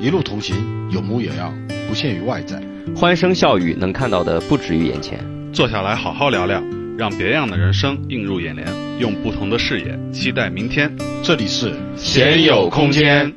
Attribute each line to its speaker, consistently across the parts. Speaker 1: 一路同行，有模有样，不限于外在。
Speaker 2: 欢声笑语能看到的不止于眼前。
Speaker 3: 坐下来好好聊聊，让别样的人生映入眼帘，用不同的视野期待明天。
Speaker 1: 这里是
Speaker 3: 闲有空间。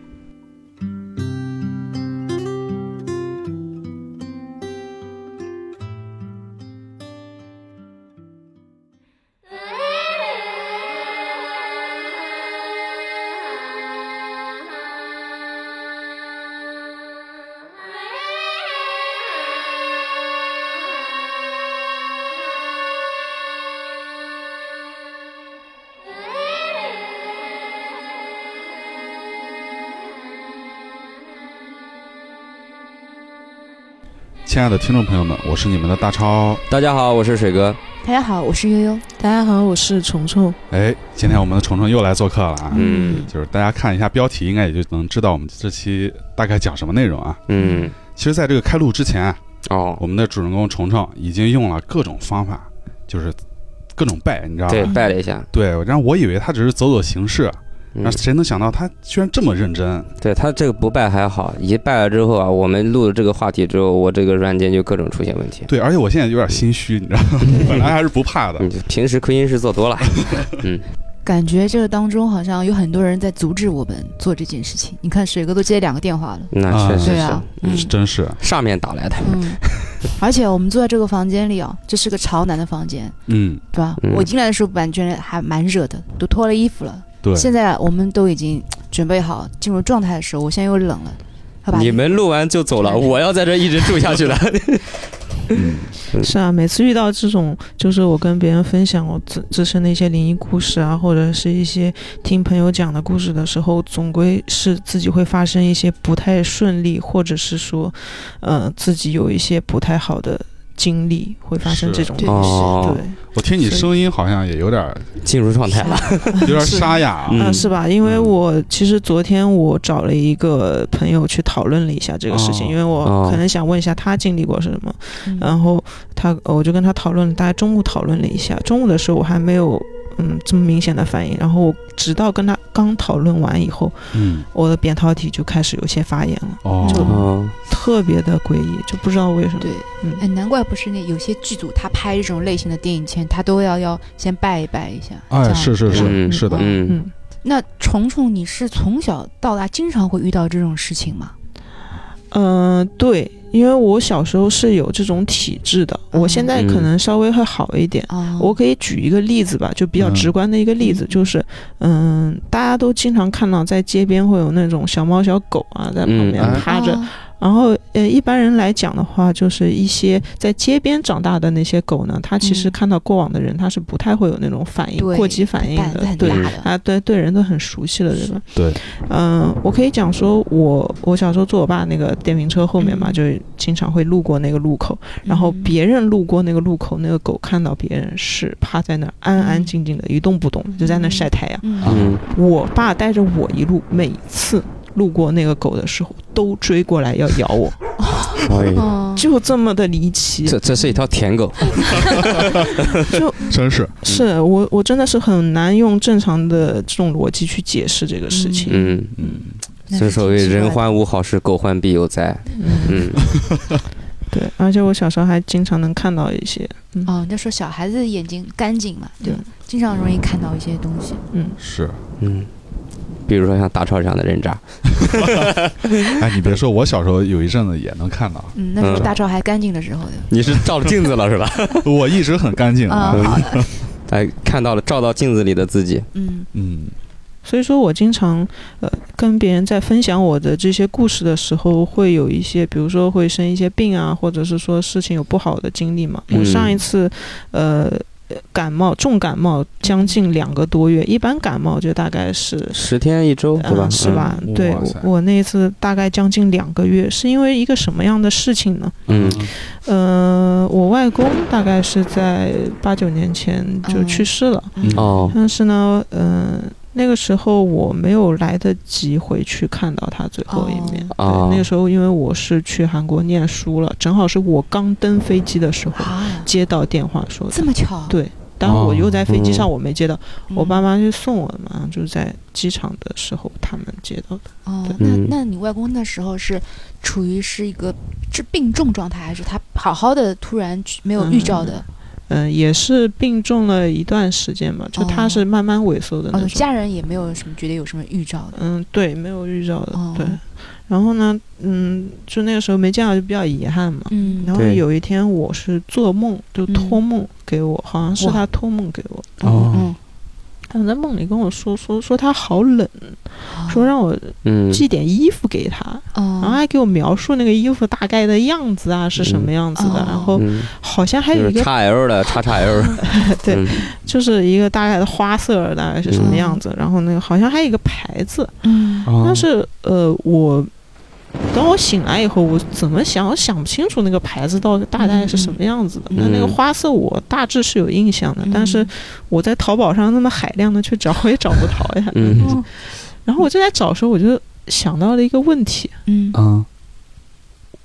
Speaker 3: 亲爱的听众朋友们，我是你们的大超。
Speaker 2: 大家好，我是水哥。
Speaker 4: 大家好，我是悠悠。
Speaker 5: 大家好，我是虫虫。
Speaker 3: 哎，今天我们的虫虫又来做客了啊！
Speaker 2: 嗯
Speaker 3: 就是大家看一下标题，应该也就能知道我们这期大概讲什么内容啊。
Speaker 2: 嗯，
Speaker 3: 其实，在这个开录之前啊，
Speaker 2: 哦，
Speaker 3: 我们的主人公虫虫已经用了各种方法，就是各种拜，你知道吧？
Speaker 2: 对，拜了一下。
Speaker 3: 对，然后我以为他只是走走形式，
Speaker 2: 嗯
Speaker 3: 那、谁能想到他居然这么认真？
Speaker 2: 对他这个不拜还好，一拜了之后啊，我们录了这个话题之后，我这个软件就各种出现问题。
Speaker 3: 对，而且我现在有点心虚，你知道吗？ 本来还是不怕的，
Speaker 2: 嗯，平时亏心事做多了。
Speaker 4: 感觉这个当中好像有很多人在阻止我们做这件事情。你看，水哥都接两个电话了，
Speaker 2: 那
Speaker 3: 啊
Speaker 2: 确实
Speaker 4: 对
Speaker 2: 是、
Speaker 4: 啊，
Speaker 3: 嗯
Speaker 4: 嗯
Speaker 3: 真是，
Speaker 2: 上面打来的。
Speaker 4: 嗯， 而且我们坐在这个房间里啊，这是个朝南的房间，
Speaker 3: 嗯，
Speaker 4: 对吧？
Speaker 2: 嗯
Speaker 4: 我进来的时候感觉还蛮热的，都脱了衣服了。
Speaker 3: 对，
Speaker 4: 现在我们都已经准备好进入状态的时候，我现在又冷了，好吧？
Speaker 2: 你们录完就走了，我要在这一直住下去了。
Speaker 3: 嗯
Speaker 5: 是啊，每次遇到这种，就是我跟别人分享我自自身的一些灵异故事啊，或者是一些听朋友讲的故事的时候，总归是自己会发生一些不太顺利，或者是说，呃，自己有一些不太好的经历，会发生
Speaker 3: 是
Speaker 5: 这种。
Speaker 4: 对
Speaker 2: 哦，
Speaker 5: 对，
Speaker 3: 我听你声音好像也有点
Speaker 2: 进入状态了。
Speaker 3: 有点
Speaker 5: 是
Speaker 3: 沙哑啊，
Speaker 2: 嗯
Speaker 5: 啊，是吧？因为
Speaker 3: 嗯
Speaker 5: 我其实昨天我找了一个朋友去讨论了一下这个事情，
Speaker 3: 哦
Speaker 5: 因为
Speaker 2: 哦
Speaker 5: 我可能想问一下他经历过什么。
Speaker 4: 嗯
Speaker 5: 然后他我就跟他讨论，大家中午讨论了一下，中午的时候我还没有嗯这么明显的反应，然后我直到跟他刚讨论完以后，
Speaker 3: 嗯，
Speaker 5: 我的扁桃体就开始有些发炎了，
Speaker 4: 就
Speaker 3: 哦，
Speaker 2: 哦，
Speaker 5: 特别的诡异，就不知道为什么。
Speaker 4: 对，
Speaker 5: 嗯
Speaker 4: 哎，难怪不是那有些剧组他拍这种类型的电影前，他都要要先拜一拜一下。这
Speaker 3: 哎，
Speaker 4: 样
Speaker 3: 是是是
Speaker 2: 嗯
Speaker 3: 是的，
Speaker 2: 嗯，
Speaker 5: 嗯，
Speaker 4: 那虫虫，你是从小到大经常会遇到这种事情吗？
Speaker 5: 嗯，对，因为我小时候是有这种体质的，
Speaker 3: 嗯
Speaker 5: 我现在可能稍微会好一点。
Speaker 4: 啊、
Speaker 5: 我可以举一个例子吧，就比较
Speaker 3: 嗯
Speaker 5: 直观的一个例子，就是，嗯，大家都经常看到在街边会有那种小猫小狗啊，在旁边
Speaker 3: 嗯哎
Speaker 5: 趴
Speaker 4: 哦
Speaker 5: 着，然后，呃，一般人来讲的话，就是一些在街边长大的那些狗呢，它其实
Speaker 4: 嗯
Speaker 5: 看到过往的人，它是不太会有那种反应、
Speaker 4: 对
Speaker 5: 过激反应
Speaker 4: 胆子
Speaker 5: 的，
Speaker 4: 很
Speaker 5: 对
Speaker 4: 大的，
Speaker 5: 啊，对对人都很熟悉了，对吧？
Speaker 3: 对，
Speaker 5: 嗯、我可以讲说我我小时候坐我爸那个电瓶车后面嘛，
Speaker 4: 嗯
Speaker 5: 就经常会路过那个路口，然后
Speaker 4: 嗯
Speaker 5: 别人路过那个路口，那个狗看到别人是趴在那儿安安静静的一动不动，就在那晒太阳。
Speaker 4: 嗯
Speaker 2: 嗯，
Speaker 5: 我爸带着我一路，每次路过那个狗的时候，都追过来要咬我。
Speaker 2: 哎呦
Speaker 4: 哦，
Speaker 5: 就这么的离奇，
Speaker 2: 这这是一条舔狗。
Speaker 3: 真是，
Speaker 5: 是我我真的是很难用正常的这种逻辑去解释这个事情。
Speaker 2: 嗯，
Speaker 3: 嗯，
Speaker 4: 那
Speaker 2: 正
Speaker 4: 是
Speaker 2: 所谓
Speaker 4: 挺奇
Speaker 2: 人
Speaker 4: 怪的
Speaker 2: 欢无好事，狗患必有灾。
Speaker 5: 嗯，
Speaker 2: 嗯，
Speaker 5: 对，而且我小时候还经常能看到一些，
Speaker 4: 哦，那时候小孩子眼睛干净嘛，对吧，
Speaker 5: 嗯
Speaker 4: 经常容易看到一些东西。
Speaker 3: 是，
Speaker 2: 嗯，比如说像大超这样的人渣，
Speaker 3: 哎，你别说，我小时候有一阵子也能看 到，
Speaker 4: 嗯，那时候
Speaker 2: 嗯
Speaker 4: 大赵还干净的时候的，
Speaker 2: 你是照着镜子了是吧？
Speaker 3: 我一直很干净
Speaker 5: 嗯
Speaker 4: 啊，
Speaker 3: 啊，
Speaker 4: 好的，
Speaker 2: 哎，看到了照到镜子里的自己。
Speaker 4: 嗯
Speaker 3: 嗯，
Speaker 5: 所以说我经常呃跟别人在分享我的这些故事的时候，会有一些，比如说会生一些病啊，或者是说事情有不好的经历嘛。
Speaker 2: 嗯
Speaker 5: 我上一次呃感冒重感冒将近两个多月，一般感冒就大概是
Speaker 2: 十天一周，对吧？
Speaker 5: 嗯、是吧？
Speaker 3: 嗯
Speaker 5: 对
Speaker 3: 哇塞
Speaker 5: 我，我那一次大概将近两个月，是因为一个什么样的事情呢？
Speaker 2: 嗯？
Speaker 5: 呃，我外公大概是在八九年前就
Speaker 4: 嗯
Speaker 5: 去世了，
Speaker 2: 嗯，哦，
Speaker 5: 但是呢，嗯、那个时候我没有来得及回去看到他最后一面。
Speaker 2: 哦
Speaker 5: 对，那个时候因为我是去韩国念书了，正好是我刚登飞机的时候
Speaker 4: 啊，
Speaker 5: 接到电话说，
Speaker 4: 这么巧，
Speaker 5: 对，当然我又在飞机上
Speaker 2: 哦
Speaker 5: 我没接到，
Speaker 4: 嗯
Speaker 5: 我爸妈去送我嘛，就是在机场的时候他们接到的。
Speaker 4: 哦，那
Speaker 2: 嗯
Speaker 4: 那你外公那时候是处于是一个治病重状态，还是他好好的突然去没有预兆的？
Speaker 5: 嗯、也是病重了一段时间嘛，就他
Speaker 4: 哦
Speaker 5: 是慢慢萎缩的那
Speaker 4: 哦，
Speaker 5: 种。
Speaker 4: 家人也没有什么觉得有什么预兆的。
Speaker 5: 嗯，对，没有预兆的，
Speaker 4: 哦
Speaker 5: 对。然后呢，嗯，就那个时候没见到，就比较遗憾嘛。
Speaker 4: 嗯，
Speaker 5: 然后
Speaker 2: 对
Speaker 5: 有一天我是做梦，就托
Speaker 4: 嗯
Speaker 5: 梦给我，好像是
Speaker 4: 哇
Speaker 5: 他托梦给我，
Speaker 2: 哦，
Speaker 4: 嗯，
Speaker 5: 他在梦里跟我说说说他好冷，啊说啊让我
Speaker 2: 嗯，
Speaker 5: 寄点衣服给他，然后
Speaker 4: 哦，
Speaker 5: 还给我描述那个衣服大概的样子啊是什么样子的，
Speaker 4: 哦
Speaker 5: 然后
Speaker 2: 嗯，
Speaker 5: 好像还
Speaker 2: 就
Speaker 5: 有
Speaker 2: 是
Speaker 5: 一个
Speaker 2: x L 的叉叉 L，
Speaker 5: 对
Speaker 2: 嗯
Speaker 5: 就是一个大概的花色儿大概是什么样子，然后那个好像还有一个牌子，
Speaker 4: 嗯，
Speaker 2: 哦
Speaker 1: 啊
Speaker 5: 但是呃我。等我醒来以后，我怎么想都想不清楚那个牌子到底大概是什么样子的。
Speaker 4: 嗯
Speaker 5: 那、那个
Speaker 2: 嗯
Speaker 5: 花色我大致是有印象的，
Speaker 4: 嗯
Speaker 5: 但是我在淘宝上那么海量的去找，我也找不着呀。
Speaker 2: 嗯
Speaker 4: 哦
Speaker 5: 然后我正在找的时候，我就想到了一个问题：
Speaker 4: 嗯，
Speaker 2: 啊，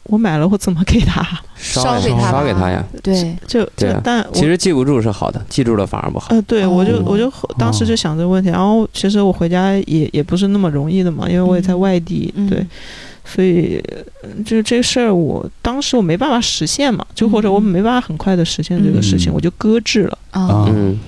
Speaker 5: 我买了，我怎么给他？
Speaker 4: 烧给
Speaker 2: 呀
Speaker 4: 他吧
Speaker 2: 烧给他呀。
Speaker 4: 对，
Speaker 5: 就
Speaker 2: 对
Speaker 5: 就
Speaker 2: 啊
Speaker 5: 但我
Speaker 2: 其实记不住是好的，记住了反而不好。
Speaker 5: 呃，对，我就我就当时
Speaker 2: 哦
Speaker 5: 就想这个问题，然后其实我回家也也不是那么容易的嘛，因为我也在
Speaker 4: 嗯
Speaker 5: 外地，
Speaker 4: 嗯
Speaker 5: 对，所以呃就这事儿我当时我没办法实现嘛，就或者我
Speaker 4: 嗯
Speaker 5: 没办法很快的实现这个事情，
Speaker 1: 嗯
Speaker 5: 我就搁置了。
Speaker 4: 啊，
Speaker 2: 嗯，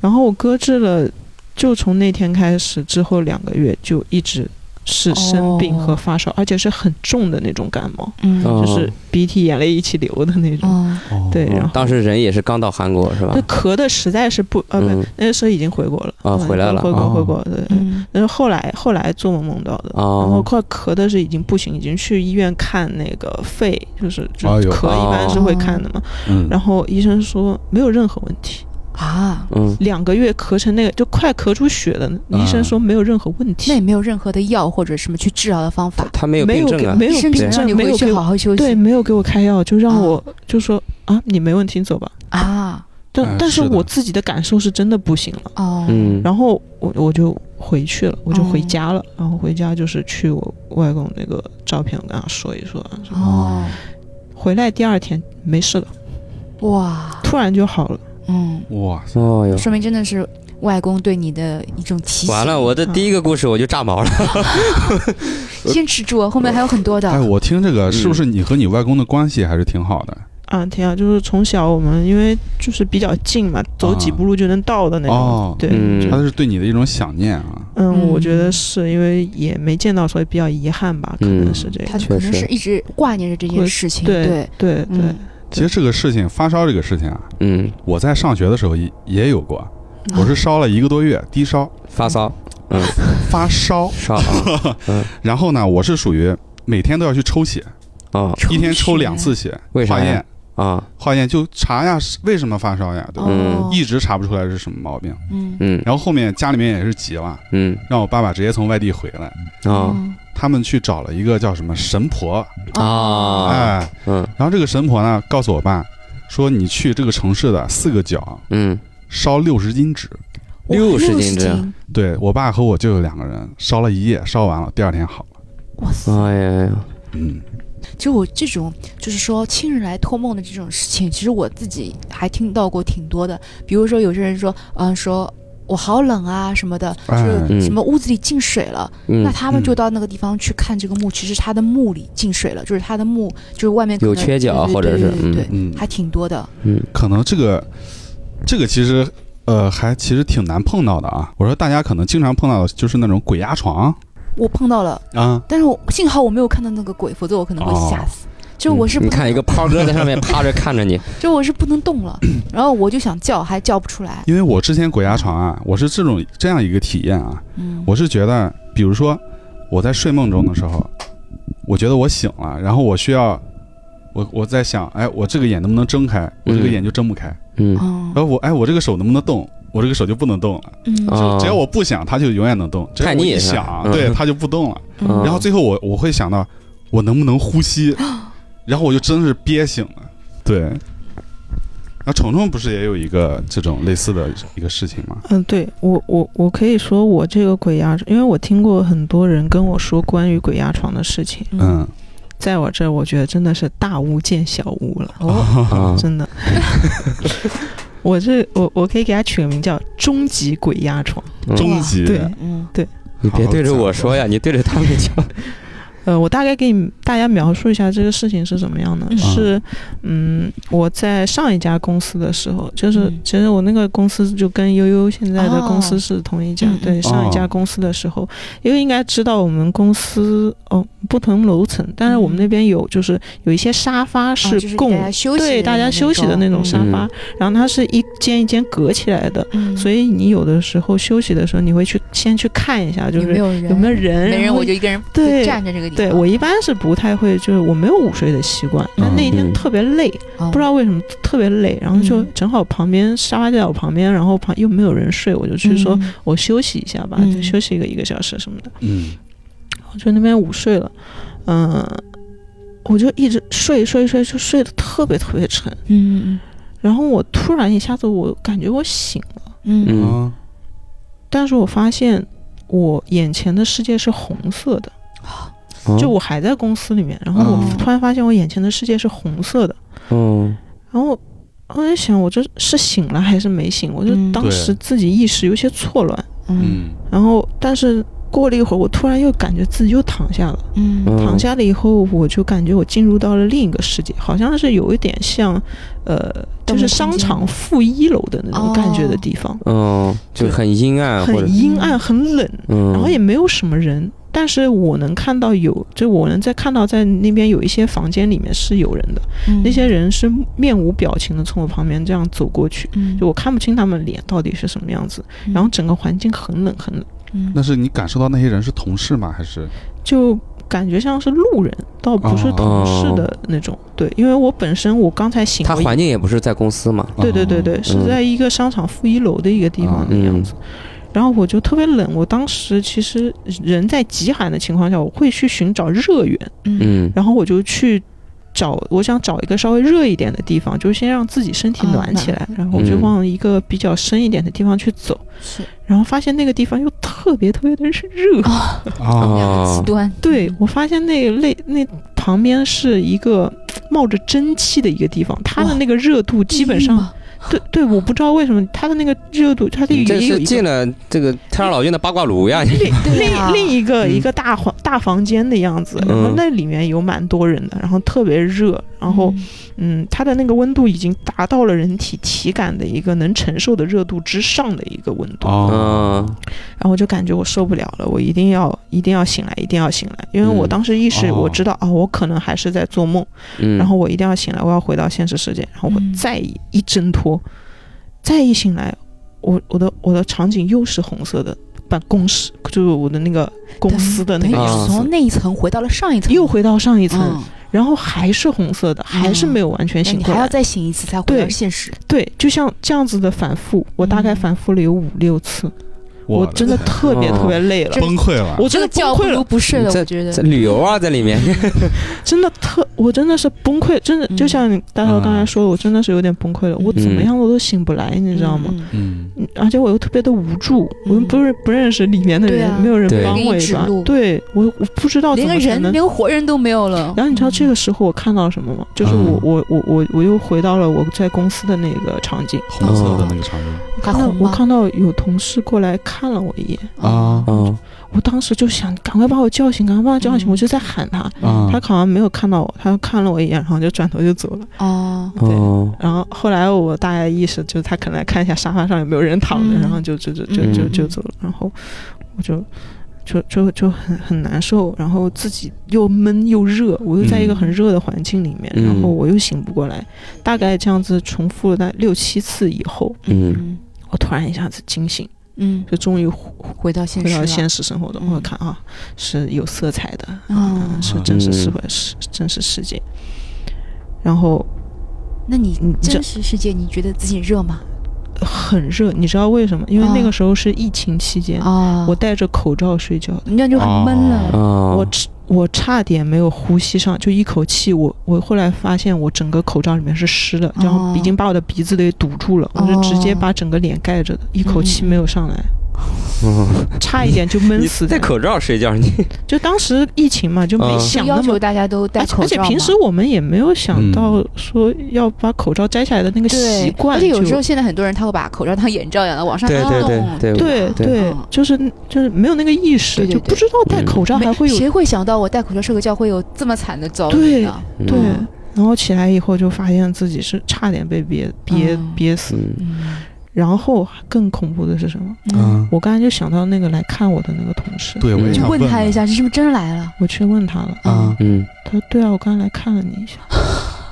Speaker 5: 然后我搁置了，就从那天开始之后两个月就一直是生病和发烧，而且是很重的那种感冒，
Speaker 4: 嗯，
Speaker 2: 哦嗯
Speaker 5: 就是鼻涕眼泪一起流的那种。
Speaker 4: 哦，
Speaker 5: 对，然后
Speaker 2: 当时人也是刚到韩国是吧
Speaker 5: 那？咳的实在是不，呃，不，
Speaker 2: 嗯
Speaker 5: 那个时候已经回国了
Speaker 2: 啊
Speaker 5: 嗯
Speaker 2: 回来了
Speaker 5: 回国，
Speaker 2: 哦
Speaker 5: 回国，对。
Speaker 4: 嗯，
Speaker 5: 但是后来后来做梦梦到的，
Speaker 2: 哦
Speaker 5: 然后快咳的是已经不行，已经去医院看那个肺，就是就
Speaker 1: 哎
Speaker 5: 是
Speaker 1: 呦
Speaker 4: 哦
Speaker 5: 咳一般是会看的嘛。
Speaker 1: 嗯
Speaker 5: 然后医生说没有任何问题，
Speaker 4: 啊，
Speaker 2: 嗯，
Speaker 5: 两个月咳成那个就快咳出血了，
Speaker 1: 啊
Speaker 5: 医生说没有任何问
Speaker 4: 那也
Speaker 5: 题，
Speaker 4: 没有任何的药或者什么去治疗的方法，
Speaker 2: 他没有
Speaker 5: 没
Speaker 2: 病
Speaker 5: 有
Speaker 2: 症
Speaker 5: 给
Speaker 2: 啊，
Speaker 5: 没有
Speaker 4: 甚
Speaker 5: 病
Speaker 4: 至让
Speaker 5: 症，
Speaker 4: 你
Speaker 5: 没
Speaker 4: 回
Speaker 5: 有给
Speaker 4: 去好
Speaker 5: 我
Speaker 4: 好休息。
Speaker 5: 对，没有给我开药，就让
Speaker 4: 啊
Speaker 5: 我就说啊，你没问题，你走吧。
Speaker 4: 啊，
Speaker 5: 但
Speaker 1: 哎
Speaker 5: 但是
Speaker 1: 是的
Speaker 5: 我自己的感受是真的不行了。
Speaker 4: 哦，
Speaker 2: 嗯，
Speaker 5: 然后我我就回去了，我就回家
Speaker 4: 哦
Speaker 5: 了。然后回家就是去我外公那个照片，我跟他说一说。
Speaker 4: 哦，
Speaker 5: 回来第二天没事了，
Speaker 4: 哇，
Speaker 5: 突然就好了。
Speaker 4: 嗯，
Speaker 1: 哇，
Speaker 2: 哦哟，
Speaker 4: 说明真的是外公对你的一种提醒。
Speaker 2: 完了，我的第一个故事我就炸毛了。
Speaker 4: 坚持住，后面还有很多的。
Speaker 1: 哎，我听这
Speaker 3: 嗯
Speaker 1: 个是不是你和你外公的关系还是挺好的？
Speaker 5: 啊，天啊！就是从小我们因为就是比较近嘛，走几步路就能到的那种。
Speaker 1: 哦
Speaker 5: 对，
Speaker 2: 嗯
Speaker 5: 就
Speaker 1: 他是对你的一种想念啊。
Speaker 5: 嗯，我觉
Speaker 4: 嗯
Speaker 5: 得是因为也没见到，所以比较遗憾吧，可能
Speaker 2: 嗯
Speaker 5: 是这个。
Speaker 4: 他可能
Speaker 2: 确实
Speaker 4: 是一直挂念着这件事情，
Speaker 5: 对
Speaker 4: 对，
Speaker 5: 对对
Speaker 4: 嗯，
Speaker 1: 其实这个事情，发烧这个事情啊，
Speaker 2: 嗯，
Speaker 1: 我在上学的时候也也有过，
Speaker 4: 嗯
Speaker 1: 我是烧了一个多月低烧，
Speaker 2: 发骚
Speaker 1: 发烧，
Speaker 2: 烧啊
Speaker 1: 然后呢，我是属于每天都要去抽血，
Speaker 2: 啊
Speaker 1: 一天抽
Speaker 4: 血
Speaker 1: 两次血
Speaker 2: 为，啥
Speaker 1: 化
Speaker 2: 呀
Speaker 1: 验
Speaker 2: 啊，
Speaker 1: 化验就查呀，为什么发烧呀，对吧？
Speaker 4: 哦
Speaker 1: 一直查不出来是什么毛病。
Speaker 4: 嗯
Speaker 2: 嗯
Speaker 1: 然后后面家里面也是急了，
Speaker 2: 嗯
Speaker 1: 让我爸爸直接从外地回来，
Speaker 2: 啊
Speaker 4: 嗯
Speaker 1: 他们去找了一个叫什么神婆，
Speaker 2: 啊
Speaker 1: 哎，
Speaker 2: 嗯
Speaker 1: 然后这个神婆呢告诉我爸说，你去这个城市的四个角
Speaker 2: 嗯，
Speaker 1: 烧六十斤纸。
Speaker 2: 六十
Speaker 4: 十
Speaker 2: 斤这，
Speaker 4: 斤，
Speaker 1: 对我爸和我舅舅两个人烧了一夜，烧完了第二天好了。
Speaker 4: 哇塞！
Speaker 2: 哎呀呀，
Speaker 1: 嗯，
Speaker 4: 就我这种，就是说亲人来托梦的这种事情，其实我自己还听到过挺多的。比如说有些人说，嗯、说我好冷啊什么的，就
Speaker 1: 哎，
Speaker 4: 是什么屋子里进水了，那
Speaker 2: 嗯，
Speaker 4: 他们就
Speaker 1: 嗯
Speaker 4: 到那个地方去看这个墓，其实他的墓里进水了，就是他的墓，就是外面可
Speaker 2: 有
Speaker 4: 能
Speaker 2: 缺角
Speaker 4: 对对
Speaker 2: 或者
Speaker 4: 对
Speaker 2: 是
Speaker 4: 对
Speaker 2: 嗯
Speaker 4: 对对
Speaker 1: 嗯，
Speaker 4: 还挺多的。
Speaker 2: 嗯
Speaker 1: 可能这个这个其实呃还其实挺难碰到的啊。我说大家可能经常碰到的就是那种鬼压床
Speaker 4: 我碰到了，
Speaker 1: 啊，
Speaker 4: 但是我幸好我没有看到那个鬼，否则我可能会吓死。就我是
Speaker 2: 嗯
Speaker 4: 不
Speaker 2: 你
Speaker 4: 能
Speaker 2: 看一个胖哥在上面趴着看着
Speaker 5: 哦
Speaker 2: 你，
Speaker 4: 就我是不能动了，然后我就想叫，还叫不出来。
Speaker 1: 因为我之前鬼压床啊，我是这种这样一个体验啊，
Speaker 4: 嗯，
Speaker 1: 我是觉得，比如说我在睡梦中的时候，我觉得我醒了，然后我需要。我我在想，哎，我这个眼能不能睁开？我这个
Speaker 2: 嗯
Speaker 1: 眼就睁不开。
Speaker 2: 嗯
Speaker 4: 嗯
Speaker 1: 然后
Speaker 5: 哦
Speaker 1: 我，哎，我这个手能不能动？我这个手就不能动了。
Speaker 4: 嗯
Speaker 2: 啊
Speaker 1: 只要我不想，它就永远能动；只要
Speaker 2: 叛
Speaker 1: 我
Speaker 2: 逆
Speaker 1: 一
Speaker 2: 是
Speaker 1: 想
Speaker 2: 吧，
Speaker 1: 对
Speaker 2: 嗯
Speaker 1: 它就不动了。
Speaker 2: 嗯
Speaker 1: 然后最后我我会想到我能不能呼吸，然后我就真是憋醒了。对。那虫虫不是也有一个这种类似的一个事情吗？
Speaker 5: 嗯，对我我我可以说我这个鬼压，因为我听过很多人跟我说关于鬼压床的事情，
Speaker 1: 嗯，
Speaker 5: 在我 这儿我觉得真的是大巫见小巫了，
Speaker 4: 哦，
Speaker 2: 啊，
Speaker 5: 真的。我这我我可以给它取个名叫“终极鬼压床
Speaker 2: 嗯
Speaker 1: 终极
Speaker 5: 对
Speaker 4: 嗯，”。
Speaker 2: 你别对着我说呀，你对着他们讲。
Speaker 5: 呃，我大概给你大家描述一下这个事情是怎么样的。
Speaker 4: 嗯
Speaker 5: 是，嗯，我在上一家公司的时候，就是
Speaker 4: 嗯
Speaker 5: 其实我那个公司就跟悠悠现在的公司
Speaker 4: 哦
Speaker 5: 是同一家。
Speaker 4: 嗯
Speaker 5: 对，上一家
Speaker 1: 哦
Speaker 5: 公司的时候，悠悠应该知道我们公司哦不同楼层，但是我们
Speaker 4: 嗯
Speaker 5: 那边有就是有一些沙发
Speaker 4: 啊就是
Speaker 5: 供、
Speaker 4: 给大家休息
Speaker 5: 对
Speaker 4: 的
Speaker 5: 大家休息的那种沙
Speaker 4: 嗯
Speaker 5: 发，然后它是一间一间隔起来的，
Speaker 4: 嗯，
Speaker 5: 所
Speaker 4: 以
Speaker 5: 以你有的时候休息的时候，你会去先去看一下，就
Speaker 4: 有
Speaker 5: 是
Speaker 4: 没有人？
Speaker 5: 有没有人，
Speaker 4: 没
Speaker 5: 然
Speaker 4: 人，
Speaker 5: 后
Speaker 4: 我就一个人
Speaker 5: 对
Speaker 4: 站着这个地方。
Speaker 5: 对我一般是不太会，就是我没有午睡的习惯，
Speaker 4: 啊
Speaker 5: 但那一天
Speaker 2: 嗯
Speaker 5: 特别累，
Speaker 4: 哦
Speaker 5: 不知道为什么特别累，然后就
Speaker 4: 嗯
Speaker 5: 正好旁边沙发就在我旁边，然后旁又没有人睡，我就去说、
Speaker 4: 嗯
Speaker 5: 我休息一下吧，
Speaker 4: 嗯
Speaker 5: 就休息一个一个小时什么的，
Speaker 1: 嗯
Speaker 5: 我就那边午睡了，嗯、我就一直睡睡睡，就睡得特别特别沉，
Speaker 4: 嗯
Speaker 5: 然后我突然一下子我感觉我醒了，
Speaker 4: 嗯嗯
Speaker 2: 嗯，
Speaker 1: 啊
Speaker 5: 但是我发现我眼前的世界是红色的，
Speaker 2: 嗯哦
Speaker 5: 就我还在公司里面，然后
Speaker 1: 哦
Speaker 5: 我突然发现我眼前的世界是红色的。
Speaker 2: 嗯，
Speaker 5: 然后我在想，我这是醒了还是没醒？我就
Speaker 4: 嗯
Speaker 5: 当时自己意识有些错乱，
Speaker 4: 嗯
Speaker 1: 嗯
Speaker 5: 然后但是过了一会儿，我突然又感觉自己又躺下了。
Speaker 4: 嗯
Speaker 2: 嗯
Speaker 5: 躺下了以后，我就感觉我进入到了另一个世界，好像是有一点像，呃，
Speaker 4: 盗
Speaker 5: 就
Speaker 4: 梦
Speaker 5: 是
Speaker 4: 空间哦
Speaker 5: 商场负一楼的那种感觉的地方，
Speaker 2: 嗯，就很阴暗，或者
Speaker 5: 很阴暗、很冷，
Speaker 2: 嗯，
Speaker 5: 然后也没有什么人。但是我能看到有，就我能在看到在那边有一些房间里面是有人的，
Speaker 4: 嗯
Speaker 5: 那些人是面无表情的从我旁边这样走过去，
Speaker 4: 嗯
Speaker 5: 就我看不清他们脸到底是什么样子，
Speaker 4: 嗯
Speaker 5: 然后整个环境很冷很冷，
Speaker 4: 嗯
Speaker 1: 那是你感受到那些人是同事吗？还是
Speaker 5: 就感觉像是路人，倒不是同事的那种。对，因为我本身我刚才醒
Speaker 2: 哦他
Speaker 5: 过一，
Speaker 2: 环境哦嗯也不是在公司嘛，
Speaker 5: 对对对对，是在一个商场负一楼的一嗯个地方
Speaker 2: 嗯
Speaker 5: 的
Speaker 2: 哦
Speaker 5: 样子。然后我就特别冷，我当时其实人在极寒的情况下，我会去寻找热源，
Speaker 2: 嗯
Speaker 5: 然后我就去找，我想找一个稍微热一点的地方，就先让自己身体
Speaker 4: 啊
Speaker 5: 暖起
Speaker 4: 暖
Speaker 5: 来
Speaker 4: 和，
Speaker 5: 然后我就
Speaker 2: 嗯
Speaker 5: 往一个比较深一点的地方去走，
Speaker 4: 是
Speaker 5: 然后发现那个地方又特别特别的热，
Speaker 4: 啊，
Speaker 1: 啊
Speaker 4: 两个极端，嗯
Speaker 5: 对我发现那个类那旁边是一个冒着蒸汽的一个地方，它的
Speaker 4: 哇
Speaker 5: 那个热度基本
Speaker 4: 地狱
Speaker 5: 上，
Speaker 4: 嘛
Speaker 5: 对对，我不知道为什么它的那个热度，它的
Speaker 2: 你这
Speaker 5: 也有
Speaker 2: 是
Speaker 5: 一
Speaker 2: 进
Speaker 5: 个。
Speaker 2: 了这个太上老君的八卦炉呀，
Speaker 5: 另
Speaker 4: 对啊
Speaker 5: 另另一个
Speaker 2: 嗯
Speaker 5: 一个大房大房间的样子，然后
Speaker 2: 嗯
Speaker 5: 那里面有蛮多人的，然后特别热，然后
Speaker 4: 嗯
Speaker 5: 嗯，它的那个温度已经达到了人体体感的一个能承受的热度之上的一个温度，
Speaker 1: 哦
Speaker 2: 嗯
Speaker 5: 然后我就感觉我受不了了，我一定要一定要醒来，一定要醒来，因为我
Speaker 2: 嗯
Speaker 5: 当时意识
Speaker 1: 哦
Speaker 5: 我知
Speaker 4: 嗯
Speaker 5: 道啊、我可能还是在做梦，
Speaker 2: 嗯，
Speaker 5: 然后我一定要醒来，我要回到现实世界，然后我
Speaker 4: 嗯
Speaker 5: 再一一挣脱，再一醒来，我我的我的场景又是红色的办公室，就是我的那个公司的那
Speaker 4: 等
Speaker 5: 个
Speaker 4: 于
Speaker 5: 样
Speaker 2: 啊
Speaker 5: 子。
Speaker 4: 从那一层回到了上一层，
Speaker 5: 又回到上一
Speaker 4: 一
Speaker 5: 层，然后还是红色的，还是
Speaker 4: 嗯
Speaker 5: 没有完全醒
Speaker 4: 你
Speaker 5: 过
Speaker 4: 还
Speaker 5: 来。
Speaker 4: 要再醒一次才回到
Speaker 5: 对
Speaker 4: 现实。
Speaker 5: 对，就像这样子的反复，我大概
Speaker 4: 嗯
Speaker 5: 反复了有五六次，我真的
Speaker 1: 天
Speaker 5: 特别特别累了，
Speaker 1: 崩溃了，
Speaker 5: 我
Speaker 4: 这
Speaker 5: 真
Speaker 4: 个
Speaker 5: 的
Speaker 4: 觉
Speaker 5: 崩
Speaker 4: 不
Speaker 5: 溃了
Speaker 4: 如，不睡了，
Speaker 2: 这
Speaker 4: 我觉
Speaker 2: 这
Speaker 4: 得。
Speaker 2: 旅游啊，在里 面，
Speaker 5: 真的特，我真的是崩溃，真的
Speaker 4: 嗯
Speaker 5: 就像你大头刚才
Speaker 1: 嗯
Speaker 5: 说的，我真的是有点崩溃了，我怎么
Speaker 2: 嗯
Speaker 5: 样我都醒不来，你知道吗？
Speaker 4: 嗯？
Speaker 1: 嗯
Speaker 5: 嗯而且我又特别的无助，我又
Speaker 4: 嗯
Speaker 5: 不是不认识里面的
Speaker 4: 对
Speaker 5: 人，
Speaker 4: 啊
Speaker 5: 没有人
Speaker 2: 对
Speaker 5: 帮
Speaker 4: 给
Speaker 5: 我
Speaker 4: 你
Speaker 5: 一
Speaker 4: 指
Speaker 5: 把
Speaker 4: 路，
Speaker 5: 对我我不知道怎
Speaker 4: 连
Speaker 5: 么
Speaker 4: 个
Speaker 5: 才
Speaker 4: 人，
Speaker 5: 能。
Speaker 4: 连个活人都没有了。
Speaker 5: 然后你知道这
Speaker 4: 嗯
Speaker 5: 个时候我看到什么吗？就是
Speaker 1: 嗯
Speaker 5: 我我我我我又回到了我在公司的那个场景，
Speaker 1: 红色的那个场景
Speaker 4: 还
Speaker 5: 那
Speaker 4: 红
Speaker 5: 我
Speaker 4: 吗？
Speaker 5: 看到有同事过来看了我一眼，
Speaker 1: 啊
Speaker 2: 嗯
Speaker 5: 我当时就想赶快把我叫醒，赶快把我叫醒，
Speaker 4: 嗯
Speaker 5: 我就在喊他，
Speaker 1: 啊
Speaker 5: 嗯他好像没有看到我，他看了我一眼，然后就转头就走了。
Speaker 4: 哦，
Speaker 2: 嗯
Speaker 5: 然后后来我大概意识，就是他可能来看一下沙发上有没有人躺着，
Speaker 4: 嗯
Speaker 5: 然后就就就就就
Speaker 2: 嗯
Speaker 5: 就走了。然后我就就就就很很难受，然后自己又闷又热，我又在一个
Speaker 1: 嗯
Speaker 5: 很热的环境里面，
Speaker 2: 嗯
Speaker 5: 然后我又醒不过来。大概这样子重复了大概六七次以后，
Speaker 2: 嗯
Speaker 4: 嗯
Speaker 5: 我突然一下子惊醒，
Speaker 4: 嗯，
Speaker 5: 就终于回
Speaker 4: 回到现
Speaker 5: 回
Speaker 4: 实
Speaker 5: 到
Speaker 4: 了。
Speaker 5: 现实生活中，
Speaker 4: 嗯
Speaker 5: 我看啊是有色彩的，
Speaker 4: 嗯
Speaker 5: 是真实世
Speaker 2: 嗯
Speaker 5: 是真实世界。然后
Speaker 4: 那你
Speaker 5: 嗯这
Speaker 4: 真实世界，你觉得自己热吗？
Speaker 5: 很热，你知道为什么？因为那
Speaker 4: 啊
Speaker 5: 个时候是疫情期间，
Speaker 4: 啊，
Speaker 5: 嗯我戴着口罩睡觉的，
Speaker 4: 那就很闷
Speaker 1: 哦
Speaker 4: 了。
Speaker 2: 嗯，
Speaker 5: 我差我差点没有呼吸上，就一口气我，我后来发现我整个口罩里面是湿的，然后
Speaker 4: 哦
Speaker 5: 已经把我的鼻子给堵住了，我是直接
Speaker 4: 哦
Speaker 5: 把整个脸盖着的，一口气
Speaker 4: 嗯嗯
Speaker 5: 没有上来， 差一点就闷
Speaker 2: 你
Speaker 5: 死
Speaker 2: 戴
Speaker 5: 的。
Speaker 2: 口罩睡觉， 你
Speaker 5: 就当时疫情嘛，就没
Speaker 2: 嗯
Speaker 5: 想
Speaker 4: 要
Speaker 5: 那
Speaker 4: 求
Speaker 5: 么。
Speaker 4: 大家都戴
Speaker 5: 而且
Speaker 4: 口
Speaker 5: 而且
Speaker 4: 罩
Speaker 5: 平
Speaker 4: 嘛
Speaker 5: 时我们也没有想
Speaker 1: 嗯
Speaker 5: 到说要把口罩摘下来的那个习
Speaker 4: 对，
Speaker 5: 惯
Speaker 4: 而
Speaker 5: 就，
Speaker 4: 且有时候现在很多人他会把口罩当眼罩一样的往上
Speaker 2: 对对对
Speaker 4: 弄，
Speaker 2: 对
Speaker 5: 哦对
Speaker 2: 对
Speaker 5: 对
Speaker 4: 嗯，
Speaker 5: 就是就是没有那个意识，
Speaker 4: 对对
Speaker 5: 就不知道戴口罩
Speaker 4: 没
Speaker 5: 还会有
Speaker 4: 谁会想到我戴口罩睡个觉会有这么惨的遭遇
Speaker 5: 对
Speaker 4: 呢？
Speaker 5: 对
Speaker 4: 嗯，
Speaker 5: 然后起来以后就发现自己是差点被憋憋
Speaker 4: 嗯
Speaker 5: 憋死。
Speaker 2: 嗯
Speaker 4: 嗯
Speaker 5: 然后更恐怖的是什么？
Speaker 4: 嗯，
Speaker 2: 啊，
Speaker 5: 我刚才就想到那个来看我的那个同事，
Speaker 1: 对，我也
Speaker 2: 嗯
Speaker 4: 你
Speaker 1: 想
Speaker 4: 问他
Speaker 1: 呢
Speaker 4: 一下，这是不是真来了？
Speaker 5: 我去问他了，
Speaker 1: 啊，
Speaker 2: 嗯，
Speaker 5: 他说对啊，我刚才来看了你一下，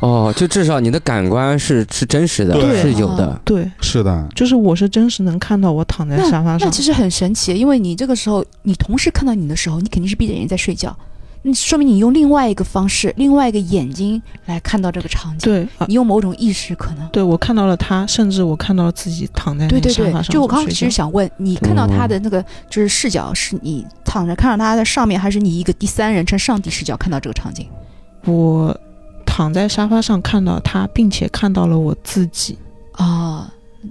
Speaker 2: 哦，就至少你的感官是是真实的，
Speaker 1: 对
Speaker 2: 是有的，
Speaker 5: 对，啊
Speaker 1: 是的，
Speaker 5: 就是我是真实能看到我躺在沙发
Speaker 4: 那
Speaker 5: 上，
Speaker 4: 其实很神奇，因为你这个时候，你同时看到你的时候，你肯定是闭着眼睛在睡觉，那说明你用另外一个方式、另外一个眼睛来看到这个场景，
Speaker 5: 对啊，
Speaker 4: 你用某种意识可能。
Speaker 5: 对我看到了他，甚至我看到了自己躺在那
Speaker 4: 对
Speaker 5: 个
Speaker 4: 对
Speaker 5: 沙
Speaker 4: 对
Speaker 5: 发，上
Speaker 4: 就我刚刚
Speaker 5: 睡
Speaker 4: 其实
Speaker 5: 觉
Speaker 4: 想问，你看到他的那个就是视角，是你躺着看到他在上面，还是你一个第三人称上帝视角看到这个场景？
Speaker 5: 我躺在沙发上看到他，并且看到了我自己，
Speaker 4: 啊，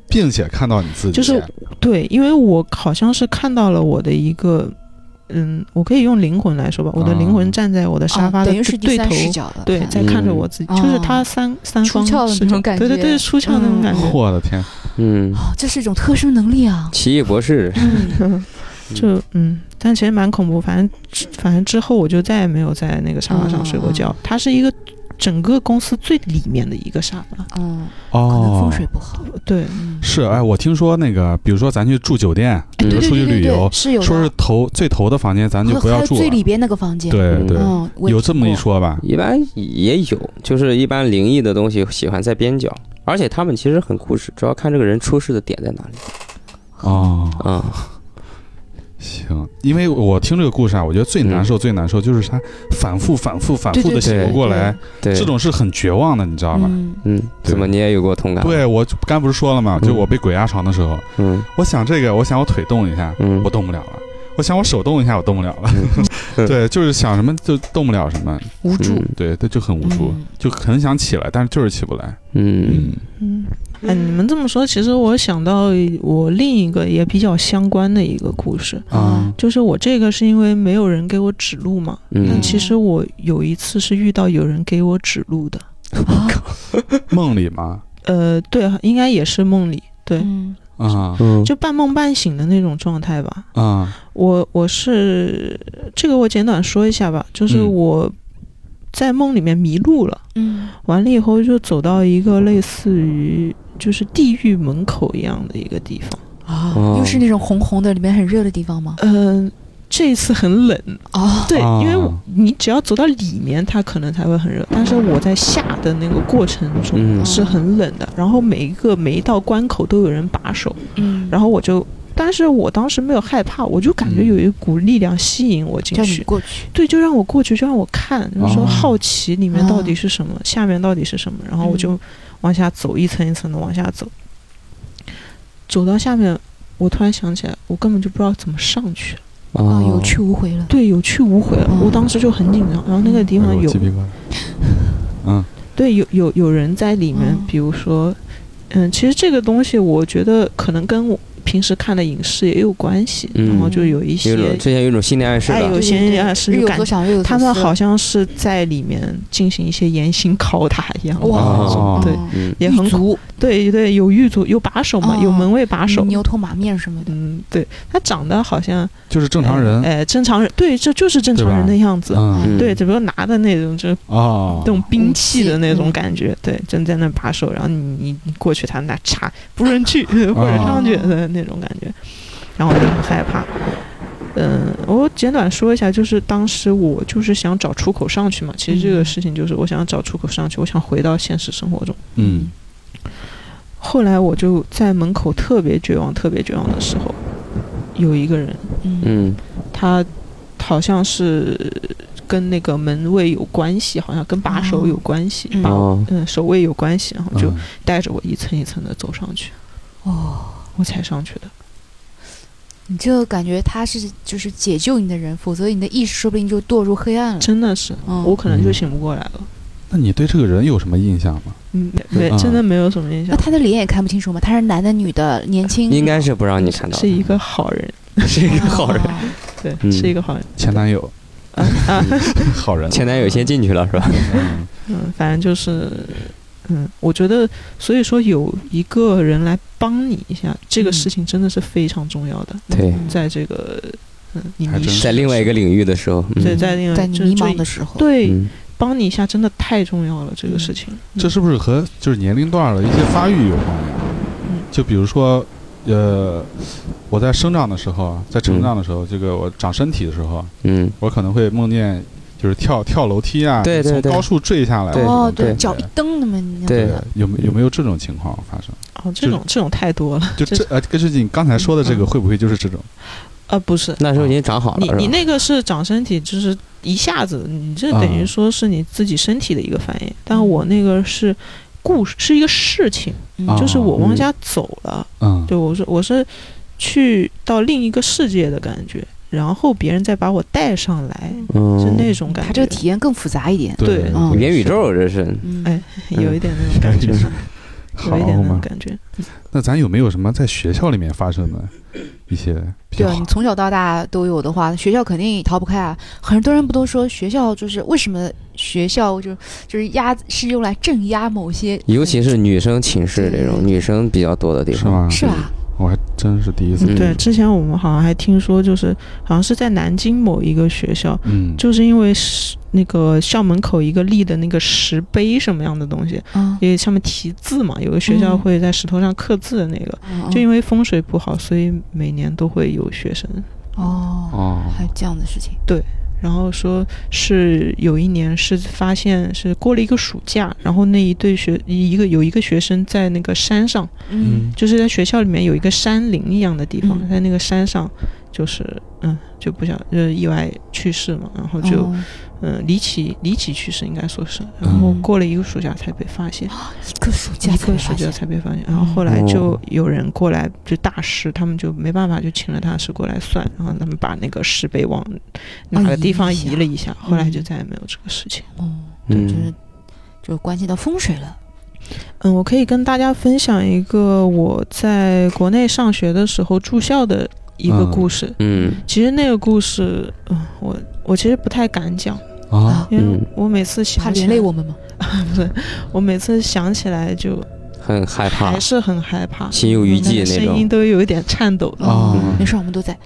Speaker 1: 并且看到你自己，
Speaker 5: 就是对，因为我好像是看到了我的一个。嗯，我可以用灵魂来说吧，我的灵
Speaker 1: 哦
Speaker 5: 魂站在我的沙发
Speaker 4: 啊
Speaker 5: 的
Speaker 4: 等于是
Speaker 5: 对
Speaker 4: 第
Speaker 5: 头
Speaker 4: 三，视角了，
Speaker 5: 对，
Speaker 4: 看
Speaker 5: 在看着我自己，
Speaker 4: 嗯
Speaker 5: 就是他三三
Speaker 4: 出
Speaker 5: 方
Speaker 4: 窍的
Speaker 5: 视
Speaker 4: 那种
Speaker 5: 角
Speaker 4: 感
Speaker 5: 对对
Speaker 4: 觉
Speaker 5: 对，出窍那
Speaker 4: 嗯
Speaker 5: 种感觉，
Speaker 1: 我的天，
Speaker 2: 嗯，
Speaker 4: 哦，这是一种特殊能力啊。
Speaker 2: 奇异博士，
Speaker 5: 就嗯，但其实蛮恐怖。反正之反正之后我就再也没有在那个沙发上睡
Speaker 4: 嗯
Speaker 5: 过觉。它是一个整个公司最里面的一个沙发，
Speaker 4: 嗯，可能
Speaker 1: 哦
Speaker 4: 风，水不好。
Speaker 5: 对，
Speaker 4: 嗯，
Speaker 1: 是，哎，我听说那个，比如说咱去住酒店，
Speaker 2: 哎
Speaker 1: 比如
Speaker 4: 对对
Speaker 1: 出去
Speaker 4: 对对
Speaker 1: 旅
Speaker 4: 对
Speaker 1: 游，
Speaker 4: 是有的
Speaker 1: 说是头最头的房间，咱就
Speaker 4: 和
Speaker 1: 不要
Speaker 4: 还有
Speaker 1: 住
Speaker 4: 最
Speaker 1: 了
Speaker 4: 里，边那个房间，
Speaker 1: 对
Speaker 2: 嗯
Speaker 1: 对，
Speaker 4: 嗯，我也
Speaker 1: 有这么
Speaker 4: 听
Speaker 1: 一
Speaker 4: 过，
Speaker 1: 说吧？
Speaker 2: 一般也有，就是一般灵异的东西喜欢在边角，而且他们其实很固执，主要看这个人出事的点在哪里
Speaker 4: 嗯
Speaker 1: 哦，
Speaker 2: 啊。
Speaker 1: 行，因为我听这个故事啊，我觉得最难
Speaker 2: 嗯
Speaker 1: 受、最难受就是他反复、反复、反
Speaker 4: 对
Speaker 1: 复
Speaker 4: 对
Speaker 1: 的醒
Speaker 2: 对
Speaker 1: 不过来，
Speaker 2: 对，
Speaker 1: 这种是很绝望的，你知道吗？
Speaker 4: 嗯，
Speaker 2: 嗯，
Speaker 1: 对
Speaker 2: 怎么你也有过同感？，
Speaker 1: 对我刚不是说了吗？就我被鬼压床的时候，
Speaker 2: 嗯
Speaker 1: 我想这个，我想我腿动一下，
Speaker 2: 嗯
Speaker 1: 我，动不了了；我想我手动一下，我动不了了。
Speaker 2: 嗯
Speaker 1: 对，就是想什么就动不了什么，
Speaker 4: 无助，
Speaker 2: 嗯
Speaker 1: 对，他就很无助，
Speaker 4: 嗯
Speaker 1: 就很想起来，但是就是起不来。
Speaker 2: 嗯，
Speaker 5: 嗯。哎，你们这么说，其实我想到我另一个也比较相关的一个故事，
Speaker 4: 嗯
Speaker 1: 啊，
Speaker 5: 就是我这个是因为没有人给我指路嘛。但
Speaker 2: 嗯
Speaker 5: 其实我有一次是遇到有人给我指路的，
Speaker 4: 啊
Speaker 1: 梦里吗？
Speaker 5: 呃，对，应该也是梦里，对，
Speaker 4: 嗯
Speaker 1: 啊
Speaker 2: 嗯，
Speaker 5: 就半梦半醒的那种状态吧。
Speaker 1: 啊
Speaker 5: 我我是这个我简短说一下吧，就是
Speaker 1: 嗯
Speaker 5: 我在梦里面迷路了，
Speaker 4: 嗯
Speaker 5: 完了以后就走到一个类似于就是地狱门口一样的一个地方。
Speaker 4: 啊，
Speaker 2: 哦
Speaker 4: 又是那种红红的，里面很热的地方吗？
Speaker 5: 嗯、这次很冷，
Speaker 4: 哦，
Speaker 5: 对，
Speaker 1: 啊
Speaker 5: 因为我你只要走到里面，它可能才会很热，但是我在下的那个过程中
Speaker 2: 嗯
Speaker 5: 是很冷的，然后每一个每一道关口都有人把守，
Speaker 4: 嗯，
Speaker 5: 然后我就。但是我当时没有害怕，我就感觉有一股力量吸引我进
Speaker 4: 叫
Speaker 5: 去
Speaker 4: 你，过去，
Speaker 5: 对，就让我过去，就让我看，就
Speaker 1: 哦
Speaker 5: 是说好奇里面到
Speaker 4: 哦
Speaker 5: 底是什么，下面到底是什么，然后我
Speaker 4: 嗯
Speaker 5: 就往下走，一层一层的往下走，走到下面，我突然想起来，我根本就不知道怎么上去，
Speaker 4: 啊，
Speaker 1: 哦
Speaker 2: 啊
Speaker 4: 有去无回了，
Speaker 5: 对，有去无回了
Speaker 4: 哦。
Speaker 5: 我当时就很紧张，然后那个地
Speaker 1: 哎
Speaker 5: 方
Speaker 1: 呦
Speaker 5: 有
Speaker 1: 鸡皮疙瘩。嗯
Speaker 5: 对有有有人在里面
Speaker 4: 哦，
Speaker 5: 比如说，嗯，其实这个东西我觉得可能跟我平时看的影视也有关系，
Speaker 2: 嗯
Speaker 5: 然后就有一
Speaker 2: 有一
Speaker 5: 些
Speaker 2: 种之前有一种心理暗示
Speaker 5: 哎
Speaker 2: 的
Speaker 5: 有
Speaker 4: 对
Speaker 5: 些
Speaker 4: 对对
Speaker 5: 人是
Speaker 4: 日有
Speaker 5: 感
Speaker 4: 所想，夜有所
Speaker 5: 他们
Speaker 4: 思
Speaker 5: 好像是在里面进行一些严刑拷打一样的
Speaker 4: 哇
Speaker 5: 那种
Speaker 1: 哦
Speaker 5: 对，
Speaker 2: 嗯
Speaker 5: 也很
Speaker 4: 狱
Speaker 5: 恐
Speaker 4: 卒
Speaker 5: 对对，有狱卒，有把手嘛，
Speaker 4: 哦
Speaker 5: 有门卫把手。
Speaker 4: 牛头马面什么的，
Speaker 5: 嗯，对，他长得好像
Speaker 1: 就是正常人。
Speaker 5: 哎，正常人，对，这就是正常
Speaker 1: 对吧
Speaker 5: 人的样子。
Speaker 1: 嗯
Speaker 2: 嗯
Speaker 5: 对，只不过拿的那种，就是
Speaker 1: 哦
Speaker 5: 那，种兵器的那
Speaker 4: 武器
Speaker 5: 种
Speaker 4: 嗯
Speaker 5: 感觉，对，正在那把手，然后你你你过去，他拿叉，不准去， 不准上去的那种感觉，然后我就很害怕。嗯，我简短说一下，就是当时我就是想找出口上去嘛，其实这个
Speaker 4: 嗯
Speaker 5: 事情就是我想找出口上去，我想回到现实生活中。
Speaker 1: 嗯
Speaker 5: 后来我就在门口特别绝望、特别绝望的时候，有一个人，
Speaker 4: 嗯
Speaker 2: 嗯
Speaker 5: 他好像是跟那个门卫有关系，好像跟把手有关系，
Speaker 4: 嗯
Speaker 5: 把我
Speaker 2: 哦
Speaker 5: 嗯守卫有关系，然后就
Speaker 1: 嗯
Speaker 5: 带着我一层一层的走上去，
Speaker 4: 哦，
Speaker 5: 我才上去的。
Speaker 4: 你这个感觉他是就是解救你的人，否则你的意识说不定就堕入黑暗了。
Speaker 5: 真的是，
Speaker 4: 嗯
Speaker 5: 我可能就醒不过来了。
Speaker 1: 那你对这个人有什么印象吗？
Speaker 5: 嗯，没
Speaker 1: 嗯，
Speaker 5: 真的没有什么印
Speaker 4: 那
Speaker 5: 象。
Speaker 4: 他的脸也看不清楚吗？他是男的、女的、年轻，
Speaker 2: 应该是不让你看到的，
Speaker 5: 嗯是一个好人，
Speaker 2: 是一个好人。
Speaker 4: 哦
Speaker 5: 对，
Speaker 2: 嗯
Speaker 5: 是一个好人。
Speaker 1: 前男友， 好人，
Speaker 2: 前男友先进去了是吧？
Speaker 1: 嗯
Speaker 5: 嗯，反正就是，嗯，我觉得，所以说有一个人来帮你一下，这个
Speaker 4: 嗯
Speaker 5: 事情真的是非常重要的，
Speaker 2: 对
Speaker 5: 在这个，嗯，你
Speaker 1: 还
Speaker 5: 迷
Speaker 1: 真
Speaker 5: 失
Speaker 1: 是
Speaker 2: 在另外一个领域的时候，嗯
Speaker 5: 对，在另外
Speaker 4: 在你
Speaker 5: 就
Speaker 4: 迷
Speaker 5: 就
Speaker 4: 茫的时候，
Speaker 5: 对，
Speaker 2: 嗯
Speaker 5: 帮你一下真的太重要了，这个事情。
Speaker 1: 这是不是和就是年龄段儿的一些发育有关呀
Speaker 5: 嗯？
Speaker 1: 就比如说，呃，我在生长的时候，啊在成长的时候，这个我长身体的时候，
Speaker 2: 嗯，
Speaker 1: 我可能会梦见就是跳跳楼梯啊，
Speaker 2: 对对
Speaker 1: 从
Speaker 2: 对
Speaker 1: 高处坠下来
Speaker 2: 对
Speaker 1: 这
Speaker 4: 哦，
Speaker 1: 种感觉。
Speaker 4: 对，脚一蹬，那么那
Speaker 2: 对
Speaker 1: 对
Speaker 4: 个，
Speaker 1: 有没有没有这种情况发生？
Speaker 5: 哦，这种这种太多了，
Speaker 1: 就
Speaker 5: 这
Speaker 1: 这呃，根据你刚才说的这个，会不会就是这种？
Speaker 5: 呃，不是，
Speaker 2: 那时候已经长好了，
Speaker 5: 你
Speaker 2: 是吧
Speaker 5: 你那个是长身体，就是一下子，你这等于
Speaker 1: 啊
Speaker 5: 说是你自己身体的一个反应，但
Speaker 4: 嗯
Speaker 5: 我那个是故事，是一个事情，
Speaker 4: 嗯
Speaker 1: 啊
Speaker 5: 就是我
Speaker 2: 嗯
Speaker 5: 往家走了。
Speaker 1: 嗯，
Speaker 5: 对，我是我是去到另一个世界的感觉，然后别人再把我带上来，是
Speaker 2: 嗯，
Speaker 5: 那种感觉。
Speaker 4: 他这个体验更复杂一点。
Speaker 5: 对
Speaker 4: 嗯
Speaker 2: 元宇宙这是
Speaker 4: 嗯，
Speaker 5: 哎有一点那种感觉，有
Speaker 1: 好
Speaker 5: 一点那种
Speaker 1: 嘛？
Speaker 5: 感觉。
Speaker 1: 那咱有没有什么在学校里面发生的一些比
Speaker 4: 对
Speaker 1: 较
Speaker 4: 啊，
Speaker 1: 好
Speaker 4: 你？从小到大都有的话，学校肯定逃不开啊。很多人不都说学校就是为什么学校就就是压是用来镇压某些，
Speaker 2: 尤其是女生寝室这
Speaker 4: 对
Speaker 2: 种女生比较多的地
Speaker 1: 是
Speaker 2: 方，
Speaker 5: 啊
Speaker 1: 吗？
Speaker 4: 嗯是啊吧？
Speaker 1: 我还真是第一次
Speaker 2: 嗯。
Speaker 5: 对，之前我们好像还听说，就是好像是在南京某一个学校，
Speaker 1: 嗯，
Speaker 5: 就是因为是那个校门口一个立的那个石碑什么样的东西，
Speaker 4: 嗯，
Speaker 5: 因为上面题字嘛，有个学校
Speaker 4: 嗯
Speaker 5: 会在石头上刻字的那个。
Speaker 4: 嗯
Speaker 5: 就因
Speaker 4: 为
Speaker 5: 为风水不好，所以每年都会有学生
Speaker 4: 哦，
Speaker 1: 哦，
Speaker 4: 还有这样的事情，
Speaker 5: 然后说是有一年是发现是过了一个暑假，然后那一对学一个有一个学生在那个山上，
Speaker 4: 嗯，
Speaker 5: 就是在学校里面有一个山林一样的地方，
Speaker 4: 嗯
Speaker 5: 在那个山上就是嗯就不想就是意外去世嘛，然后就、
Speaker 4: 哦
Speaker 5: 嗯离奇离奇去世应该说是，然后
Speaker 4: 嗯
Speaker 5: 过了一个暑假才被发现，
Speaker 4: 一个暑假
Speaker 5: 一
Speaker 4: 才
Speaker 5: 个
Speaker 4: 发
Speaker 5: 暑假
Speaker 4: 现，
Speaker 5: 才被发现，然后后
Speaker 2: 嗯
Speaker 5: 来就有人过来就大师，他们就没办法就请了大师过来算，然后他们把那个石碑往哪个地方哦移了一下，嗯后来就再也没有这个事情。
Speaker 4: 嗯，对，就
Speaker 2: 嗯
Speaker 4: 是就关系到风水了，
Speaker 5: 嗯，我可以跟大家分享一个我在国内上学的时候住校的一个
Speaker 1: 嗯
Speaker 5: 故事。
Speaker 2: 嗯
Speaker 5: 其实那个故事，嗯、我我其实不太敢讲，
Speaker 1: 啊，
Speaker 5: 哦因为
Speaker 2: 嗯
Speaker 5: 我每次
Speaker 4: 怕
Speaker 5: 想起
Speaker 4: 连
Speaker 5: 来，
Speaker 4: 累我们吗？
Speaker 5: 我每次想起来就
Speaker 2: 很害怕
Speaker 5: 还，是很害怕，嗯
Speaker 2: 心有余悸
Speaker 5: 那个
Speaker 2: 那
Speaker 5: 声音
Speaker 2: 种，
Speaker 5: 都有一点颤抖的。
Speaker 1: 哦
Speaker 4: 嗯没事，我们都在，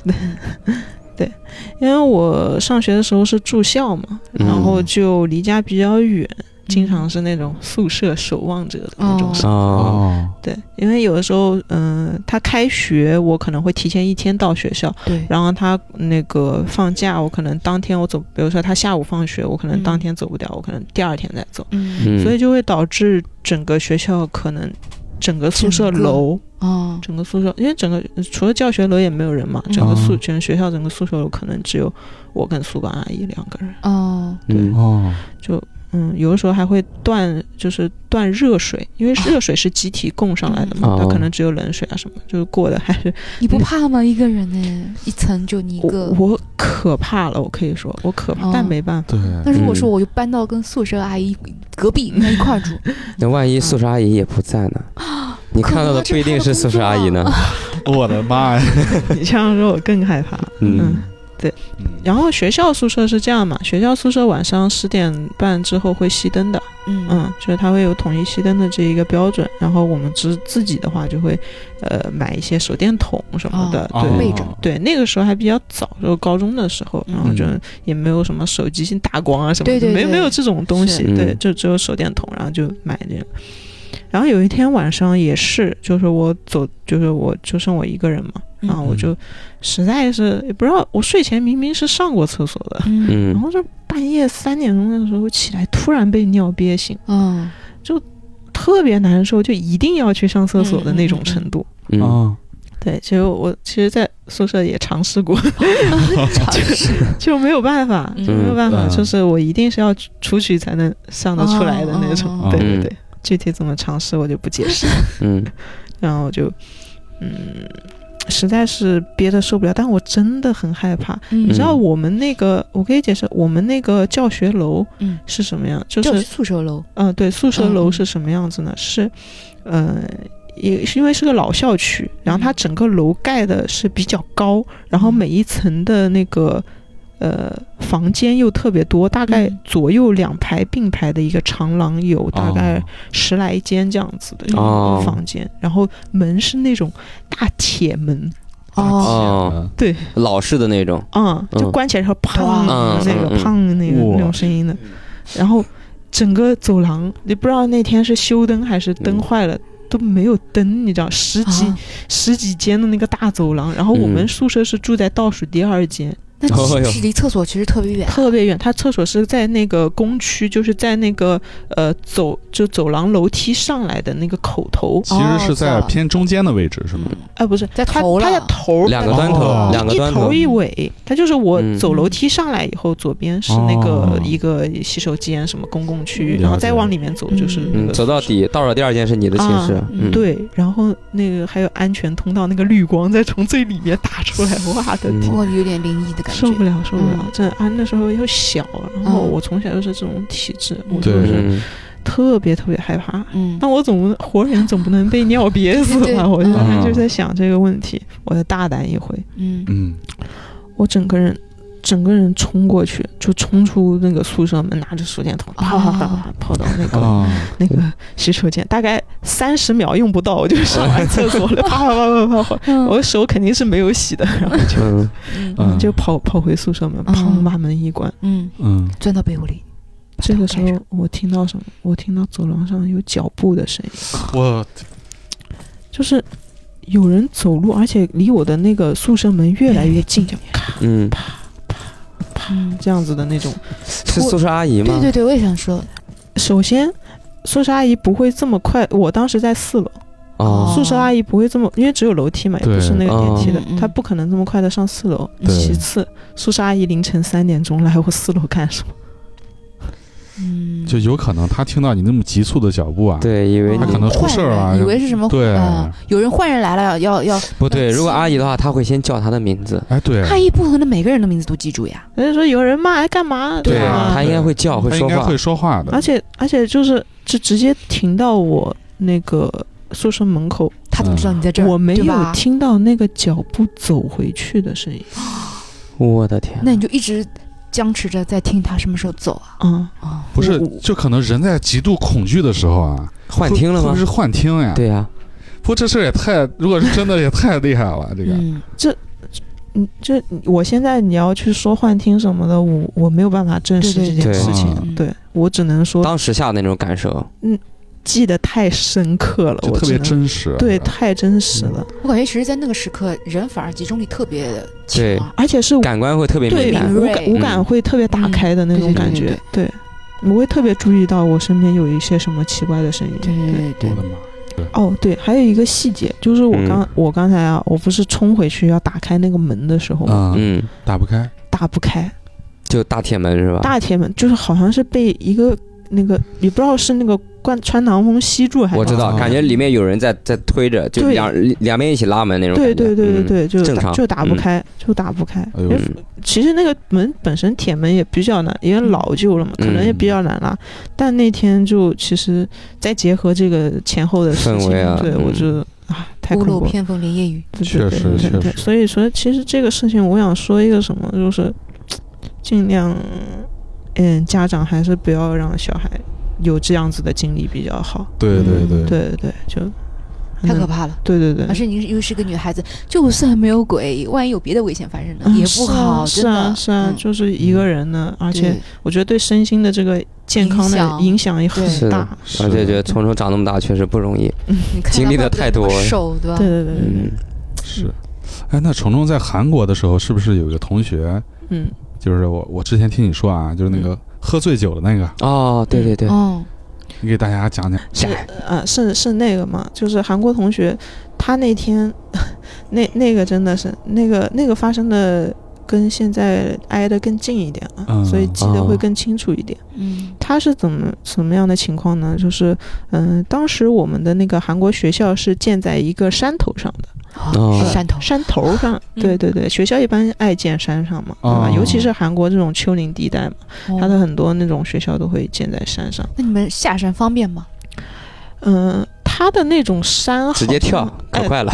Speaker 5: 因为我上学的时候是住校嘛，
Speaker 2: 嗯
Speaker 5: 然后就离家比较远，经常是那种宿舍守望者的那种
Speaker 4: 哦。
Speaker 2: 哦，
Speaker 1: 哦，
Speaker 5: 对，因为有的时候，嗯、他开学我可能会提前一天到学校，
Speaker 4: 对，
Speaker 5: 然后他那个放假我可能当天我走，比如说他下午放学，我可能当天走不掉，我可能第二天再走，
Speaker 4: 嗯，
Speaker 2: 嗯，
Speaker 5: 所以就会导致整个学校可能。整个宿舍
Speaker 4: 整个
Speaker 5: 楼，
Speaker 4: 哦，
Speaker 5: 整个宿舍，因为整个呃除了教学楼也没有人嘛，
Speaker 4: 嗯
Speaker 5: 整个
Speaker 2: 哦
Speaker 5: 宿，整个学校整个宿舍楼可能只有我跟宿管阿姨两个人。
Speaker 4: 哦，
Speaker 2: 嗯
Speaker 1: 哦，
Speaker 5: 嗯，有的时候还会断，就是断热水，因为热水是集体供上来的嘛
Speaker 2: 嗯，
Speaker 5: 它、
Speaker 2: 哦
Speaker 5: 可能只有冷水啊什么，就是过的还是
Speaker 4: 你不怕吗？一个人呢，一层就你一
Speaker 5: 我
Speaker 4: 个。
Speaker 5: 我可怕了，我可以说我可怕，
Speaker 4: 哦
Speaker 5: 但没办法，
Speaker 1: 对，
Speaker 4: 那如果说
Speaker 2: 嗯
Speaker 4: 我就搬到跟宿舍阿姨隔壁那一块儿住，
Speaker 2: 那万一宿舍阿姨也不在呢？
Speaker 5: 啊
Speaker 2: 你看到的不一定是宿舍阿姨呢，
Speaker 1: 我的妈呀，
Speaker 5: 你这样说我更害怕。
Speaker 2: 嗯
Speaker 5: 然后学校宿舍是这样嘛，学校宿舍晚上十点半之后会熄灯的，
Speaker 4: 嗯
Speaker 5: 嗯，就是它会有统一熄灯的这一个标准，然后我们自自己的话就会，呃，买一些手电筒什么的，
Speaker 1: 哦
Speaker 5: 对。
Speaker 4: 备着
Speaker 5: 对，那个时候还比较早，就高中的时候，
Speaker 4: 嗯
Speaker 5: 然后就也没有什么手机性大光啊什么
Speaker 4: 对
Speaker 5: 的，
Speaker 4: 对
Speaker 5: 没有
Speaker 4: 对
Speaker 5: 没有这种东西，
Speaker 2: 是
Speaker 5: 对，
Speaker 2: 嗯
Speaker 5: 就只有手电筒，然后就买这个。然后有一天晚上也是，就是我走，就是我就剩我一个人嘛，
Speaker 4: 嗯
Speaker 5: 然啊后我就实在是也不知道，我睡前明明是上过厕所的，
Speaker 4: 嗯
Speaker 5: 然
Speaker 2: 嗯
Speaker 5: 后就半夜三点钟的时候起来，突然被尿憋醒。
Speaker 4: 嗯
Speaker 5: 特别难受，就一定要去上厕所的那种程度。
Speaker 2: 嗯，嗯
Speaker 1: 啊，
Speaker 5: 对，其实我其实，在宿舍也尝试过， 就没有办法，
Speaker 4: 嗯
Speaker 5: 就没有办法，
Speaker 1: 嗯
Speaker 5: 就是我一定是要出去才能上得出来的那种。
Speaker 4: 哦哦
Speaker 1: 哦
Speaker 5: 对对
Speaker 2: 嗯
Speaker 5: 对， 具体怎么尝试我就不解释。
Speaker 2: 嗯
Speaker 5: 然后我就，嗯，实在是憋得受不了，但我真的很害怕。
Speaker 4: 嗯
Speaker 5: 你知道
Speaker 2: 嗯
Speaker 5: 我们那个，我可以解释我们那个教学楼
Speaker 4: 嗯，
Speaker 5: 是什么样？就
Speaker 4: 就是
Speaker 5: 是
Speaker 4: 宿舍楼，
Speaker 5: 嗯，对，宿舍楼
Speaker 4: 嗯
Speaker 5: 是什么样子呢？是，呃，也是因为是个老校区，然后它
Speaker 4: 嗯
Speaker 5: 整个楼盖的是比较高，然后
Speaker 4: 嗯
Speaker 5: 每一层的那个呃房间又特别多，大概
Speaker 4: 嗯
Speaker 5: 左右两排并排的一个长廊有大概
Speaker 2: 哦
Speaker 5: 十来间这样子的
Speaker 2: 哦
Speaker 5: 房间，然后门是那种大铁门，
Speaker 1: 啊
Speaker 2: 哦，
Speaker 5: 对，
Speaker 2: 老式的那种，
Speaker 5: 啊、就
Speaker 2: 嗯
Speaker 5: 关起来之后砰
Speaker 2: 嗯
Speaker 5: 那个
Speaker 2: 嗯嗯
Speaker 5: 砰那个
Speaker 1: 哇
Speaker 5: 那种声音的，然后整个走廊，你不知道那天是修灯还是灯坏
Speaker 2: 嗯
Speaker 5: 了。都没有灯，你知道，十几、
Speaker 4: 啊
Speaker 5: 十几间的那个大走廊，然后我们
Speaker 2: 嗯
Speaker 5: 宿舍是住在倒数第二间，
Speaker 4: 那
Speaker 2: 哦
Speaker 4: 是不
Speaker 2: 哟
Speaker 4: 是离厕所其实特别远？
Speaker 5: 特别远。它厕所是在那个工区，就是在那个呃走就走廊楼梯上来的那个口头，
Speaker 1: 其实是在
Speaker 4: 哦嗯
Speaker 1: 偏中间的位置，是吗？
Speaker 5: 哎、不是，
Speaker 4: 在
Speaker 5: 它
Speaker 4: 头
Speaker 5: 它
Speaker 4: 了
Speaker 5: 在头
Speaker 2: 两个
Speaker 5: 它
Speaker 2: 端
Speaker 1: 哦
Speaker 2: 头，两个
Speaker 5: 一
Speaker 2: 端
Speaker 5: 头
Speaker 2: 头，
Speaker 5: 一尾，它就是我
Speaker 2: 嗯
Speaker 5: 走楼梯上来以后，左边是那
Speaker 1: 哦
Speaker 5: 个一个洗手间什么公共区
Speaker 1: 了
Speaker 5: 域，
Speaker 1: 解
Speaker 5: 然后再往里面走就是那
Speaker 2: 嗯，
Speaker 5: 个
Speaker 2: 走到底，倒数第二间是你的寝室
Speaker 5: 啊，
Speaker 2: 嗯，
Speaker 5: 对，然后那个还有安全通道，那个绿光再从最里面打出来，我的
Speaker 2: 嗯
Speaker 5: 天，
Speaker 4: 我哦有点灵异的感觉
Speaker 5: 受。不了，受不了
Speaker 4: 嗯！
Speaker 5: 真的，啊，那时候又小，啊然后
Speaker 4: 嗯
Speaker 5: 我从小就是这种体质，
Speaker 4: 嗯
Speaker 5: 我就
Speaker 1: 对
Speaker 5: 是
Speaker 2: 嗯，
Speaker 5: 特别特别害怕。
Speaker 4: 嗯
Speaker 5: 那我总不能活人总不能被尿憋死
Speaker 4: 对
Speaker 5: 吧？我就
Speaker 1: 嗯
Speaker 5: 就在想这个问题，我就大胆一回，
Speaker 4: 嗯
Speaker 1: 嗯，
Speaker 5: 我整个人整个人冲过去，就冲出那个宿舍门，拿着手电筒，啪啪啪啪啪跑到那个、
Speaker 1: 啊，
Speaker 5: 那个洗手间，大概三十秒用不到，我就上完厕所了，啪啪啪啪啪啪，我的手肯定是没有洗的，然后
Speaker 2: 嗯
Speaker 4: 嗯
Speaker 1: 嗯，
Speaker 5: 就跑跑回宿舍门，
Speaker 4: 嗯
Speaker 5: 砰把门一关。
Speaker 4: 嗯，
Speaker 1: 嗯，
Speaker 4: 钻到被窝里。
Speaker 5: 这个时
Speaker 4: 把它
Speaker 5: 候我听到什么？我听到走廊上有脚步的声音，
Speaker 1: 我
Speaker 5: 就是有人走路，而且离我的那个宿舍门越来越近，就咔
Speaker 2: 嗯，
Speaker 4: 盖上，嗯，
Speaker 5: 这样子的那种。
Speaker 2: 是宿舍阿姨吗
Speaker 4: 对？对对，我也想说，
Speaker 5: 首先，宿舍阿姨不会这么快，我当时在四楼，
Speaker 2: 哦，
Speaker 5: 宿舍阿姨不会这么，因为只有楼梯嘛，也
Speaker 1: 对
Speaker 5: 不是那个电梯的
Speaker 4: 嗯嗯，嗯
Speaker 5: 她不可能这么快的上四楼。
Speaker 1: 对
Speaker 5: 其次，宿舍阿姨凌晨三点钟来我四楼干什么？
Speaker 4: 嗯，
Speaker 1: 就有可能他听到你那么急促的脚步啊，
Speaker 2: 对，以为
Speaker 5: 哦
Speaker 1: 他
Speaker 2: 你
Speaker 1: 可能出事儿了
Speaker 4: 坏人以为是什么？
Speaker 1: 对
Speaker 4: 啊有人坏人来了，要要。
Speaker 2: 不对，如果阿姨的话，她会先叫她的名字，
Speaker 1: 哎，对，
Speaker 4: 阿姨不可能每个人的名字都记住呀。
Speaker 5: 人家说有人骂，哎干嘛？
Speaker 1: 对啊
Speaker 5: 吧
Speaker 2: 她应该会叫，
Speaker 1: 他
Speaker 2: 说
Speaker 1: 应该
Speaker 2: 话
Speaker 1: 会，说话的
Speaker 5: 而，且而且就是就直接停到我那个宿舍门口，
Speaker 4: 他怎么知
Speaker 2: 嗯
Speaker 4: 道你在这儿？
Speaker 5: 我没
Speaker 4: 对
Speaker 5: 有
Speaker 4: 吧
Speaker 5: 听到那个脚步走回去的声音
Speaker 2: 我的天，
Speaker 4: 那你就一直僵持着在听他什么时候走啊？
Speaker 5: 啊。
Speaker 2: 哦
Speaker 4: 啊，
Speaker 1: 不是
Speaker 5: 我，
Speaker 1: 就可能人在极度恐惧的时候啊，
Speaker 2: 幻听了
Speaker 1: 会
Speaker 2: 吗
Speaker 1: 不会？是幻听呀？
Speaker 2: 对啊呀，
Speaker 1: 不过这事儿也太，如果是真的也太厉害 了，这个
Speaker 4: 嗯
Speaker 5: 嗯，就我现在你要去说幻听什么的，我我没有办法证实
Speaker 4: 对对
Speaker 5: 这件
Speaker 2: 对
Speaker 5: 事情
Speaker 1: 嗯，
Speaker 5: 对我只能说
Speaker 2: 当时下的那种感受，
Speaker 5: 记得太深刻了，
Speaker 1: 就
Speaker 5: 我
Speaker 1: 特别
Speaker 5: 只能
Speaker 1: 真实，啊
Speaker 5: 对，太真实
Speaker 2: 嗯
Speaker 5: 了，
Speaker 4: 我感觉其实，在那个时刻，人反而集中力特别强
Speaker 2: 对
Speaker 4: 啊。
Speaker 5: 而且是
Speaker 2: 感官会特别
Speaker 5: 对
Speaker 2: 敏感
Speaker 4: 敏。
Speaker 5: 五
Speaker 4: 锐
Speaker 5: 感五感
Speaker 2: 嗯
Speaker 5: 会特别打开的那
Speaker 4: 嗯
Speaker 5: 种
Speaker 4: 对对对
Speaker 5: 感觉，对，我会特别注意到我身边有一些什么奇怪的声音，
Speaker 4: 对对对
Speaker 1: 我
Speaker 4: 对
Speaker 1: 的，妈呀，
Speaker 5: 哦，对，还有一个细节，就是我刚、
Speaker 2: 嗯
Speaker 5: 我刚才啊，我不是冲回去要打开那个门的时候，
Speaker 1: 啊，
Speaker 2: 嗯，
Speaker 1: 打不开，
Speaker 5: 打不开，
Speaker 2: 啊就大铁门是吧？
Speaker 5: 大铁门就是好像是被一个那个也不知道是那个灌穿堂风吸住还是
Speaker 2: 我知道，
Speaker 1: 哦
Speaker 2: 感觉里面有人在在推着，就
Speaker 5: 对
Speaker 2: 两两边一起拉门那种感觉。
Speaker 5: 对对对对
Speaker 2: 嗯
Speaker 5: 对，就
Speaker 2: 正
Speaker 5: 打
Speaker 2: 常
Speaker 5: 就打
Speaker 2: 嗯
Speaker 5: 不开，就打不开。
Speaker 1: 哎呦
Speaker 5: 因为其实那个门本身铁门也比较难，因为
Speaker 4: 嗯
Speaker 5: 老旧了嘛，可能也
Speaker 2: 嗯
Speaker 5: 比较难拉。但那天就其实再结合这个前后的事
Speaker 2: 氛
Speaker 5: 情，
Speaker 2: 围啊
Speaker 5: 对
Speaker 2: 嗯
Speaker 5: 我就啊太
Speaker 4: 屋
Speaker 5: 恐
Speaker 4: 漏
Speaker 5: 怖了。
Speaker 4: 偏逢连夜雨。
Speaker 5: 对
Speaker 1: 确实
Speaker 5: 对对对
Speaker 1: 确
Speaker 5: 对
Speaker 1: 实
Speaker 5: 所以说，其实这个事情，我想说一个什么，就是尽量，嗯，家长还是不要让小孩有这样子的经历比较好。
Speaker 1: 对对
Speaker 4: 嗯
Speaker 1: 对，
Speaker 5: 对对对，就
Speaker 4: 太可。怕了。
Speaker 5: 对对嗯对
Speaker 4: 而，且你又是个女孩子，就算没有鬼，万一有别的危险发生呢，
Speaker 5: 嗯
Speaker 4: 也
Speaker 5: 是
Speaker 4: 不
Speaker 5: 啊
Speaker 4: 好，
Speaker 5: 是
Speaker 4: 真
Speaker 5: 啊
Speaker 4: 的
Speaker 5: 是啊
Speaker 4: 嗯，
Speaker 5: 就是一个人呢，而且
Speaker 4: 对
Speaker 5: 我觉得对身心的这个健康
Speaker 4: 影
Speaker 5: 的
Speaker 4: 响
Speaker 5: 影响也
Speaker 4: 对
Speaker 5: 很
Speaker 2: 是的
Speaker 5: 大。
Speaker 1: 是
Speaker 2: 而且觉得虫虫长那么大确实不容易。
Speaker 4: 你看
Speaker 2: 经
Speaker 4: 她
Speaker 2: 历得
Speaker 4: 爸爸
Speaker 2: 太
Speaker 4: 这么
Speaker 2: 多了
Speaker 4: 瘦对吧？
Speaker 5: 对对对对对
Speaker 2: 嗯，，
Speaker 1: 是，哎，那虫虫在韩国的时候，是不是有一个同学，
Speaker 5: 嗯，
Speaker 1: 就是我我之前听你说啊，就是那个喝醉酒的那个，
Speaker 2: 哦，对对对，
Speaker 4: 嗯，
Speaker 1: 你给大家讲讲，
Speaker 5: 是呃是是那个嘛，就是韩国同学，他那天那那个真的是那个那个发生的跟现在挨得更近一点了，
Speaker 1: 嗯
Speaker 5: 所以记得会
Speaker 2: 哦
Speaker 5: 更清楚一点。
Speaker 4: 嗯
Speaker 5: 他是怎么什么样的情况呢？就是，嗯、当时我们的那个韩国学校是建在一个山头上的，
Speaker 2: 哦
Speaker 4: 山头，
Speaker 5: 山头上，
Speaker 4: 嗯
Speaker 5: 对对对，学校一般爱建山上嘛，对
Speaker 1: 哦
Speaker 5: 吧？尤其是韩国这种丘陵地带嘛，它的很多那种学校都会建在山上。
Speaker 4: 哦那你们下山方便吗？
Speaker 5: 嗯、它的那种山好
Speaker 2: 直接跳
Speaker 5: 像，
Speaker 2: 可
Speaker 5: 哎
Speaker 2: 快了。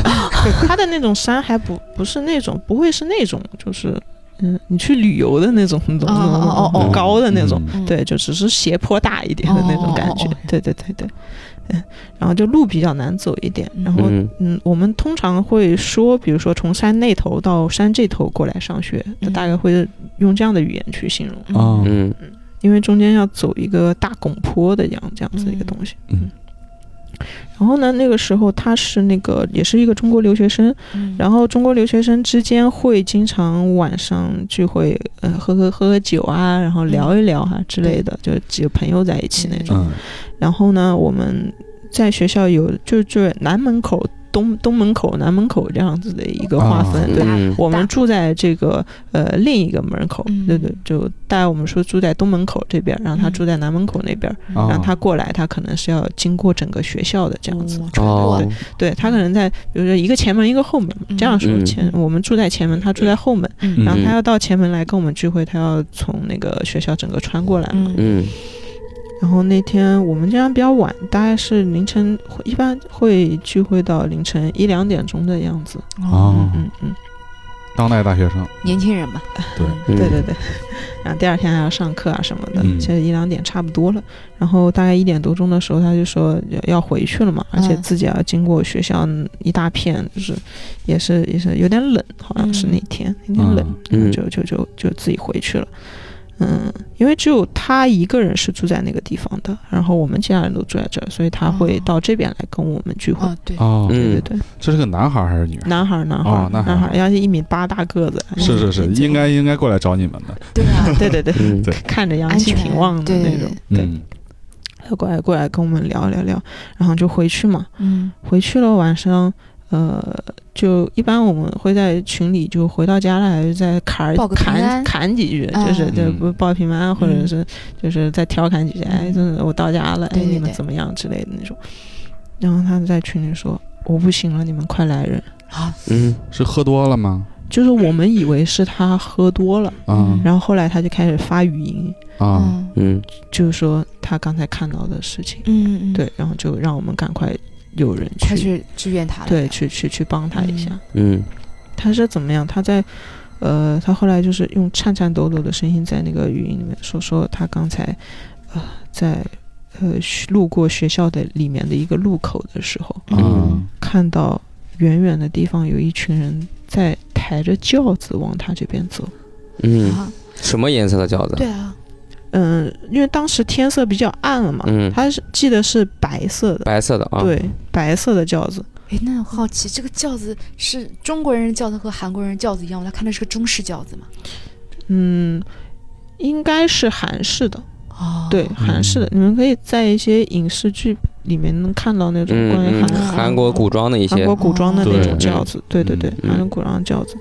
Speaker 5: 它的那种山还不不是那种，不会是那种，就是嗯，你去旅游的那种，你懂
Speaker 4: 哦
Speaker 5: 吗
Speaker 4: 哦哦
Speaker 5: 很高的那种，
Speaker 1: 嗯
Speaker 4: 嗯
Speaker 5: 对，就只是斜坡大一点的那种感觉，
Speaker 4: 哦哦哦
Speaker 5: 对对对对，嗯，然后就路比较难走一点，然后
Speaker 2: 嗯
Speaker 5: 嗯，我们通常会说，比如说从山那头到山这头过来上学，就
Speaker 4: 嗯
Speaker 5: 大概会用这样的语言去形容，
Speaker 1: 哦
Speaker 2: 嗯，
Speaker 5: 因为中间要走一个大拱坡的这样这样子一个
Speaker 4: 嗯
Speaker 5: 东西。
Speaker 1: 嗯
Speaker 5: 然后呢，那个时候他是那个也是一个中国留学生，
Speaker 4: 嗯
Speaker 5: 然后中国留学生之间会经常晚上聚会，呃，喝喝喝喝酒啊，然后聊一聊啊之类的，就几个朋友在一起那种。
Speaker 1: 嗯
Speaker 5: 然后呢，我们在学校有就就是南门口、东东门口、南门口这样子的一个划分。
Speaker 1: 啊
Speaker 5: 对，
Speaker 2: 嗯
Speaker 5: 我们
Speaker 4: 大
Speaker 5: 住在这个呃另一个门口，
Speaker 4: 嗯
Speaker 5: 对对，就大概我们说住在东门口这边，然后他
Speaker 4: 嗯
Speaker 5: 住在南门口那边，
Speaker 1: 哦
Speaker 5: 嗯然后他过来，他可能是要经过整个学校的这样子。
Speaker 4: 哦穿过
Speaker 2: 哦
Speaker 4: 了，
Speaker 5: 对他可能在比如说一个前门一个后门，
Speaker 4: 嗯
Speaker 5: 这样说
Speaker 2: 嗯
Speaker 5: 前我们住在前门，他住在后门，
Speaker 4: 嗯
Speaker 5: 然后
Speaker 2: 嗯
Speaker 5: 他要到前门来跟我们聚会，他要从那个学校整个穿过来嘛。
Speaker 4: 嗯
Speaker 2: 嗯
Speaker 5: 然后那天我们经常比较晚，大概是凌晨，会一般会聚会到凌晨一两点钟的样子。
Speaker 1: 哦，
Speaker 5: 嗯嗯，
Speaker 1: 当代大学生，
Speaker 4: 年轻人嘛，
Speaker 1: 对
Speaker 2: 嗯，
Speaker 5: 对对 对。然后第二天还要上课啊什么的，
Speaker 1: 嗯
Speaker 5: 其实一两点差不多了。然后大概一点多钟的时候，他就说要要回去了嘛，而且
Speaker 4: 嗯
Speaker 5: 自己要经过学校一大片，就是也是也是有点冷，好像是
Speaker 4: 嗯
Speaker 5: 那天、那天冷，
Speaker 2: 嗯
Speaker 5: 然后就就就就自己回去了。嗯，因为只有他一个人是住在那个地方的，然后我们其他人都住在这儿，所以他会
Speaker 4: 哦
Speaker 5: 到这边来跟我们聚会。
Speaker 4: 啊对，
Speaker 1: 哦，
Speaker 5: 对对
Speaker 2: 嗯，
Speaker 5: 对，
Speaker 1: 这是个男孩还是女孩？
Speaker 5: 男孩儿，男孩儿，
Speaker 1: 哦男孩儿
Speaker 5: 男孩儿，要是一米八大个子，
Speaker 1: 是是
Speaker 5: 嗯
Speaker 1: 是，应该应该过来找你们的。
Speaker 4: 对啊，
Speaker 5: 对对对，
Speaker 2: 嗯
Speaker 1: 对
Speaker 5: 看着阳
Speaker 4: 安
Speaker 5: 气
Speaker 4: 全
Speaker 5: 挺旺的
Speaker 4: 对
Speaker 5: 那种。对，
Speaker 1: 嗯，
Speaker 5: 他过来过来跟我们聊聊聊，然后就回去嘛。
Speaker 4: 嗯
Speaker 5: 回去了晚上，呃，就一般我们会在群里就回到家了，还是在侃儿
Speaker 4: 报个平
Speaker 5: 侃
Speaker 4: 安
Speaker 5: 侃几句，
Speaker 4: 嗯
Speaker 5: 就是就
Speaker 1: 嗯
Speaker 5: 不报平安，或者
Speaker 4: 嗯
Speaker 5: 是就是再调侃几句，哎，真的我到家了，哎，
Speaker 4: 对对
Speaker 5: 你们
Speaker 4: 对
Speaker 5: 怎么样之类的那种。然后他在群里说：“我不行了，你们快来人。
Speaker 4: 啊
Speaker 2: 嗯
Speaker 1: 是喝多了吗？”
Speaker 5: 就是我们以为是他喝多了，
Speaker 2: 哦
Speaker 1: 啊
Speaker 5: 然后后来他就开始发语音，
Speaker 1: 啊，
Speaker 4: 嗯
Speaker 2: 嗯
Speaker 5: 就是说他刚才看到的事情，
Speaker 4: 嗯嗯，
Speaker 5: 对，然后就让我们赶快有人
Speaker 4: 快
Speaker 5: 去
Speaker 4: 去支援他了，
Speaker 5: 对去去去帮他一下。
Speaker 2: 嗯
Speaker 5: 他是怎么样？他在，呃，他后来就是用颤颤抖抖的声音在那个语音里面说说他刚才，呃，在呃学路过学校的里面的一个路口的时候，
Speaker 1: 嗯
Speaker 5: 看到远远的地方有一群人在抬着轿子往他这边走。
Speaker 2: 嗯，
Speaker 4: 啊
Speaker 2: 什么颜色的饺子？
Speaker 4: 对啊，
Speaker 5: 嗯，因为当时天色比较暗了嘛，
Speaker 2: 嗯
Speaker 5: 他是记得是白色的，
Speaker 2: 白色的啊，
Speaker 5: 对，白色的轿子。
Speaker 4: 哎，那我好奇，这个轿子是中国人的轿子和韩国人的轿子一样吗？他看的是个中式轿子嘛？
Speaker 5: 嗯，应该是韩式的，
Speaker 4: 哦，
Speaker 5: 对，韩式
Speaker 2: 嗯
Speaker 5: 的。你们可以在一些影视剧里面能看到那种关于
Speaker 2: 嗯嗯，
Speaker 5: 韩
Speaker 4: 式
Speaker 2: 韩国古装的一
Speaker 5: 韩
Speaker 2: 些
Speaker 5: 国，古装的那种
Speaker 1: 对
Speaker 5: 轿子，对对对，
Speaker 2: 嗯
Speaker 5: 韩国古装的轿子。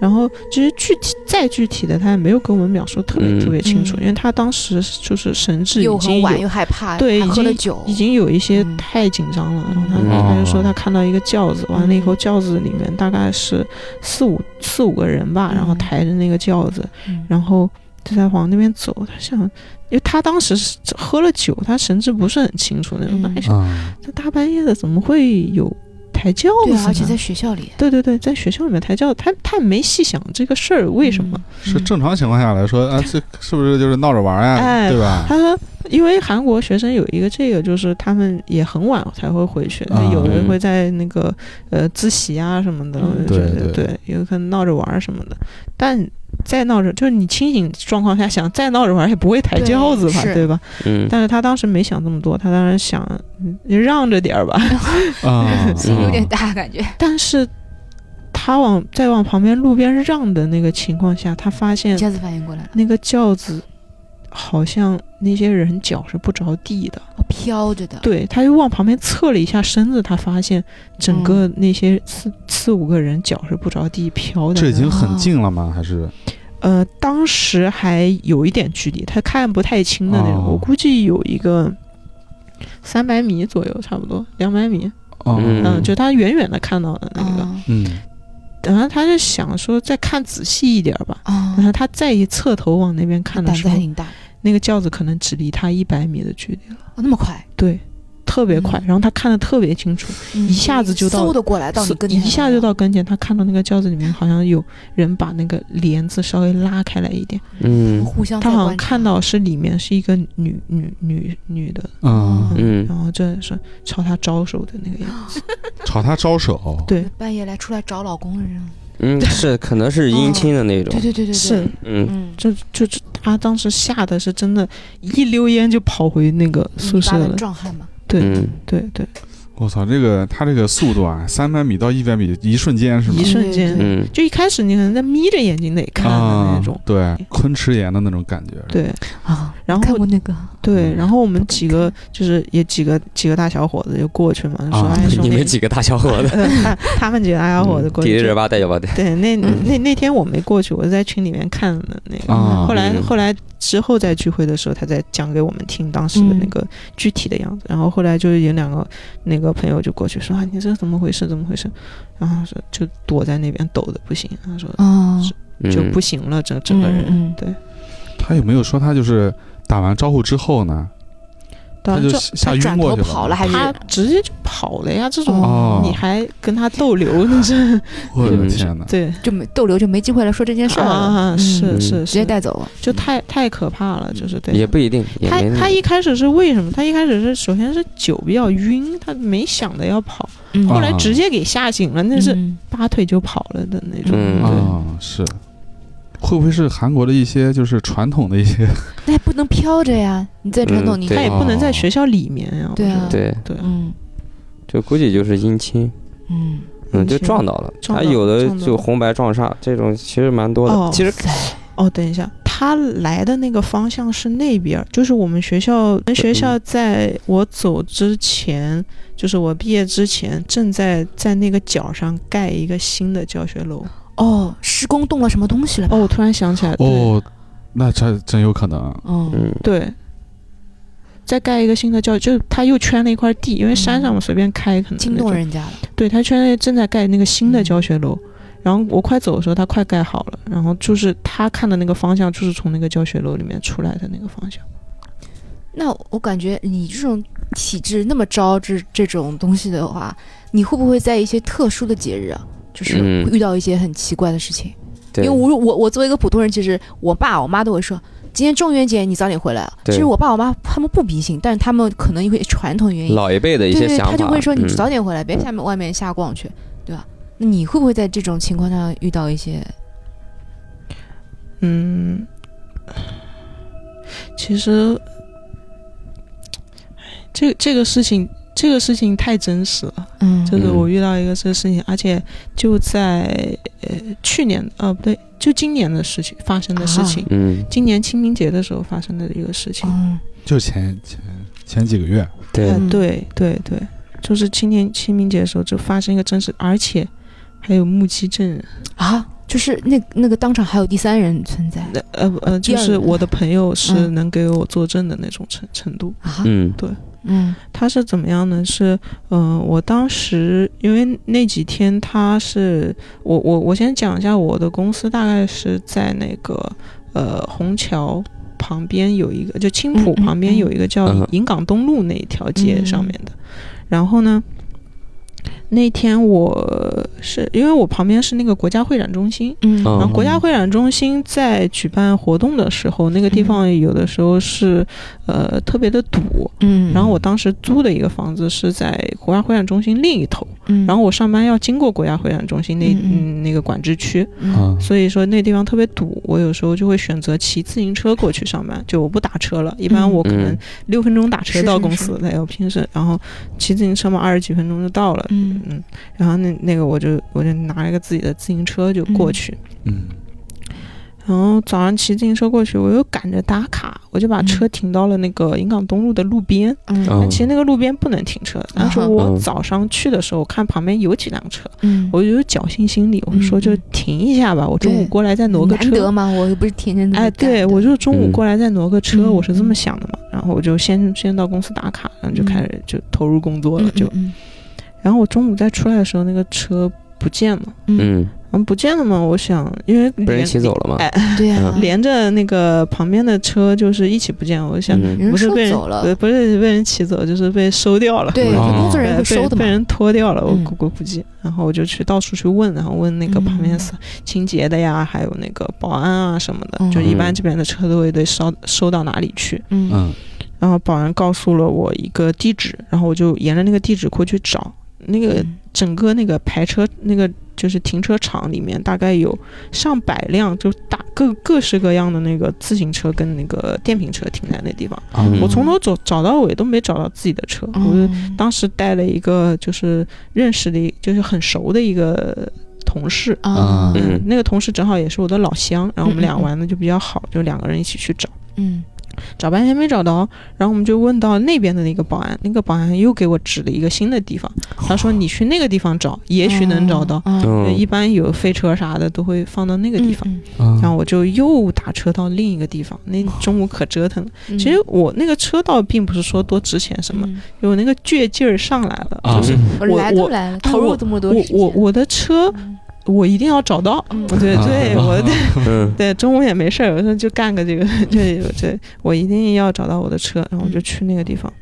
Speaker 5: 然后其实具体再具体的，他也没有给我们描述特别
Speaker 2: 嗯
Speaker 5: 特别清楚，
Speaker 4: 嗯
Speaker 5: 因为他当时就是神志
Speaker 4: 又
Speaker 5: 已
Speaker 4: 很
Speaker 5: 经
Speaker 4: 晚又
Speaker 5: 有
Speaker 4: 害怕，
Speaker 5: 对
Speaker 4: 还
Speaker 5: 已
Speaker 4: 喝了
Speaker 5: 经
Speaker 4: 酒，
Speaker 5: 已经有一些
Speaker 4: 嗯
Speaker 5: 太紧张了，然后他
Speaker 2: 嗯
Speaker 5: 他就
Speaker 1: 哦
Speaker 5: 说他看到一个轿子，完了以后
Speaker 4: 嗯
Speaker 5: 轿子里面大概是四五四五个人吧，然后
Speaker 4: 嗯
Speaker 5: 抬着那个轿子，
Speaker 4: 嗯
Speaker 5: 然后就在往那边走。他想，因为他当时是喝了酒，他神志不是很清楚那种。
Speaker 4: 嗯
Speaker 5: 哎，
Speaker 1: 啊，
Speaker 5: 这大半夜的怎么会有抬轿子
Speaker 4: 对啊，
Speaker 5: 呢？
Speaker 4: 而且在学校里，
Speaker 5: 对对对，在学校里面抬轿子，他他也没细想这个事儿为什么。
Speaker 1: 是
Speaker 4: 嗯
Speaker 1: 正常情况下来说啊，这是不是就是闹着玩儿呀？
Speaker 5: 哎
Speaker 1: 对 吧？
Speaker 5: 他说，因为韩国学生有一个这个，就是他们也很晚才会回去，
Speaker 1: 啊
Speaker 5: 有的会在那个呃自习啊什么的，
Speaker 4: 嗯
Speaker 5: 就
Speaker 1: 对
Speaker 5: 是
Speaker 1: 对
Speaker 5: 对，有可能闹着玩儿什么的，但。再闹着，就是你清醒状况下想再闹着玩儿也不会抬
Speaker 4: 对
Speaker 5: 轿子吧，
Speaker 4: 是
Speaker 5: 对吧？
Speaker 2: 嗯
Speaker 5: 但是他当时没想这么多，他当时想嗯让着点儿吧。
Speaker 1: 啊，
Speaker 4: 心有点大感 觉，
Speaker 5: 哎但是他往再往旁边路边让的那个情况下，他发现
Speaker 4: 一下子反应过来了，
Speaker 5: 那个轿子好像那些人脚是不着地的。
Speaker 4: 哦飘着的，
Speaker 5: 对，他又往旁边侧了一下身子，他发现整嗯个那些四、四五个人脚是不着地飘的。
Speaker 1: 这已经很近了吗？还是
Speaker 5: 呃，当时还有一点距离，他看不太清的那种，
Speaker 1: 哦
Speaker 5: 我估计有一个三百米左右，差不多两百米，
Speaker 1: 嗯
Speaker 5: 嗯，就他远远的看到的那个，
Speaker 4: 啊
Speaker 1: 嗯
Speaker 5: 然后他就想说再看仔细一点吧，
Speaker 4: 啊
Speaker 5: 然，后他再一侧头往那边看的
Speaker 4: 胆
Speaker 5: 时
Speaker 4: 子
Speaker 5: 候
Speaker 4: 还，挺大，
Speaker 5: 那个轿子可能只离他一百米的距离了，
Speaker 4: 哦，那么快，
Speaker 5: 对，特别快，然后他看的特别清楚，
Speaker 4: 一
Speaker 5: 嗯一下子就到
Speaker 4: 嗯嗖的过嗯来到你
Speaker 5: 是
Speaker 4: 跟前，
Speaker 5: 一下就到跟前，他看到那个轿子里面好像有人把那个帘子稍微拉开来一点，
Speaker 2: 嗯
Speaker 4: 互哦相在
Speaker 5: 他好像
Speaker 4: 观察
Speaker 5: 看到是里面是一个女女女女的，
Speaker 1: 嗯，
Speaker 2: 嗯
Speaker 5: 然后这是朝他招手的那个样子，
Speaker 1: 朝他招手，
Speaker 5: 对，
Speaker 4: 半夜来出来找老公的人，
Speaker 2: 嗯，是可能是姻亲的那种
Speaker 5: 哦
Speaker 4: 对，对对对对，
Speaker 5: 是，
Speaker 2: 嗯
Speaker 4: 嗯，
Speaker 5: 就就就他当时吓得是真的，一溜烟就跑回那个宿舍
Speaker 4: 八
Speaker 5: 了
Speaker 4: 门，壮汉嘛，
Speaker 5: 对、
Speaker 2: 嗯
Speaker 5: 对对，
Speaker 1: 我操，这个他这个速度啊，三百米到一百米，一瞬间是吗
Speaker 5: 一？瞬间。
Speaker 4: 对
Speaker 2: 嗯
Speaker 5: 就一开始你可能在眯着眼睛得看的那
Speaker 1: 啊
Speaker 5: 种，，
Speaker 1: 对，昆池岩的那种感觉，
Speaker 5: 对，
Speaker 4: 啊，
Speaker 5: 然后
Speaker 4: 看过那个，
Speaker 2: 嗯
Speaker 5: 对，然后我们几个就是也几个几个大小伙子就过去嘛，就说
Speaker 1: 啊
Speaker 5: 哎兄
Speaker 2: 你们
Speaker 5: 弟，
Speaker 2: 几个大小伙子，嗯
Speaker 5: 呃，他他们几个 大小伙子过
Speaker 2: 提着嗯
Speaker 5: 去
Speaker 2: 热，巴带小巴的，
Speaker 5: 对，那那那天我没过去，我在群里面看的那个，
Speaker 1: 啊
Speaker 5: 后来
Speaker 2: 嗯
Speaker 5: 后来之后在聚会的时候，他再讲给我们听当时的
Speaker 4: 嗯
Speaker 5: 那个具体的样子，然后后来就有两个那个朋友就过去说啊，你这怎么回事？怎么回事？然后说就躲在那边抖的不行，他说
Speaker 4: 啊，
Speaker 2: 嗯
Speaker 5: 就不行了，这这个
Speaker 4: 嗯
Speaker 5: 人，
Speaker 4: 嗯
Speaker 5: 对，
Speaker 1: 他有没有说他就是打完招呼之后呢，
Speaker 5: 到
Speaker 1: 他就
Speaker 5: 这
Speaker 1: 吓
Speaker 4: 他
Speaker 1: 晕
Speaker 4: 转
Speaker 1: 过
Speaker 4: 头
Speaker 1: 去
Speaker 4: 跑了还是
Speaker 5: 他哎直接就跑了呀，这种
Speaker 1: 哦，
Speaker 5: 你还跟他逗留，那是
Speaker 1: 我的
Speaker 2: 嗯
Speaker 1: 天哪！
Speaker 5: 对
Speaker 4: 就没逗留就没机会来说这件事儿了，
Speaker 5: 啊，
Speaker 4: 嗯
Speaker 5: 是是
Speaker 4: 直接
Speaker 5: 是，
Speaker 4: 带走了，
Speaker 5: 就太太可怕了，就是对
Speaker 2: 嗯也不一定，也
Speaker 5: 他
Speaker 2: 没那
Speaker 5: 他
Speaker 2: 么
Speaker 5: 一开始是为什么？他一开始是首先是酒比较晕，他没想着要跑，
Speaker 4: 嗯
Speaker 5: 后
Speaker 2: 啊
Speaker 5: 来直接给吓醒了，那是
Speaker 4: 嗯
Speaker 5: 拔腿就跑了的那种。
Speaker 2: 嗯
Speaker 5: 对
Speaker 1: 啊，是，会不会是韩国的一些就是传统的一些
Speaker 4: 那也不能飘着呀，你在传统
Speaker 2: 嗯
Speaker 4: 你
Speaker 2: 对
Speaker 5: 他也
Speaker 4: 看，
Speaker 5: 不能在学校里面呀、我
Speaker 4: 对啊
Speaker 5: 觉得
Speaker 2: 对，
Speaker 5: 对，
Speaker 4: 嗯
Speaker 2: 就估计就是姻亲，
Speaker 4: 嗯，
Speaker 2: 嗯，
Speaker 5: 姻
Speaker 2: 就
Speaker 5: 亲
Speaker 2: 撞到了。
Speaker 5: 撞
Speaker 2: 他
Speaker 5: 到
Speaker 2: 有的
Speaker 5: 撞到
Speaker 2: 就
Speaker 5: 了
Speaker 2: 红白撞煞这种，其实蛮多
Speaker 5: 哦
Speaker 2: 的。其实
Speaker 5: 哦，等一下，他来的那个方向是那边儿，就是我们学校，我们学校在我走之前，就是我毕业之前，正在在那个角上盖一个新的教学楼。
Speaker 4: 哦，施工动了什么东西了吧？
Speaker 5: 哦，我突然想起来，对、
Speaker 1: 哦，那这真有可能。
Speaker 4: 嗯，
Speaker 2: 嗯，
Speaker 5: 对，再盖一个新的教，就是他又圈了一块地，因为山上嘛，随便开可能
Speaker 4: 惊
Speaker 5: 那
Speaker 4: 动
Speaker 5: 种
Speaker 4: 人家了，
Speaker 5: 对他圈内正在盖那个新的
Speaker 4: 嗯
Speaker 5: 教学楼，然后我快走的时候，他快盖好了，然后就是他看的那个方向，就是从那个教学楼里面出来的那个方向。
Speaker 4: 那我感觉你这种体质那么招这这种东西的话，你会不会在一些特殊的节日啊，就是
Speaker 2: 嗯
Speaker 4: 会遇到一些很奇怪的事情？
Speaker 2: 对
Speaker 4: 因为我我我作为一个普通人，其实我爸我妈都会说，今天中元节你早点回来啊。其
Speaker 2: 对
Speaker 4: 实我爸我妈他们不迷信，但是他们可能因为传统原因，
Speaker 2: 老一辈的一
Speaker 4: 对
Speaker 2: 些
Speaker 4: 对，
Speaker 2: 想法，
Speaker 4: 他就会说你
Speaker 2: 嗯
Speaker 4: 早点回来，别下面外面瞎逛去，对吧？那你会不会在这种情况下遇到一些
Speaker 5: 嗯，其实，唉这这个事情，这个事情太真实了。
Speaker 4: 嗯
Speaker 5: 就是
Speaker 2: 嗯
Speaker 5: 我遇到一个这个事情，而且就在呃去年，呃不对，就今年的事情发生的事
Speaker 4: 啊
Speaker 5: 情。
Speaker 2: 嗯，
Speaker 5: 今年清明节的时候发生的一个事情，呃
Speaker 4: 嗯
Speaker 1: 就前前前几个月，
Speaker 2: 对，
Speaker 4: 嗯
Speaker 5: 对对对，就是今年清明节的时候就发生一个真实，而且还有目击证人，
Speaker 4: 啊，就是那那个当场还有第三人存在
Speaker 5: 呃呃呃，就
Speaker 4: 第二
Speaker 5: 是
Speaker 4: 个
Speaker 5: 我的朋友是
Speaker 4: 嗯
Speaker 5: 能给我作证的那种程程度。
Speaker 4: 啊，
Speaker 2: 嗯
Speaker 4: 嗯
Speaker 5: 他是怎么样呢？是，嗯、我当时因为那几天他是我我我先讲一下我的公司大概是在那个呃虹桥旁边有一个，就青浦
Speaker 4: 嗯嗯
Speaker 5: 旁边有一个叫
Speaker 2: 嗯
Speaker 5: 银港东路那一条街
Speaker 4: 嗯
Speaker 5: 上面的。然后呢，那天我是因为我旁边是那个国家会展中心，
Speaker 4: 嗯
Speaker 2: 嗯
Speaker 5: 然后国家会展中心在举办活动的时候，那个
Speaker 4: 嗯
Speaker 5: 地方有的时候是呃特别的堵，
Speaker 4: 嗯
Speaker 5: 然后我当时租的一个房子是在国家会展中心另一头，
Speaker 4: 嗯
Speaker 5: 然后我上班要经过国家会展中心那
Speaker 4: 嗯嗯
Speaker 5: 嗯那个管制区，
Speaker 1: 啊
Speaker 4: 嗯
Speaker 5: 所以说那地方特别堵，我有时候就会选择骑自行车过去上班，就我不打车了，一般我可能
Speaker 2: 嗯
Speaker 5: 六分钟打车
Speaker 4: 是
Speaker 5: 到
Speaker 4: 是
Speaker 5: 公
Speaker 4: 是
Speaker 5: 司，哎，我平时然后骑自行车嘛，二十几分钟就到了，
Speaker 4: 嗯
Speaker 5: 嗯，
Speaker 4: 嗯
Speaker 5: 然后那那个我就我就拿了一个自己的自行车就过去，
Speaker 1: 嗯，
Speaker 5: 啊、然后早上骑自行车过去，我又赶着打卡，我就把车停到了那个营港东路的路边。
Speaker 2: 嗯
Speaker 4: 嗯啊
Speaker 5: 其实那个路边不能停车，但是我早上去的时候，我看旁边有几辆车，
Speaker 4: 嗯，
Speaker 5: 我就有侥幸心理，我说就停一下吧，我中午过来再挪个
Speaker 4: 难得
Speaker 5: 车。
Speaker 4: 嘛，我又不是天天这么
Speaker 5: 哎，对，
Speaker 4: 干的
Speaker 5: 我就中午
Speaker 2: 嗯
Speaker 5: 过来再挪个车，
Speaker 4: 嗯
Speaker 5: 我是这么想的嘛。然后我就先先到公司打卡，然后就开始就投入工作了。
Speaker 4: 嗯
Speaker 5: 就，
Speaker 4: 嗯
Speaker 5: 然后我中午再出来的时候，那个车不见了。
Speaker 4: 嗯，
Speaker 2: 嗯，
Speaker 5: 嗯，不见了嘛，我想，因为
Speaker 2: 被人
Speaker 5: 连
Speaker 2: 骑走了嘛。嗯
Speaker 5: 哎
Speaker 4: 对呀，
Speaker 5: 连着那个旁边的车就是一起不见，我想、
Speaker 2: 嗯
Speaker 4: 人
Speaker 5: 不是
Speaker 4: 收
Speaker 5: 被人
Speaker 4: 走了
Speaker 5: 呃，不是被人骑走，就是被收掉了。
Speaker 4: 对，
Speaker 2: 哦
Speaker 4: 工作人员
Speaker 5: 呃
Speaker 4: 会收的嘛
Speaker 5: 被被，人拖掉了，我
Speaker 4: 嗯
Speaker 5: 估估估计，然后我就去到处去问，然后问那个
Speaker 4: 嗯
Speaker 5: 旁边扫清洁的呀，还有那个保安啊什么的，
Speaker 4: 嗯
Speaker 5: 就一般这边的车都会得收收到哪里去。
Speaker 4: 嗯
Speaker 1: 嗯
Speaker 5: 然后保安告诉了我一个地址，然后我就沿着那个地址过去找，那个
Speaker 4: 嗯
Speaker 5: 整个那个排车那个就是停车场里面，大概有上百辆，就大各各式各样的那个自行车跟那个电瓶车停在那地方。
Speaker 2: 嗯
Speaker 5: 我从头找找到尾都没找到自己的车，我就
Speaker 4: 嗯
Speaker 5: 当时带了一个就是认识的一，就是很熟的一个同事。
Speaker 4: 啊
Speaker 2: 嗯
Speaker 5: 那个同事正好也是我的老乡，然后我们俩
Speaker 4: 嗯嗯嗯
Speaker 5: 玩的就比较好，就两个人一起去找。
Speaker 4: 嗯
Speaker 5: 找半天没找到，然后我们就问到那边的那个保安，那个保安又给我指了一个新的地方，他说你去那个地方找，也许能找
Speaker 4: 嗯
Speaker 5: 到。
Speaker 4: 哦嗯
Speaker 5: 呃
Speaker 2: 嗯
Speaker 5: 一般有飞车啥的都会放到那个地方，
Speaker 4: 嗯哦
Speaker 2: 嗯
Speaker 1: 啊
Speaker 5: 然后我就又打车到另一个地方。那中午可折腾了。
Speaker 4: 嗯
Speaker 5: 其实我那个车道并不是说多值钱什么，
Speaker 4: 嗯
Speaker 5: 有那个倔劲儿上来了。
Speaker 1: 啊
Speaker 5: 就是
Speaker 4: 我
Speaker 5: 我
Speaker 4: 来都
Speaker 5: 我
Speaker 4: 来了，
Speaker 5: 但
Speaker 4: 投入
Speaker 5: 我
Speaker 4: 这么多
Speaker 5: 我
Speaker 4: 时间
Speaker 5: 我我的车
Speaker 4: 嗯
Speaker 5: 我一定要找到。
Speaker 4: 嗯
Speaker 5: 对 对，
Speaker 1: 啊
Speaker 5: 我
Speaker 2: 嗯
Speaker 5: 对，中午也没事儿，我说就干个这 个，这这，我一定要找到我的车，然
Speaker 4: 嗯
Speaker 5: 后我就去那个地方。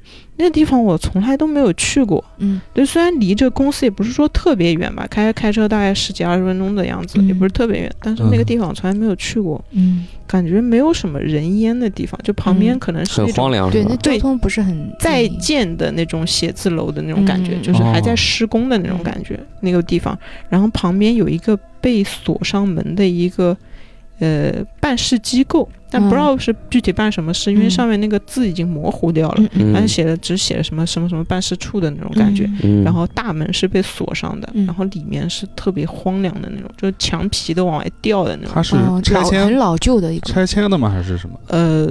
Speaker 5: 那个地方我从来都没有去过，
Speaker 4: 嗯
Speaker 5: 对，虽然离这公司也不是说特别远吧，开开车大概十几二十分钟的样子，
Speaker 4: 嗯
Speaker 5: 也不是特别远，但是那
Speaker 1: 嗯
Speaker 5: 个地方我从来没有去过，
Speaker 4: 嗯，
Speaker 5: 感觉没有什么人烟的地方，就旁边
Speaker 4: 嗯
Speaker 5: 可能是
Speaker 2: 很
Speaker 5: 那
Speaker 2: 荒
Speaker 5: 种
Speaker 2: 凉，
Speaker 4: 对，
Speaker 2: 是吧
Speaker 4: 那交
Speaker 5: 对
Speaker 4: 通不是很
Speaker 5: 在
Speaker 4: 便利
Speaker 5: 建的那种写字楼的那种感觉，
Speaker 4: 嗯
Speaker 5: 就是还在
Speaker 1: 哦
Speaker 5: 施工的那种感觉，那个地方，然后旁边有一个被锁上门的一个呃办事机构，但不知道是具体办什么事，因为
Speaker 4: 嗯
Speaker 5: 上面那个字已经模糊掉了，
Speaker 4: 嗯嗯
Speaker 2: 嗯
Speaker 5: 反正写的只写了什么什么什么办事处的那种感觉。
Speaker 2: 嗯，
Speaker 5: 然后大门是被锁上的，
Speaker 4: 嗯
Speaker 5: 然后里面是特别荒凉的那种，就是墙皮都往外掉的那种。
Speaker 1: 他是
Speaker 4: 哦
Speaker 1: 拆
Speaker 4: 老很
Speaker 1: 迁
Speaker 4: 老旧的一个
Speaker 1: 拆迁的吗？还是什么？
Speaker 5: 呃，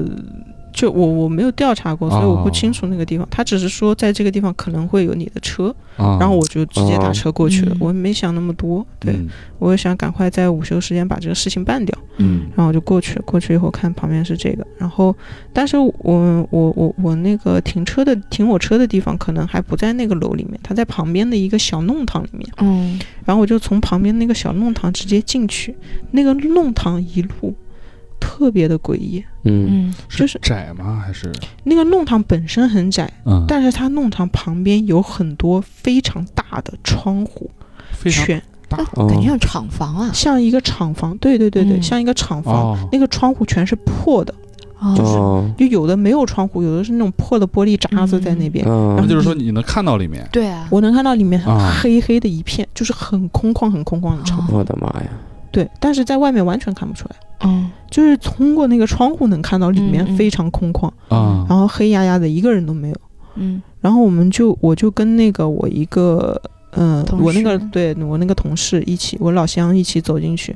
Speaker 5: 就我我没有调查过，所以我不
Speaker 1: 哦
Speaker 5: 清楚那个地方。他只是说在这个地方可能会有你的车，
Speaker 1: 啊，
Speaker 5: 然后我就直接打车过去了，
Speaker 4: 嗯
Speaker 5: 我没想那么多，对、
Speaker 1: 嗯
Speaker 5: 我也想赶快在午休时间把这个事情办掉，
Speaker 1: 嗯
Speaker 5: 然后我就过去了，过去以后看旁边是这个，然后但是我我我我那个停车的停我车的地方可能还不在那个楼里面，它在旁边的一个小弄堂里面，
Speaker 4: 嗯
Speaker 5: 然后我就从旁边那个小弄堂直接进去，那个弄堂一路特别的诡异，
Speaker 2: 嗯
Speaker 4: 嗯
Speaker 5: 就是
Speaker 1: 窄吗？还是
Speaker 5: 那个弄堂本身很窄，
Speaker 1: 嗯，
Speaker 5: 但是它弄堂旁边有很多非常大的窗户，
Speaker 1: 非常
Speaker 5: 全
Speaker 2: 哦
Speaker 4: 感觉像厂房啊，
Speaker 5: 像一个厂房，对对对对，
Speaker 4: 嗯
Speaker 5: 像一个厂房，
Speaker 1: 哦
Speaker 5: 那个窗户全是破的，
Speaker 4: 哦，
Speaker 2: 哦
Speaker 5: 就有的没有窗户，有的是那种破的玻璃渣子在那边。
Speaker 1: 那
Speaker 2: 嗯
Speaker 1: 就是说你能看到里面
Speaker 4: 对啊，
Speaker 5: 我能看到里面
Speaker 1: 啊
Speaker 5: 黑黑的一片，就是很空旷、很空旷的
Speaker 4: 哦
Speaker 5: 窗户。
Speaker 2: 我的妈呀！
Speaker 5: 对，但是在外面完全看不出来，
Speaker 4: 嗯
Speaker 5: 就是通过那个窗户能看到里面
Speaker 4: 嗯嗯
Speaker 5: 非常空旷，
Speaker 1: 啊
Speaker 5: 然后黑压压的，一个人都没有。
Speaker 4: 嗯
Speaker 5: 然后我们就我就跟那个我一个嗯、
Speaker 4: 同
Speaker 5: 我那个
Speaker 4: 事
Speaker 5: 对我那个同事一起，我老乡一起走进去，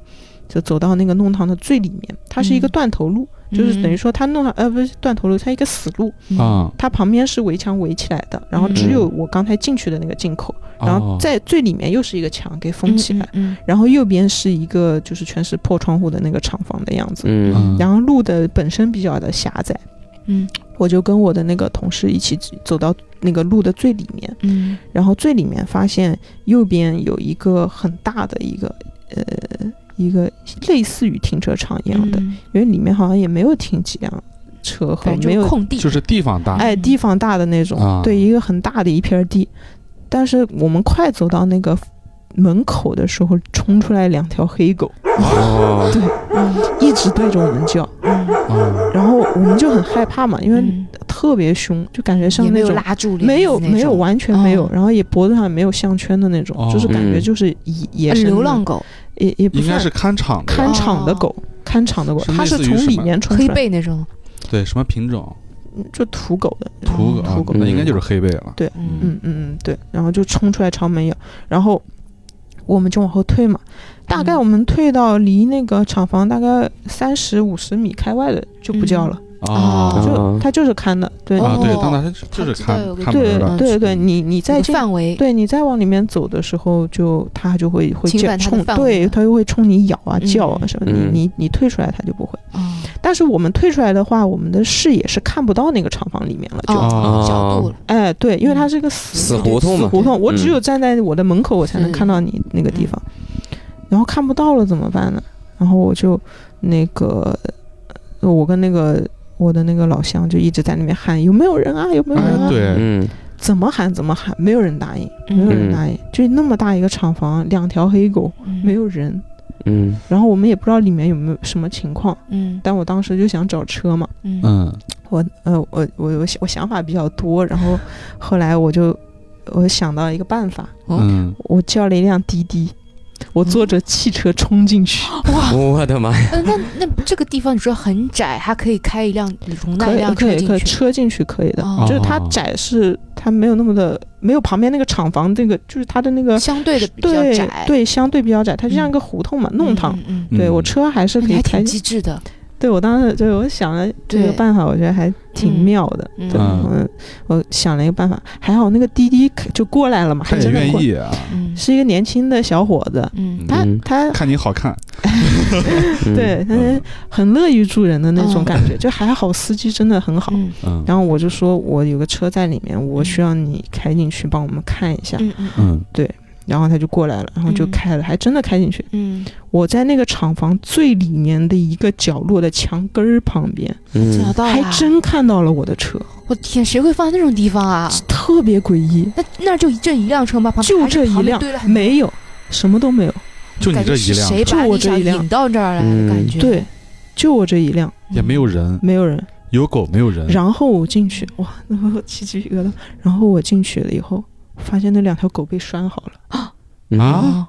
Speaker 5: 就走到那个弄堂的最里面，它是一个
Speaker 4: 嗯
Speaker 5: 断头路，就是
Speaker 4: 嗯
Speaker 5: 等于说它弄堂呃不是断头路，它一个死路，
Speaker 1: 啊，
Speaker 5: 它旁边是围墙围起来的，然后只
Speaker 2: 嗯
Speaker 5: 有我刚才进去的那个进口，然后
Speaker 1: 哦
Speaker 5: 在最里面又是一个墙给封起来，，
Speaker 4: 嗯
Speaker 5: 然后右边是一个就是全是破窗户的那个厂房的样子，
Speaker 2: 嗯
Speaker 1: 嗯
Speaker 5: 然后路的本身比较的狭窄，
Speaker 4: 嗯
Speaker 5: 我就跟我的那个同事一起走到那个路的最里面。
Speaker 4: 嗯
Speaker 5: 然后最里面发现右边有一个很大的一个呃一个类似于停车场
Speaker 4: 嗯
Speaker 5: 一样的，，因为里面好像也没有停几辆车和
Speaker 4: 反正
Speaker 5: 没
Speaker 4: 就是
Speaker 5: 有
Speaker 4: 空地，
Speaker 1: 就是地方大，
Speaker 5: 哎地方大的那种，
Speaker 1: 啊
Speaker 5: 对，一个很大的一片地。但是我们快走到那个门口的时候，冲出来两条黑狗，
Speaker 2: 哦
Speaker 5: 一直对着我们叫，
Speaker 4: 嗯
Speaker 1: 啊
Speaker 5: 然后我们就很害怕嘛，因为
Speaker 4: 嗯
Speaker 5: 特别凶，就感觉像
Speaker 4: 也没
Speaker 5: 那
Speaker 4: 有
Speaker 5: 种
Speaker 4: 拉住帘子
Speaker 5: 没有
Speaker 4: 那种
Speaker 5: 没有完全没有，
Speaker 4: 哦
Speaker 5: 然后也脖子上也没有项圈的那种，
Speaker 1: 哦
Speaker 5: 就是感觉就是野野
Speaker 4: 呃
Speaker 5: 生的
Speaker 4: 流浪哦狗
Speaker 5: 也也不
Speaker 1: 应该
Speaker 5: 算
Speaker 1: 是看场的吧，
Speaker 5: 看场的狗，看场的狗，
Speaker 1: 是类
Speaker 5: 它是
Speaker 1: 似于
Speaker 5: 从
Speaker 1: 什
Speaker 5: 里
Speaker 1: 么
Speaker 5: 面冲
Speaker 4: 黑
Speaker 5: 出来，
Speaker 4: 背那种，
Speaker 1: 对，什么品种？
Speaker 5: 嗯就土狗的，
Speaker 1: 土狗，
Speaker 4: 嗯
Speaker 1: 啊
Speaker 5: 土狗
Speaker 1: 那应该就是黑背了。
Speaker 4: 嗯
Speaker 5: 嗯嗯嗯，对，然后就冲出来朝门咬，然后我们就往后退嘛。大概
Speaker 4: 嗯
Speaker 5: 我们退到离那个厂房大概三十五十米开外的就不叫了，
Speaker 4: 哦
Speaker 5: 就、
Speaker 2: 哦
Speaker 5: 他就是看的，对、
Speaker 1: 啊，对
Speaker 4: 哦，
Speaker 1: 当然他就是
Speaker 4: 知道
Speaker 1: 看
Speaker 4: 有个
Speaker 1: 看
Speaker 5: 对
Speaker 1: 门
Speaker 4: 门
Speaker 1: 的
Speaker 4: 儿，
Speaker 5: 对对，你你再
Speaker 4: 在
Speaker 5: 进，
Speaker 4: 范围，
Speaker 5: 对你再往里面走的时候就，他就会会
Speaker 4: 侵
Speaker 5: 叫
Speaker 4: 犯他的
Speaker 5: 冲，
Speaker 4: 范围
Speaker 5: 对
Speaker 4: 了
Speaker 5: 他就会冲你咬啊
Speaker 4: 嗯
Speaker 5: 叫啊什么的，
Speaker 2: 嗯
Speaker 5: 你你你退出来他就不会。
Speaker 4: 哦
Speaker 5: 但是我们退出来的话，我们的视野是看不到那个厂房里面了，就、
Speaker 4: 哦
Speaker 2: 哦
Speaker 4: 角度了，
Speaker 5: 哎，对，因为它
Speaker 4: 嗯
Speaker 5: 是一个死
Speaker 2: 死
Speaker 5: 对
Speaker 2: 胡同
Speaker 5: 死
Speaker 2: 嘛
Speaker 5: 胡同，我
Speaker 2: 嗯
Speaker 5: 只有站在我的门口，我才能
Speaker 4: 是
Speaker 5: 看到你那个地
Speaker 4: 嗯
Speaker 5: 方，然后看不到了怎么办呢？然后我就那个，呃我跟那个我的那个老乡就一直在那边喊有没有人啊，有没有人
Speaker 1: 哎，
Speaker 5: 啊？
Speaker 1: 对，
Speaker 2: 嗯
Speaker 5: 怎么喊怎么喊，没有人答应，没有
Speaker 4: 嗯
Speaker 5: 人答应，就那么大一个厂房，两条黑狗，没，有人，
Speaker 2: 嗯
Speaker 5: 然后我们也不知道里面有没有什么情况，
Speaker 4: 嗯
Speaker 5: 但我当时就想找车嘛。
Speaker 4: 嗯嗯
Speaker 1: 嗯
Speaker 5: 我呃，我我我想我想法比较多，然后后来我就我想到一个办法，
Speaker 1: 嗯，
Speaker 5: 我叫了一辆滴滴，我坐着汽车冲进去，
Speaker 4: 哦
Speaker 2: 我的妈呀，
Speaker 4: 呃那那这个地方你说很窄，它可以开一辆容纳
Speaker 5: 可
Speaker 4: 一
Speaker 5: 以
Speaker 4: 辆
Speaker 5: 可
Speaker 4: 车
Speaker 5: 以
Speaker 4: 进
Speaker 5: 可以
Speaker 4: 去，
Speaker 5: 车进去可以的，
Speaker 4: 哦
Speaker 5: 就是它
Speaker 1: 哦
Speaker 5: 窄是它没有那么的，没有旁边那个厂房那个，就是它的那个
Speaker 4: 相对的比较
Speaker 5: 对
Speaker 4: 窄，
Speaker 5: 对相对比较窄，它就
Speaker 4: 嗯
Speaker 5: 像一个胡同嘛，
Speaker 4: 嗯，
Speaker 5: 弄堂。
Speaker 4: 嗯，嗯
Speaker 5: 对我
Speaker 1: 嗯
Speaker 5: 车还是
Speaker 4: 那你
Speaker 5: 可以
Speaker 4: 还
Speaker 5: 开
Speaker 4: 挺，机智的，
Speaker 5: 对我当时对我想了这个
Speaker 4: 对
Speaker 5: 办法，我觉得还挺
Speaker 4: 嗯
Speaker 5: 妙的。
Speaker 4: 嗯
Speaker 5: 对，
Speaker 1: 嗯
Speaker 5: 我我想了一个办法，还好那个滴滴可就过来了嘛，
Speaker 1: 他
Speaker 5: 还
Speaker 1: 也
Speaker 5: 真的
Speaker 1: 愿
Speaker 5: 过
Speaker 1: 意啊，
Speaker 4: 嗯
Speaker 5: 是一个年轻的小伙子，
Speaker 4: 嗯
Speaker 5: 他
Speaker 2: 嗯
Speaker 5: 他
Speaker 1: 看你好看，
Speaker 2: 嗯
Speaker 5: 对他
Speaker 1: 嗯
Speaker 5: 很乐于助人的那种
Speaker 4: 嗯
Speaker 5: 感觉，就还好司机真的很好。
Speaker 4: 嗯
Speaker 1: 嗯
Speaker 5: 然后我就说，我有个车在里面，我需要你开进去帮我们看一下。
Speaker 4: 嗯嗯嗯
Speaker 1: 嗯
Speaker 5: 然后他就过来了，然后就
Speaker 4: 嗯
Speaker 5: 开了，还真的开进去。
Speaker 4: 嗯，
Speaker 5: 我在那个厂房最里面的一个角落的墙根儿旁边，
Speaker 4: 没
Speaker 2: 嗯
Speaker 4: 想到
Speaker 5: 还
Speaker 4: 啊，
Speaker 5: 真看到了我的车，
Speaker 4: 我天，谁会放在那种地方啊？
Speaker 5: 特别诡异，
Speaker 4: 那那儿就这一辆车吗？旁边
Speaker 5: 就
Speaker 4: 还是
Speaker 5: 这一
Speaker 4: 旁边
Speaker 5: 辆
Speaker 4: 堆了，很
Speaker 5: 没有，什么都没有，
Speaker 1: 就你
Speaker 4: 感
Speaker 1: 这
Speaker 4: 觉
Speaker 1: 一
Speaker 4: 是
Speaker 1: 辆
Speaker 4: 谁
Speaker 1: 车
Speaker 5: 就
Speaker 4: 把
Speaker 5: 我
Speaker 4: 你
Speaker 5: 这
Speaker 4: 想
Speaker 5: 一辆
Speaker 4: 引到这儿来的感
Speaker 2: 嗯
Speaker 4: 觉？
Speaker 5: 对，就我这一辆，
Speaker 4: 嗯，
Speaker 1: 也没有人，
Speaker 5: 没有人。
Speaker 1: 有狗没有人，
Speaker 5: 然后我进去，哇，那我起鸡皮疙瘩。然后我进去了以后，发现那两条狗被拴好了。
Speaker 1: 啊
Speaker 4: 啊，
Speaker 2: 嗯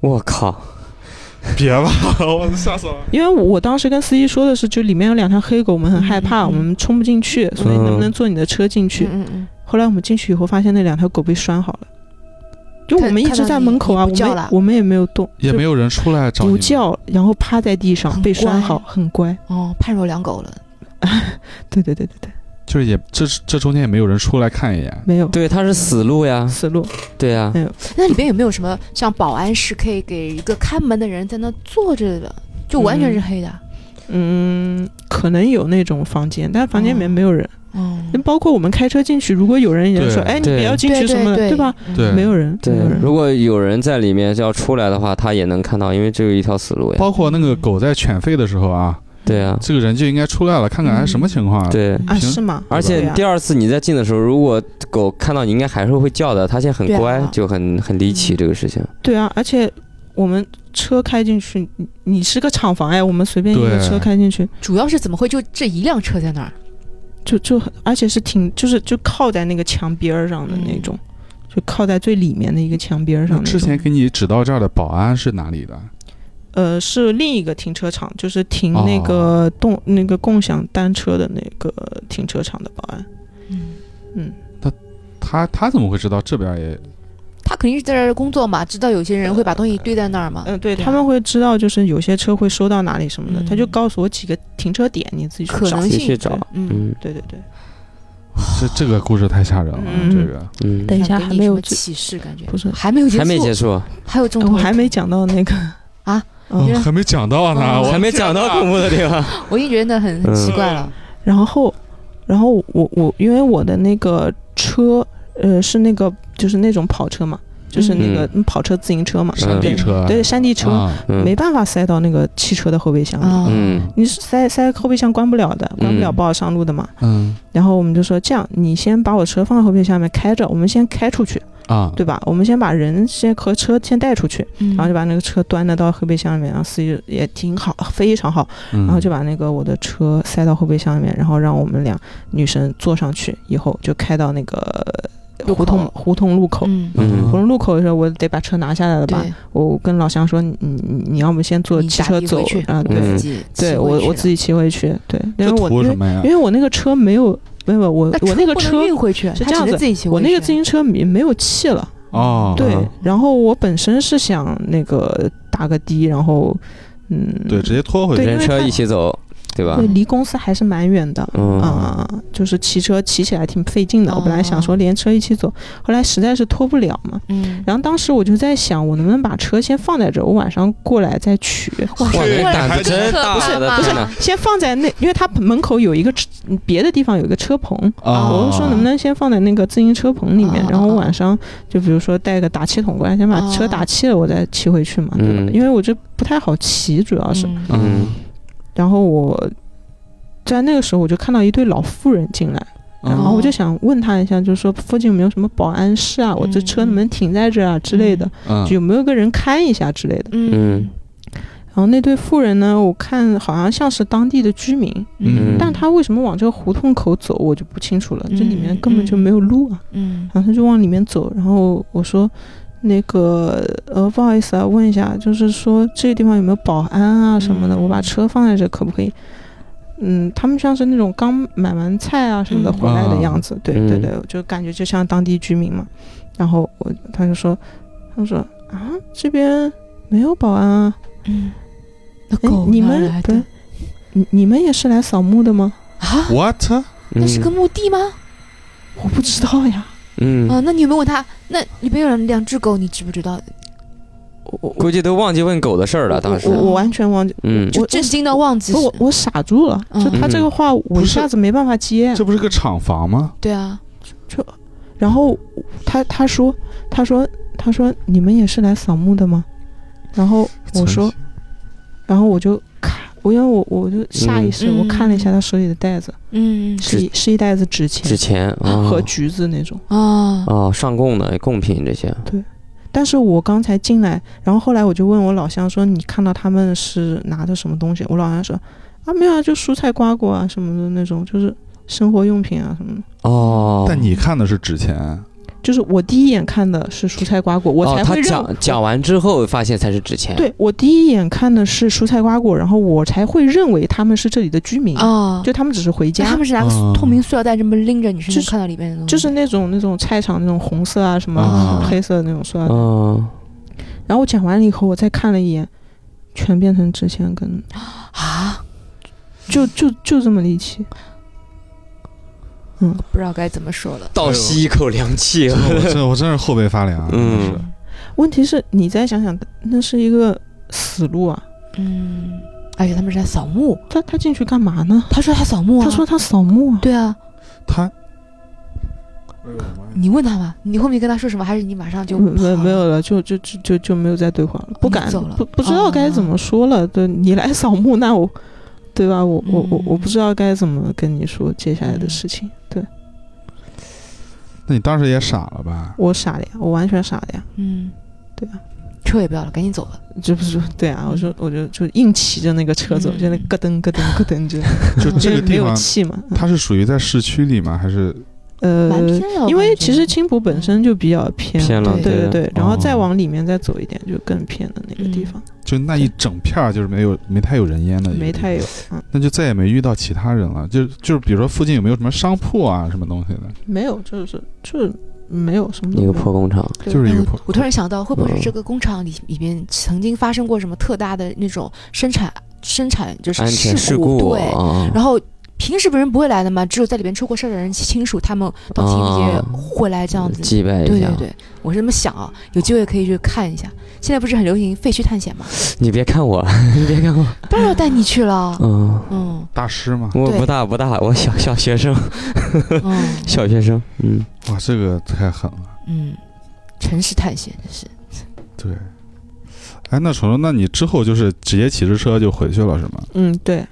Speaker 2: 我靠，
Speaker 1: 别吧，我吓死了。
Speaker 5: 因为我当时跟司机说的是，就里面有两条黑狗，我们很害
Speaker 4: 嗯
Speaker 5: 怕，
Speaker 4: 嗯
Speaker 5: 我们冲不进去，所以能不能坐你的车进去？
Speaker 4: 嗯嗯
Speaker 5: 后来我们进去以后，发现那两条狗被拴好了。就我们一直在门口啊，
Speaker 4: 看看到你你不叫
Speaker 5: 我们
Speaker 4: 了
Speaker 5: 我们也没有动，
Speaker 1: 也没有人出来
Speaker 5: 就
Speaker 1: 找你
Speaker 5: 不
Speaker 1: 们，
Speaker 5: 叫，然后趴在地上
Speaker 4: 很
Speaker 5: 被拴
Speaker 4: 乖
Speaker 5: 好，很乖。
Speaker 4: 嗯，哦，判若两狗了，
Speaker 5: 对对对对对，
Speaker 1: 就是也这这中间也没有人出来看一眼，
Speaker 5: 没有
Speaker 2: 对，啊他是死路呀，
Speaker 5: 死路，
Speaker 2: 对啊呀，
Speaker 4: 那里边有没有什么像保安室可以给一个看门的人在那坐着的？就完全是黑的。
Speaker 5: 嗯，可能有那种房间，但房间里面
Speaker 4: 哦
Speaker 5: 没有人。
Speaker 4: 嗯
Speaker 5: 那，包括我们开车进去，如果有人也说
Speaker 1: 对：“
Speaker 5: 哎，你
Speaker 2: 对
Speaker 5: 不要进
Speaker 4: 对
Speaker 5: 去什么的，
Speaker 4: 对嗯
Speaker 5: 对吧？”？
Speaker 1: 对
Speaker 5: 没有人，
Speaker 2: 对
Speaker 5: 没有，人。
Speaker 2: 如果有人在里面要出来的话，他也能看到，因为只有一条死路呀。
Speaker 1: 包括那个狗在犬吠的时候啊，
Speaker 2: 对啊，
Speaker 1: 这个人就应该出来了，看看哎什么情况啊。
Speaker 2: 嗯对。
Speaker 5: 啊，
Speaker 1: 平
Speaker 5: 是吗？
Speaker 2: 而且
Speaker 5: 对啊
Speaker 2: 第二次你再进的时候，如果狗看到你，应该还是会叫的。它现在很
Speaker 4: 对啊
Speaker 2: 乖，就很很离奇这个事情。
Speaker 5: 对啊，而且我们车开进去，你你是个厂房哎，我们随便一个
Speaker 1: 对
Speaker 5: 车开进去，
Speaker 4: 主要是怎么会就这一辆车在那儿？
Speaker 5: 就就很而且是挺就是就靠在那个墙边儿上的那
Speaker 4: 嗯
Speaker 5: 种，就靠在最里面的一个墙边儿上
Speaker 1: 那
Speaker 5: 的那
Speaker 1: 之
Speaker 5: 种。
Speaker 1: 前给你指到这儿的保安是哪里的？
Speaker 5: 呃，是另一个停车场，就是停
Speaker 1: 哦
Speaker 5: 那个动、那个共享单车的那个停车场的保安。
Speaker 4: 嗯，
Speaker 1: 他他怎么会知道这边也？
Speaker 4: 他肯定是在这儿工作嘛，知道有些人会把东西堆在那儿嘛。
Speaker 5: 嗯、对
Speaker 4: 对啊
Speaker 5: 他们会知道，就是有些车会收到哪里什么的，
Speaker 4: 嗯
Speaker 5: 他就告诉我几个停车点，你自己去
Speaker 4: 可
Speaker 5: 找
Speaker 4: 能。
Speaker 2: 继
Speaker 4: 性
Speaker 2: 续找，
Speaker 4: 嗯，
Speaker 2: 嗯
Speaker 5: 对对对，
Speaker 1: 这这个故事太吓人了，
Speaker 5: 嗯
Speaker 1: 这个
Speaker 2: 嗯，
Speaker 5: 等一下
Speaker 4: 想
Speaker 5: 还
Speaker 4: 给你
Speaker 5: 没
Speaker 4: 什
Speaker 5: 有
Speaker 4: 么
Speaker 5: 去，
Speaker 4: 启示，感觉
Speaker 5: 不是
Speaker 4: 还没有结束，
Speaker 2: 还没结束，
Speaker 4: 还有中
Speaker 5: 呃
Speaker 4: 途，
Speaker 5: 我还没讲到那个
Speaker 4: 啊，
Speaker 5: 嗯
Speaker 4: 原来
Speaker 1: 还没讲到呢，
Speaker 4: 哦
Speaker 1: 我
Speaker 2: 还没讲到恐怖的地 方。
Speaker 4: 我已经觉得很很奇怪了。
Speaker 5: 然后，然后我我因为我的那个车，呃，是那个就是那种跑车嘛，就是那个、嗯跑车自行车嘛，
Speaker 2: 山
Speaker 1: 地
Speaker 5: 对
Speaker 1: 车
Speaker 5: 对山地车、
Speaker 1: 啊，
Speaker 2: 嗯
Speaker 5: 没办法塞到那个汽车的后备箱里，
Speaker 4: 啊，
Speaker 2: 嗯
Speaker 5: 你是塞塞后备箱关不了的，关不了
Speaker 2: 嗯
Speaker 5: 不好上路的嘛。
Speaker 1: 嗯
Speaker 5: 然后我们就说这样，你先把我车放在后备箱里面开着，我们先开出去，
Speaker 1: 啊，
Speaker 5: 对吧？我们先把人先和车先带出去，
Speaker 4: 嗯
Speaker 5: 然后就把那个车端的到后备箱里面，然后司机也挺好，非常好，
Speaker 1: 嗯，
Speaker 5: 然后就把那个我的车塞到后备箱里面，然后让我们俩女生坐上去，以后就开到那个
Speaker 4: 路口
Speaker 5: 胡同胡同路口。
Speaker 4: 嗯，
Speaker 5: 胡
Speaker 2: 嗯
Speaker 5: 同路口的时候，我得把车拿下来了吧？
Speaker 4: 对，
Speaker 5: 我跟老乡说，你你你要不先坐
Speaker 4: 你
Speaker 5: 汽
Speaker 4: 打
Speaker 5: 车
Speaker 4: 的
Speaker 5: 走
Speaker 4: 回去，
Speaker 5: 啊？对、
Speaker 4: 自
Speaker 2: 嗯
Speaker 4: 己
Speaker 5: 对，我我自
Speaker 4: 己
Speaker 5: 己骑回去。对，因为
Speaker 1: 这
Speaker 5: 我
Speaker 1: 图
Speaker 5: 因
Speaker 1: 什
Speaker 5: 为
Speaker 1: 么呀
Speaker 5: 因？为我那个车没有没有我
Speaker 4: 骑回去了，
Speaker 5: 我那个
Speaker 4: 不能
Speaker 5: 车
Speaker 4: 运回去，
Speaker 5: 是
Speaker 4: 他
Speaker 5: 这
Speaker 4: 只
Speaker 5: 样
Speaker 4: 能
Speaker 5: 子
Speaker 4: 自己骑回去。
Speaker 5: 我那个自行车没没有气了，
Speaker 1: 哦，
Speaker 5: 对
Speaker 2: 啊，
Speaker 5: 然后我本身是想那个打个的，然后嗯，
Speaker 1: 对，直接拖回
Speaker 5: 对
Speaker 1: 去
Speaker 5: 因
Speaker 2: 人
Speaker 5: 为
Speaker 2: 车
Speaker 5: 他
Speaker 2: 一起走，对吧
Speaker 5: 对，？离公司还是蛮远的。
Speaker 2: 嗯，
Speaker 5: 啊、就是骑车骑起来挺费劲的。我本来想
Speaker 4: 哦
Speaker 5: 说连车一起走，后来实在是拖不了嘛。
Speaker 4: 嗯，
Speaker 5: 然后当时我就在想，我能不能把车先放在这儿，我晚上过来再取。
Speaker 4: 哇，
Speaker 2: 哇，
Speaker 1: 去
Speaker 2: 你胆
Speaker 1: 还
Speaker 2: 子真
Speaker 4: 可
Speaker 2: 大
Speaker 4: 怕
Speaker 2: 的，
Speaker 4: 不是
Speaker 2: 天哪！
Speaker 5: 先放在那，因为他门口有一个车别的地方有一个车棚，
Speaker 2: 哦
Speaker 1: 啊。
Speaker 5: 我就说能不能先放在那个自行车棚里面
Speaker 4: 哦，
Speaker 5: 然后
Speaker 4: 哦
Speaker 5: 晚上就比如说带个打气筒过来，先把车打气了，我再骑回去嘛，对吧？
Speaker 2: 嗯
Speaker 5: 因为我这不太好骑，主啊要是。
Speaker 4: 嗯
Speaker 2: 嗯
Speaker 5: 然后我在那个时候我就看到一对老妇人进来，
Speaker 1: 嗯
Speaker 5: 然后
Speaker 1: 哦
Speaker 5: 我就想问他一下，就是说附近有没有什么保安室啊，我这车能不能停在这儿啊之类的，
Speaker 1: 嗯
Speaker 5: 就有没有个人看一下之类的。
Speaker 4: 嗯
Speaker 2: 嗯
Speaker 5: 然后那对妇人呢，我看好像像是当地的居民，
Speaker 1: 嗯
Speaker 5: 但他为什么往这个胡同口走，我就不清楚了，这里面
Speaker 1: 嗯
Speaker 5: 根本就没有路啊。
Speaker 4: 嗯
Speaker 5: 然后他就往里面走，然后我说。那个呃，不好意思啊，问一下，就是说这个地方有没有保安啊什么的？
Speaker 4: 嗯
Speaker 5: 我把车放在这可不可以？嗯，他们像是那种刚买完菜啊什么的
Speaker 4: 嗯
Speaker 5: 回来的样子，对
Speaker 2: 嗯
Speaker 5: 对对，就感觉就像当地居民嘛。然后我他就说，他说啊，这边没有保安啊，
Speaker 4: 嗯，那
Speaker 5: 哎
Speaker 4: 狗，
Speaker 5: 你
Speaker 4: 哪
Speaker 5: 们
Speaker 4: 来
Speaker 5: 不
Speaker 4: 的
Speaker 5: 是你你们也是来扫墓的吗？
Speaker 4: 啊？
Speaker 2: 嗯
Speaker 1: what？
Speaker 4: 那是个墓地吗？
Speaker 5: 我不知道呀，
Speaker 2: 嗯，
Speaker 5: 呃
Speaker 4: 啊，那你有没有问他？那里边有两只狗，你知不知道？
Speaker 5: 我我
Speaker 2: 估计都忘记问狗的事儿了，
Speaker 5: 我
Speaker 2: 当时
Speaker 5: 我，我完全忘记，
Speaker 2: 嗯
Speaker 4: 就
Speaker 5: 我
Speaker 4: 震惊到忘记
Speaker 5: 不是。我我傻住了，
Speaker 4: 嗯
Speaker 5: 就他这个话我一下子没办法接。
Speaker 1: 这不是个厂房吗？
Speaker 4: 对啊，
Speaker 5: 就然后他他说他说他说你们也是来扫墓的吗？然后我说，然后我就看我因为我我就下意识
Speaker 4: 嗯
Speaker 5: 我看了一下他手里的袋子，
Speaker 4: 嗯
Speaker 5: 是一是一袋子纸钱
Speaker 2: 之前
Speaker 5: 和
Speaker 2: 哦
Speaker 5: 橘子那种。
Speaker 4: 啊，
Speaker 2: 哦上供的贡品这些，
Speaker 5: 但是我刚才进来，然后后来我就问我老乡说：“你看到他们是拿着什么东西？”我老乡说：“啊，没有啊，就蔬菜瓜果啊什么的那种，就是生活用品啊什么的。
Speaker 2: 哦，
Speaker 1: 但你看的是纸钱，”
Speaker 5: 就是我第一眼看的是蔬菜瓜果，我才
Speaker 2: 哦、他
Speaker 5: 会认、
Speaker 2: 讲讲完之后发现才是纸钱，，
Speaker 5: 对我第一眼看的是蔬菜瓜果，然后我才会认为他们是这里的居民，
Speaker 4: 啊，
Speaker 5: 就他们只是回
Speaker 4: 那他
Speaker 5: 家，
Speaker 4: 们是拿个
Speaker 1: 啊
Speaker 4: 透明塑料袋这么拎着，你是
Speaker 5: 嗯就
Speaker 4: 能
Speaker 5: 是
Speaker 4: 看到里面的东西。
Speaker 5: 就是那种那种菜场那种红色啊什么、
Speaker 1: 啊
Speaker 5: 黑色的那种塑料。
Speaker 2: 嗯，
Speaker 5: 然后我讲完了以后，我再看了一眼，全变成纸钱跟
Speaker 4: 啊，
Speaker 5: 就就就这么离奇。
Speaker 4: 不知道该怎么说了。
Speaker 2: 倒吸一口凉气
Speaker 1: 这
Speaker 2: 啊，
Speaker 1: 我这我真是后背发凉。啊
Speaker 2: 嗯
Speaker 1: 真是
Speaker 5: 问题是你再想想，那是一个死路啊！
Speaker 4: 嗯，而且他们是在扫墓。
Speaker 5: 他他进去干嘛呢？
Speaker 4: 他说他扫墓啊，
Speaker 5: 他说他扫墓啊，
Speaker 4: 对啊，
Speaker 1: 他
Speaker 4: 你问他吧，你后面跟他说什么，还是你马上就
Speaker 5: 没没
Speaker 4: 跑
Speaker 5: 没有了，就就就就就没有再对话了，不敢
Speaker 4: 走了哦
Speaker 5: 不不知道该怎么说了。对你来扫墓，那我对吧？我我我
Speaker 4: 嗯
Speaker 5: 我不知道该怎么跟你说接下来的事情。对
Speaker 1: 那你当时也傻了 吧？
Speaker 5: 我傻了呀，我完全傻了呀，
Speaker 4: 嗯，
Speaker 5: 对啊，
Speaker 4: 车也不要了，赶紧走吧。
Speaker 5: 这不是对啊？我说我就就硬骑着那个车走，
Speaker 4: 嗯
Speaker 5: 就那咯噔咯噔咯噔，就
Speaker 1: 就 这个
Speaker 5: 没
Speaker 1: 地
Speaker 5: 有
Speaker 1: 方，
Speaker 5: 气嘛。
Speaker 1: 它是属于在市区里吗？还是
Speaker 5: 呃
Speaker 4: 蛮，偏的我
Speaker 5: 因为
Speaker 4: 感觉嗯
Speaker 5: 其实青浦本身就比较偏，
Speaker 2: 偏了
Speaker 5: 对
Speaker 2: 对
Speaker 5: 对，然后再
Speaker 1: 哦
Speaker 5: 往里面再走一点，就更偏的那个地
Speaker 4: 嗯
Speaker 5: 方，
Speaker 1: 就那一整片儿就是没有没太有人烟的一个地方？
Speaker 5: 没太有，嗯，
Speaker 1: 那就再也没遇到其他人了。就就是比如说附近有没有什么商铺啊，什么东西的？
Speaker 5: 没有，就是就是没有什么都
Speaker 2: 一个
Speaker 5: 没有
Speaker 2: 破工厂，
Speaker 5: 对嗯
Speaker 1: 就是一个
Speaker 4: 我
Speaker 1: 破
Speaker 4: 我突然想到，会不会是
Speaker 2: 嗯
Speaker 4: 这个工厂里里面曾经发生过什么特大的那种生产生产就是
Speaker 2: 安全事
Speaker 4: 故？
Speaker 2: 故
Speaker 4: 对，
Speaker 2: 啊，
Speaker 4: 然后平时不是人不会来的嘛，只有在里面出过事儿的人亲属，他们到清明
Speaker 2: 啊
Speaker 4: 节会来这样子。
Speaker 2: 祭拜
Speaker 4: 对
Speaker 2: 一
Speaker 4: 对
Speaker 2: 下，
Speaker 4: 对，我是这么想啊，有机会可以去看一下。现在不是很流行废墟探险嘛，
Speaker 2: 你别看我，你别看我，
Speaker 4: 当然要带你 去了。
Speaker 2: 嗯，
Speaker 4: 嗯
Speaker 1: 大师吗？
Speaker 2: 我
Speaker 4: 对
Speaker 2: 不大不大，我小小学生，
Speaker 4: 嗯
Speaker 2: 小学生，嗯，
Speaker 1: 哇，这个太狠了。
Speaker 4: 嗯，城市探险真是。
Speaker 1: 对。哎，那虫虫，那你之后就是直接骑着车就回去了是吗？
Speaker 5: 嗯，对，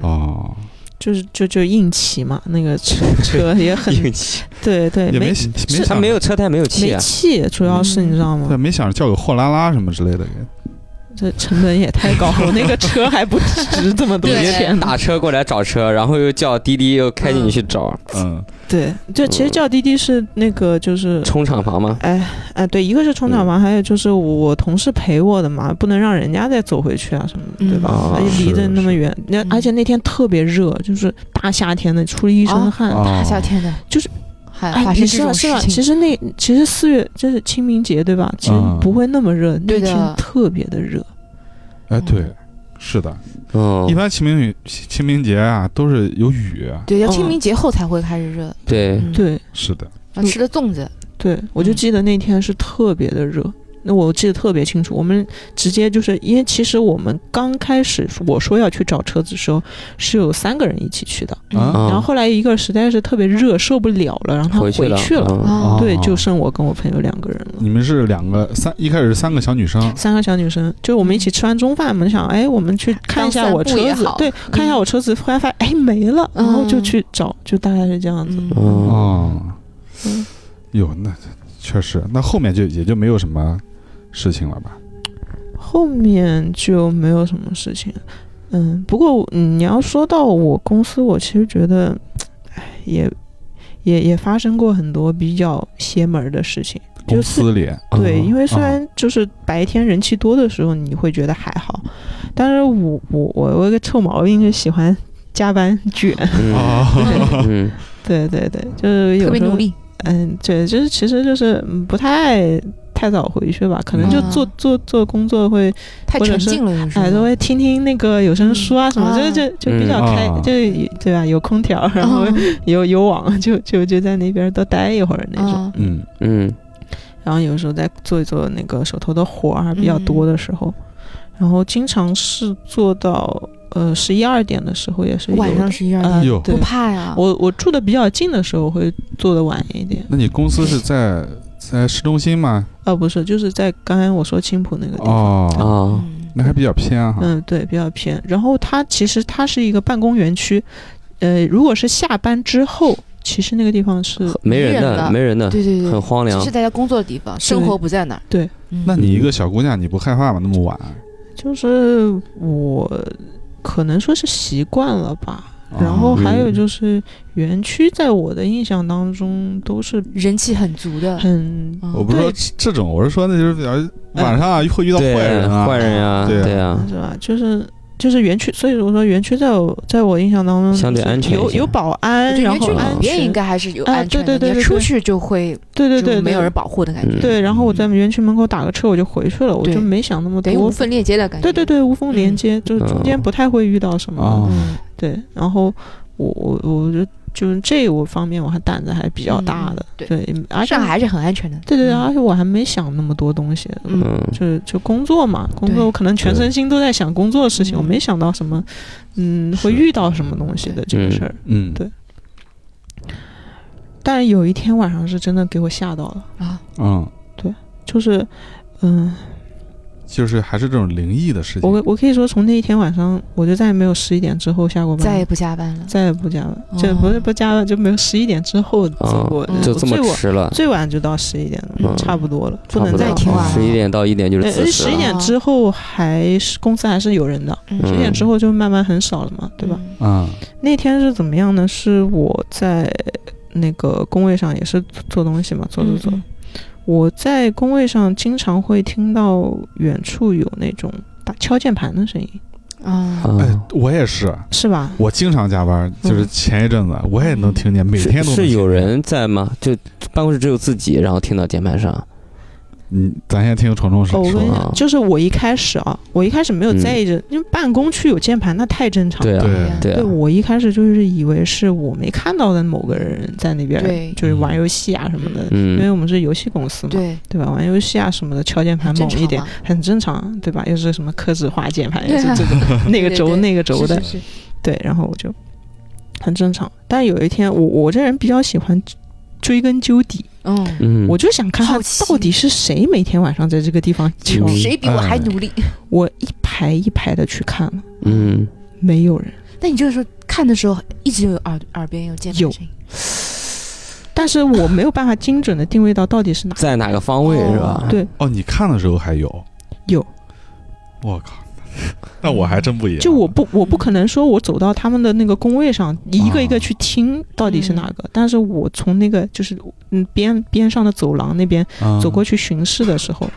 Speaker 1: 哦，
Speaker 5: 就是就就硬骑嘛，那个车车也很
Speaker 2: 硬气，
Speaker 5: 对对，
Speaker 1: 也没
Speaker 5: 没
Speaker 1: 想没
Speaker 5: 是
Speaker 1: 想
Speaker 2: 他没有车胎，没有气
Speaker 5: 没
Speaker 2: 啊，
Speaker 5: 气，主要是
Speaker 4: 嗯
Speaker 5: 你知道
Speaker 1: 对，
Speaker 5: 吗？
Speaker 1: 没想着叫个货拉拉什么之类的。
Speaker 5: 这成本也太高了，我那个车还不值这么多
Speaker 4: 对
Speaker 5: 钱呢。
Speaker 2: 打车过来找车，然后又叫滴滴又开进去找，
Speaker 1: 嗯，
Speaker 5: 对，就其实叫滴滴是那个就是。
Speaker 2: 充厂房吗？
Speaker 5: 哎哎，对，一个是充场房，还有就是我同事陪我的嘛，不能让人家再走回去啊什么的，对吧？
Speaker 2: 嗯
Speaker 5: 而且离得
Speaker 1: 是
Speaker 5: 那么远，那
Speaker 4: 嗯
Speaker 5: 而且那天特别热，就是大夏天的，出了一身
Speaker 4: 啊
Speaker 5: 汗，
Speaker 1: 哦
Speaker 4: 大夏天的，
Speaker 5: 就是
Speaker 4: 还
Speaker 5: 哎，
Speaker 4: 呃发生
Speaker 5: 你
Speaker 4: 这
Speaker 5: 知道
Speaker 4: 种
Speaker 5: 是
Speaker 4: 事
Speaker 5: 吧？其
Speaker 4: 情。
Speaker 5: 实那其实四月这是清明节对吧？其实
Speaker 1: 嗯
Speaker 5: 不会那么热，那
Speaker 4: 对的
Speaker 5: 天特别的热。
Speaker 1: 哎，对
Speaker 4: 嗯，
Speaker 1: 是的，一
Speaker 2: 嗯，
Speaker 1: 般清明雨清明节啊都是有雨，啊
Speaker 4: 对，要清
Speaker 5: 嗯
Speaker 4: 明节后才会开始热，
Speaker 2: 对，
Speaker 4: 嗯
Speaker 5: 对
Speaker 1: 是的，
Speaker 4: 然后吃的粽子，
Speaker 5: 对，我就记得那天是特别的热。那我记得特别清楚，我们直接就是因为其实我们刚开始我说要去找车子的时候，是有三个人一起去的，
Speaker 1: 啊
Speaker 2: 嗯
Speaker 5: 然后后来一个实在是特别热受不了了，然后他
Speaker 2: 回
Speaker 5: 去
Speaker 2: 了，嗯
Speaker 4: 啊
Speaker 5: 对，就
Speaker 1: 剩
Speaker 5: 剩我跟我朋友两个人了。
Speaker 1: 你们是两个三，一开始是三个小女生，
Speaker 5: 三个小女生，就我们一起吃完中饭，我们想，哎，我们去看一下我
Speaker 4: 嗯当散步
Speaker 5: 车
Speaker 4: 也
Speaker 5: 子
Speaker 4: 好，
Speaker 5: 对，看一下我车子，后来发现哎没了，然后就
Speaker 4: 嗯
Speaker 5: 去找，就大概是这样子。
Speaker 4: 嗯，
Speaker 2: 嗯
Speaker 1: 哦
Speaker 5: 嗯，
Speaker 1: 哟，那确实，那后面就也就没有什么事情了吧？
Speaker 5: 后面就没有什么事情。嗯，不过嗯你要说到我公司，我其实觉得，哎，也也也发生过很多比较邪门儿的事情。
Speaker 1: 公
Speaker 5: 就是
Speaker 1: 司里，
Speaker 5: 对，因为虽
Speaker 1: 啊
Speaker 5: 然就是白天人气多的时候，你会觉得还好，但是我我我有一个臭毛病，就喜欢加班卷。
Speaker 2: 嗯
Speaker 1: 啊，
Speaker 2: 嗯，
Speaker 5: 对对对，就是
Speaker 4: 特
Speaker 5: 有
Speaker 4: 别
Speaker 5: 时
Speaker 4: 努
Speaker 5: 候，
Speaker 4: 力，
Speaker 5: 嗯，对，就是其实就是嗯不太太早回去吧，可能就
Speaker 4: 嗯
Speaker 5: 做做做工作会，
Speaker 4: 太
Speaker 5: 或者
Speaker 4: 沉
Speaker 5: 是
Speaker 4: 浸了，有时候
Speaker 5: 哎，都会听听那个有声书啊什么，
Speaker 4: 嗯
Speaker 5: 就就就比较
Speaker 1: 嗯
Speaker 5: 开
Speaker 1: 啊，
Speaker 5: 就对吧？有空调，然后
Speaker 4: 嗯
Speaker 5: 有有网，就就就在那边多待一会儿那种。
Speaker 4: 嗯
Speaker 1: 嗯，
Speaker 2: 嗯，
Speaker 5: 然后有时候再做一做那个手头的活儿啊比较
Speaker 4: 嗯
Speaker 5: 多的时候，然后经常是做到呃十一二点的时候也是有
Speaker 4: 晚上
Speaker 5: 的
Speaker 4: 十一二
Speaker 5: 呃
Speaker 4: 点，
Speaker 1: 有
Speaker 5: 对
Speaker 4: 不怕呀，
Speaker 5: 我我住的比较近的时候会做的晚一点，
Speaker 1: 那你公司是在在市中心吗？
Speaker 5: 啊，不是，就是在刚才我说青浦那个地方，
Speaker 1: 哦，
Speaker 2: 啊，
Speaker 4: 嗯
Speaker 1: 那还比较偏哈。
Speaker 5: 嗯，对，比较偏。然后它其实它是一个办公园区，呃，如果是下班之后，其实那个地方是
Speaker 2: 没人
Speaker 4: 没人
Speaker 2: 的，
Speaker 4: 的
Speaker 2: 没人的，
Speaker 4: 对对对
Speaker 2: 很，荒
Speaker 4: 这
Speaker 2: 凉
Speaker 4: 是。大家工作的地方，生活不在那儿，
Speaker 5: 对
Speaker 4: 嗯，
Speaker 1: 那你一个小姑娘，你不害怕吗？那么晚，
Speaker 5: 就是我可能说是习惯了吧。
Speaker 2: 哦
Speaker 5: 然
Speaker 1: 哦
Speaker 5: 后还有就是园区，在我的印象当中都是
Speaker 4: 人气很足的，
Speaker 5: 很
Speaker 4: 嗯
Speaker 1: 我不是说
Speaker 5: 对
Speaker 1: 这种，我是说那就是比较晚上啊会遇到坏
Speaker 2: 对，
Speaker 1: 人啊，
Speaker 2: 坏人呀，
Speaker 1: 对啊
Speaker 2: 对啊，
Speaker 5: 嗯是吧？就是就是园区，所以我说园区在我在我印象当中
Speaker 2: 相对
Speaker 5: 就是
Speaker 2: 安全一
Speaker 5: 有
Speaker 2: 些
Speaker 5: 有保
Speaker 4: 我
Speaker 5: 安，
Speaker 4: 觉得
Speaker 5: 然
Speaker 4: 园
Speaker 5: 后
Speaker 4: 区
Speaker 5: 安
Speaker 4: 里面
Speaker 5: 全
Speaker 4: 应该还是有
Speaker 5: 啊
Speaker 4: 安全的，
Speaker 5: 对对对
Speaker 4: 你
Speaker 5: 对
Speaker 4: 要出
Speaker 5: 对
Speaker 4: 去就会
Speaker 5: 对对
Speaker 4: 就
Speaker 5: 对，
Speaker 4: 没有
Speaker 5: 对
Speaker 4: 人保护的感觉，
Speaker 5: 对，然后我在
Speaker 1: 嗯
Speaker 5: 园区门口打个车我就回去了，我
Speaker 4: 对
Speaker 5: 就没想那么
Speaker 4: 等于无
Speaker 5: 多。
Speaker 4: 缝链接的感觉，
Speaker 5: 对对，对，无缝连
Speaker 4: 嗯
Speaker 5: 接，就是中间
Speaker 2: 嗯
Speaker 5: 不太会遇到什么。
Speaker 1: 啊
Speaker 4: 嗯，
Speaker 5: 对，然后我我我就就是这我方面我还胆子还比较大的，
Speaker 4: 嗯
Speaker 5: 对，而且
Speaker 4: 上海还是很安全的，
Speaker 5: 对对啊
Speaker 4: 嗯
Speaker 5: 对，而且我还没想那么多东西，
Speaker 4: 嗯
Speaker 2: 嗯，
Speaker 5: 就就工作嘛，工
Speaker 4: 对
Speaker 5: 作我可能全身心都在想工作的事情，
Speaker 4: 嗯
Speaker 5: 我没想到什么，嗯，会
Speaker 1: 是
Speaker 5: 遇到什么东西的这个
Speaker 2: 嗯
Speaker 5: 事儿。
Speaker 1: 嗯，
Speaker 5: 对但有一天晚上是真的给我吓到了，
Speaker 4: 啊，
Speaker 1: 嗯，
Speaker 5: 就是，嗯、
Speaker 1: 就是还是这种灵异的事情。
Speaker 5: 我我可以说，从那一天晚上，我就再也没有十一点之后下过班，
Speaker 4: 再也不加班了，
Speaker 5: 再也不加班，就
Speaker 4: 哦
Speaker 5: 不是不加班，就没有十一点之后走过，
Speaker 2: 哦
Speaker 4: 嗯
Speaker 2: 啊就
Speaker 5: 我
Speaker 2: 这么
Speaker 5: 最晚
Speaker 2: 迟了，
Speaker 5: 最晚就到十一点了，
Speaker 2: 嗯
Speaker 5: 差不多了，
Speaker 2: 差
Speaker 5: 能
Speaker 2: 不
Speaker 5: 再
Speaker 2: 多
Speaker 4: 挺晚了
Speaker 2: 十一点到一点就是子时
Speaker 5: 十
Speaker 2: 了
Speaker 5: 一点之后还是公司还是有人的，
Speaker 4: 嗯
Speaker 5: 十一点之后就慢慢很少了嘛，对吧？？
Speaker 4: 嗯
Speaker 1: 嗯
Speaker 5: 那天是怎么样呢？是我在那个工位上也是做东西嘛，做做做。
Speaker 4: 嗯
Speaker 5: 我在工位上经常会听到远处有那种打敲键盘的声音，
Speaker 4: 啊，
Speaker 2: 啊
Speaker 1: 哎，我也是，
Speaker 5: 是吧？
Speaker 1: 我经常加班，
Speaker 5: 嗯
Speaker 1: 就是前一阵子我也能听见，每天
Speaker 2: 是
Speaker 1: 都能
Speaker 2: 是
Speaker 1: 听
Speaker 2: 有
Speaker 1: 见。
Speaker 2: 人在吗？就办公室只有自己，然后听到键盘
Speaker 5: 啊
Speaker 2: 上，
Speaker 1: 嗯，咱先听虫虫
Speaker 5: 哦，
Speaker 1: 说
Speaker 5: 我跟你
Speaker 1: 说。
Speaker 2: 啊
Speaker 5: 讲，就是我一开始啊，我一开始没有在意这，因为办公区有键盘，那太正常了。
Speaker 2: 嗯对啊，
Speaker 1: 对
Speaker 2: 对
Speaker 5: 对
Speaker 2: 啊，
Speaker 5: 我一开始就是以为是我没看到的某个人在那边
Speaker 4: 对，
Speaker 5: 就是玩游戏啊什么的，因为
Speaker 2: 嗯
Speaker 5: 我们是游戏公司嘛，
Speaker 4: 对，
Speaker 5: 对吧？玩游戏啊什么的，敲键盘
Speaker 4: 很
Speaker 5: 猛
Speaker 4: 正
Speaker 5: 一点
Speaker 4: 常嘛，
Speaker 5: 很正常，啊对吧？又是什么刻字化键盘，
Speaker 4: 对
Speaker 5: 又
Speaker 4: 啊
Speaker 5: 是这种那个
Speaker 4: 对
Speaker 5: 轴
Speaker 4: 对
Speaker 5: 那个轴的
Speaker 4: 是，是是
Speaker 5: 对。然后我就很正常，但有一天我我这人比较喜欢追根究底，
Speaker 4: 嗯，
Speaker 2: 嗯，
Speaker 5: 我就想看看
Speaker 4: 好奇
Speaker 5: 到底是谁每天晚上在这个地方敲。
Speaker 2: 嗯
Speaker 4: 谁比我还努力？
Speaker 5: 我一排一排的去看了，
Speaker 2: 嗯，
Speaker 5: 没有人。
Speaker 4: 那你就是说看的时候一直有耳耳边有键
Speaker 5: 有
Speaker 4: 盘声音，
Speaker 5: 但是我没有办法精准的定位到到底是哪。
Speaker 2: 在哪个方位是吧？
Speaker 5: 对
Speaker 1: 哦，你看的时候还有？
Speaker 5: 有。
Speaker 1: 我靠， 那我还真不一样。
Speaker 5: 就我不，我不可能说我走到他们的那个工位上，一个一个去听到底
Speaker 1: 嗯
Speaker 5: 是哪个。但是我从那个就是嗯边边上的走廊那边
Speaker 1: 嗯
Speaker 5: 走过去巡视的时候，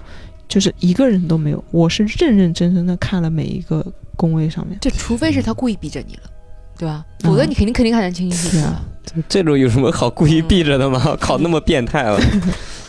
Speaker 5: 就是一个人都没有。我是认认真真的看了每一个工位上面。
Speaker 4: 这除非是他故意逼着你了，对吧？否则
Speaker 5: 嗯
Speaker 4: 你肯定肯定看得清清楚
Speaker 5: 对
Speaker 4: 楚
Speaker 5: 啊
Speaker 4: 的。
Speaker 2: 这种有什么好故意避着的吗？靠，那么变态了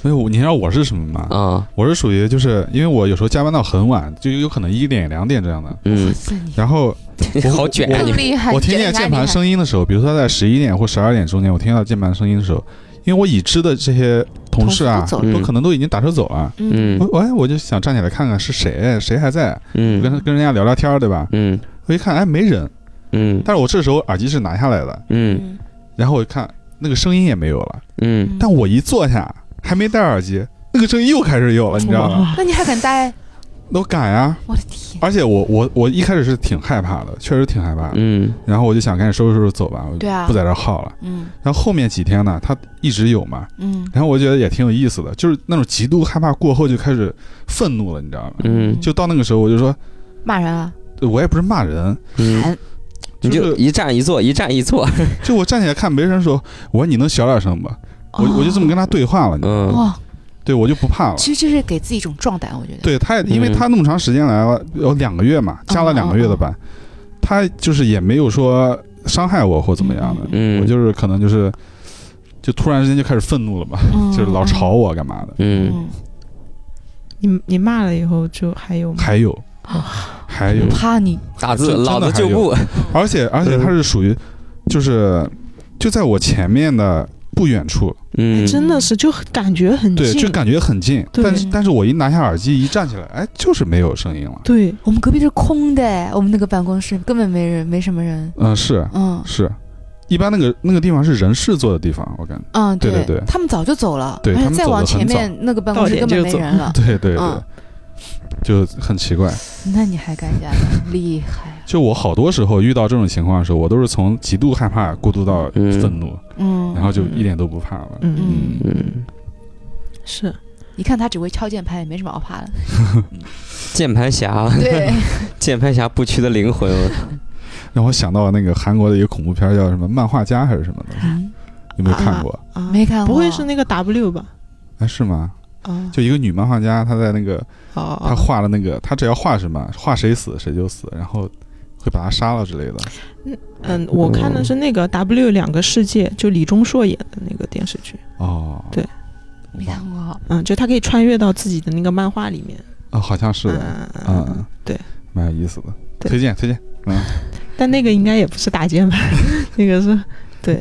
Speaker 1: 没有，你知道我是什么吗？
Speaker 2: 啊！
Speaker 1: 我是属于就是因为我有时候加班到很晚，就有可能一点两点这样的。
Speaker 2: 嗯，
Speaker 4: 塞你
Speaker 1: 然后
Speaker 2: 你
Speaker 1: 我
Speaker 2: 好卷啊
Speaker 1: 我
Speaker 2: 你
Speaker 4: 更！厉害，
Speaker 1: 我听见键盘声音的时候，比如说在十一点或十二点中间，我听到键盘声音的时候，因为我已知的这些同事啊，
Speaker 4: 同
Speaker 2: 事都走了
Speaker 1: 都可能都已经打车走了。
Speaker 2: 嗯
Speaker 1: 我哎，我就想站起来看看是谁，谁还在，我跟
Speaker 2: 嗯
Speaker 1: 他跟人家聊聊天儿，对吧？
Speaker 2: 嗯
Speaker 1: 我一看，哎，没人。
Speaker 2: 嗯
Speaker 1: 但是我这时候耳机是拿下来的，
Speaker 2: 嗯
Speaker 4: 嗯
Speaker 1: 然后我一看那个声音也没有了，
Speaker 2: 嗯，
Speaker 1: 但我一坐下还没戴耳机，那个声音又开始有了，你知道吗？
Speaker 5: 哇
Speaker 4: 那你还敢待？
Speaker 1: 那我敢呀！
Speaker 4: 我的天！
Speaker 1: 而且我我我一开始是挺害怕的，确实挺害怕的。
Speaker 2: 嗯
Speaker 1: 然后我就想赶紧收拾收拾走吧，我
Speaker 4: 对啊
Speaker 1: 不在这儿耗了。
Speaker 4: 嗯
Speaker 1: 然后后面几天呢，他一直有嘛，
Speaker 4: 嗯，
Speaker 1: 然后我觉得也挺有意思的，就是那种极度害怕过后就开始愤怒了，你知道吗？
Speaker 2: 嗯
Speaker 1: 就到那个时候，我就说，
Speaker 4: 骂人啊！
Speaker 1: 呃我也不是骂人，
Speaker 2: 嗯，
Speaker 4: 还
Speaker 2: 你
Speaker 1: 就是
Speaker 2: 就一站一坐，一站一坐，
Speaker 1: 就我站起来看没人的时候，我说你能小点声吧？我我就这么跟他对话了，你知道吗
Speaker 2: 嗯
Speaker 4: 哇，
Speaker 1: 对我就不怕了。
Speaker 4: 其实这是给自己一种壮胆，我觉得。
Speaker 1: 啊对他也，因为他那么长时间来了，有两个月嘛，加了两个月的班，他就是也没有说伤害我或怎么样的，
Speaker 2: 嗯，
Speaker 1: 我就是可能就是，就突然之间就开始愤怒了嘛，
Speaker 4: 嗯，
Speaker 1: 就是老吵我干嘛的。
Speaker 2: 嗯
Speaker 4: 嗯。
Speaker 5: 你你骂了以后就还有吗？
Speaker 1: 还有，还有
Speaker 4: 嗯，，怕你
Speaker 2: 打字
Speaker 1: 真真的
Speaker 2: 老子就
Speaker 1: 还有
Speaker 2: 不，
Speaker 1: 而且而且他是属于，就是就在我前面的不远处，
Speaker 2: 嗯
Speaker 5: 真的是就感觉很
Speaker 1: 对，
Speaker 5: 近，
Speaker 1: 就感觉很近，
Speaker 5: 对
Speaker 1: 但是但是我一拿下耳机一站起来，哎，就是没有声音了。
Speaker 5: 对
Speaker 4: 我们隔壁是空的哎，我们那个办公室根本没人，没什么人。
Speaker 1: 嗯，是
Speaker 4: 嗯
Speaker 1: 是，一般那个那个地方是人事做的地方，我感觉，
Speaker 4: 嗯，
Speaker 1: 对对
Speaker 4: 对
Speaker 1: 对
Speaker 4: 他们早就走了，
Speaker 1: 对
Speaker 4: 而
Speaker 1: 他
Speaker 4: 且
Speaker 1: 们
Speaker 4: 再
Speaker 1: 走得
Speaker 4: 往
Speaker 1: 很
Speaker 4: 前
Speaker 1: 早
Speaker 4: 面那个办公
Speaker 5: 到
Speaker 4: 室
Speaker 5: 点
Speaker 4: 根本没
Speaker 5: 就走
Speaker 4: 人了。
Speaker 1: 对对对
Speaker 4: 嗯，
Speaker 1: 就很奇怪。
Speaker 4: 那你还敢加班？厉害啊！
Speaker 1: 就我好多时候遇到这种情况的时候，我都是从极度害怕过渡到
Speaker 2: 嗯
Speaker 1: 愤怒，
Speaker 4: 嗯，
Speaker 1: 然后就一点都不怕了。
Speaker 5: 嗯嗯
Speaker 4: 嗯，
Speaker 2: 嗯，
Speaker 5: 是
Speaker 4: 你看他只会敲键盘，也没什么好 怕的。
Speaker 2: 键盘侠，
Speaker 4: 对，
Speaker 2: 键盘侠不屈的灵魂，
Speaker 1: 让我想到那个韩国的一个恐怖片儿叫什么《漫画家》还是什么的，有没有看过？
Speaker 5: 啊，
Speaker 4: 没看过
Speaker 5: 不会是那个 W 吧？
Speaker 1: 哎，是吗？
Speaker 5: 啊，
Speaker 1: 就一个女漫画家，她在那个她
Speaker 5: 哦，
Speaker 1: 画了那个，她只要画什么，画谁死谁就死，然后会把她杀了之类的。
Speaker 5: 嗯，我看的是那个 W 两个世界，就李钟硕演的那个电视剧，
Speaker 1: 哦，
Speaker 5: 对
Speaker 4: 没看过。
Speaker 5: 嗯，就他可以穿越到自己的那个漫画里面，
Speaker 1: 啊，好像是的，
Speaker 5: 嗯嗯嗯
Speaker 1: 嗯，
Speaker 5: 对，
Speaker 1: 蛮有意思的，
Speaker 5: 对
Speaker 1: 推荐推荐。嗯，
Speaker 5: 但那个应该也不是打键盘， 那个是对。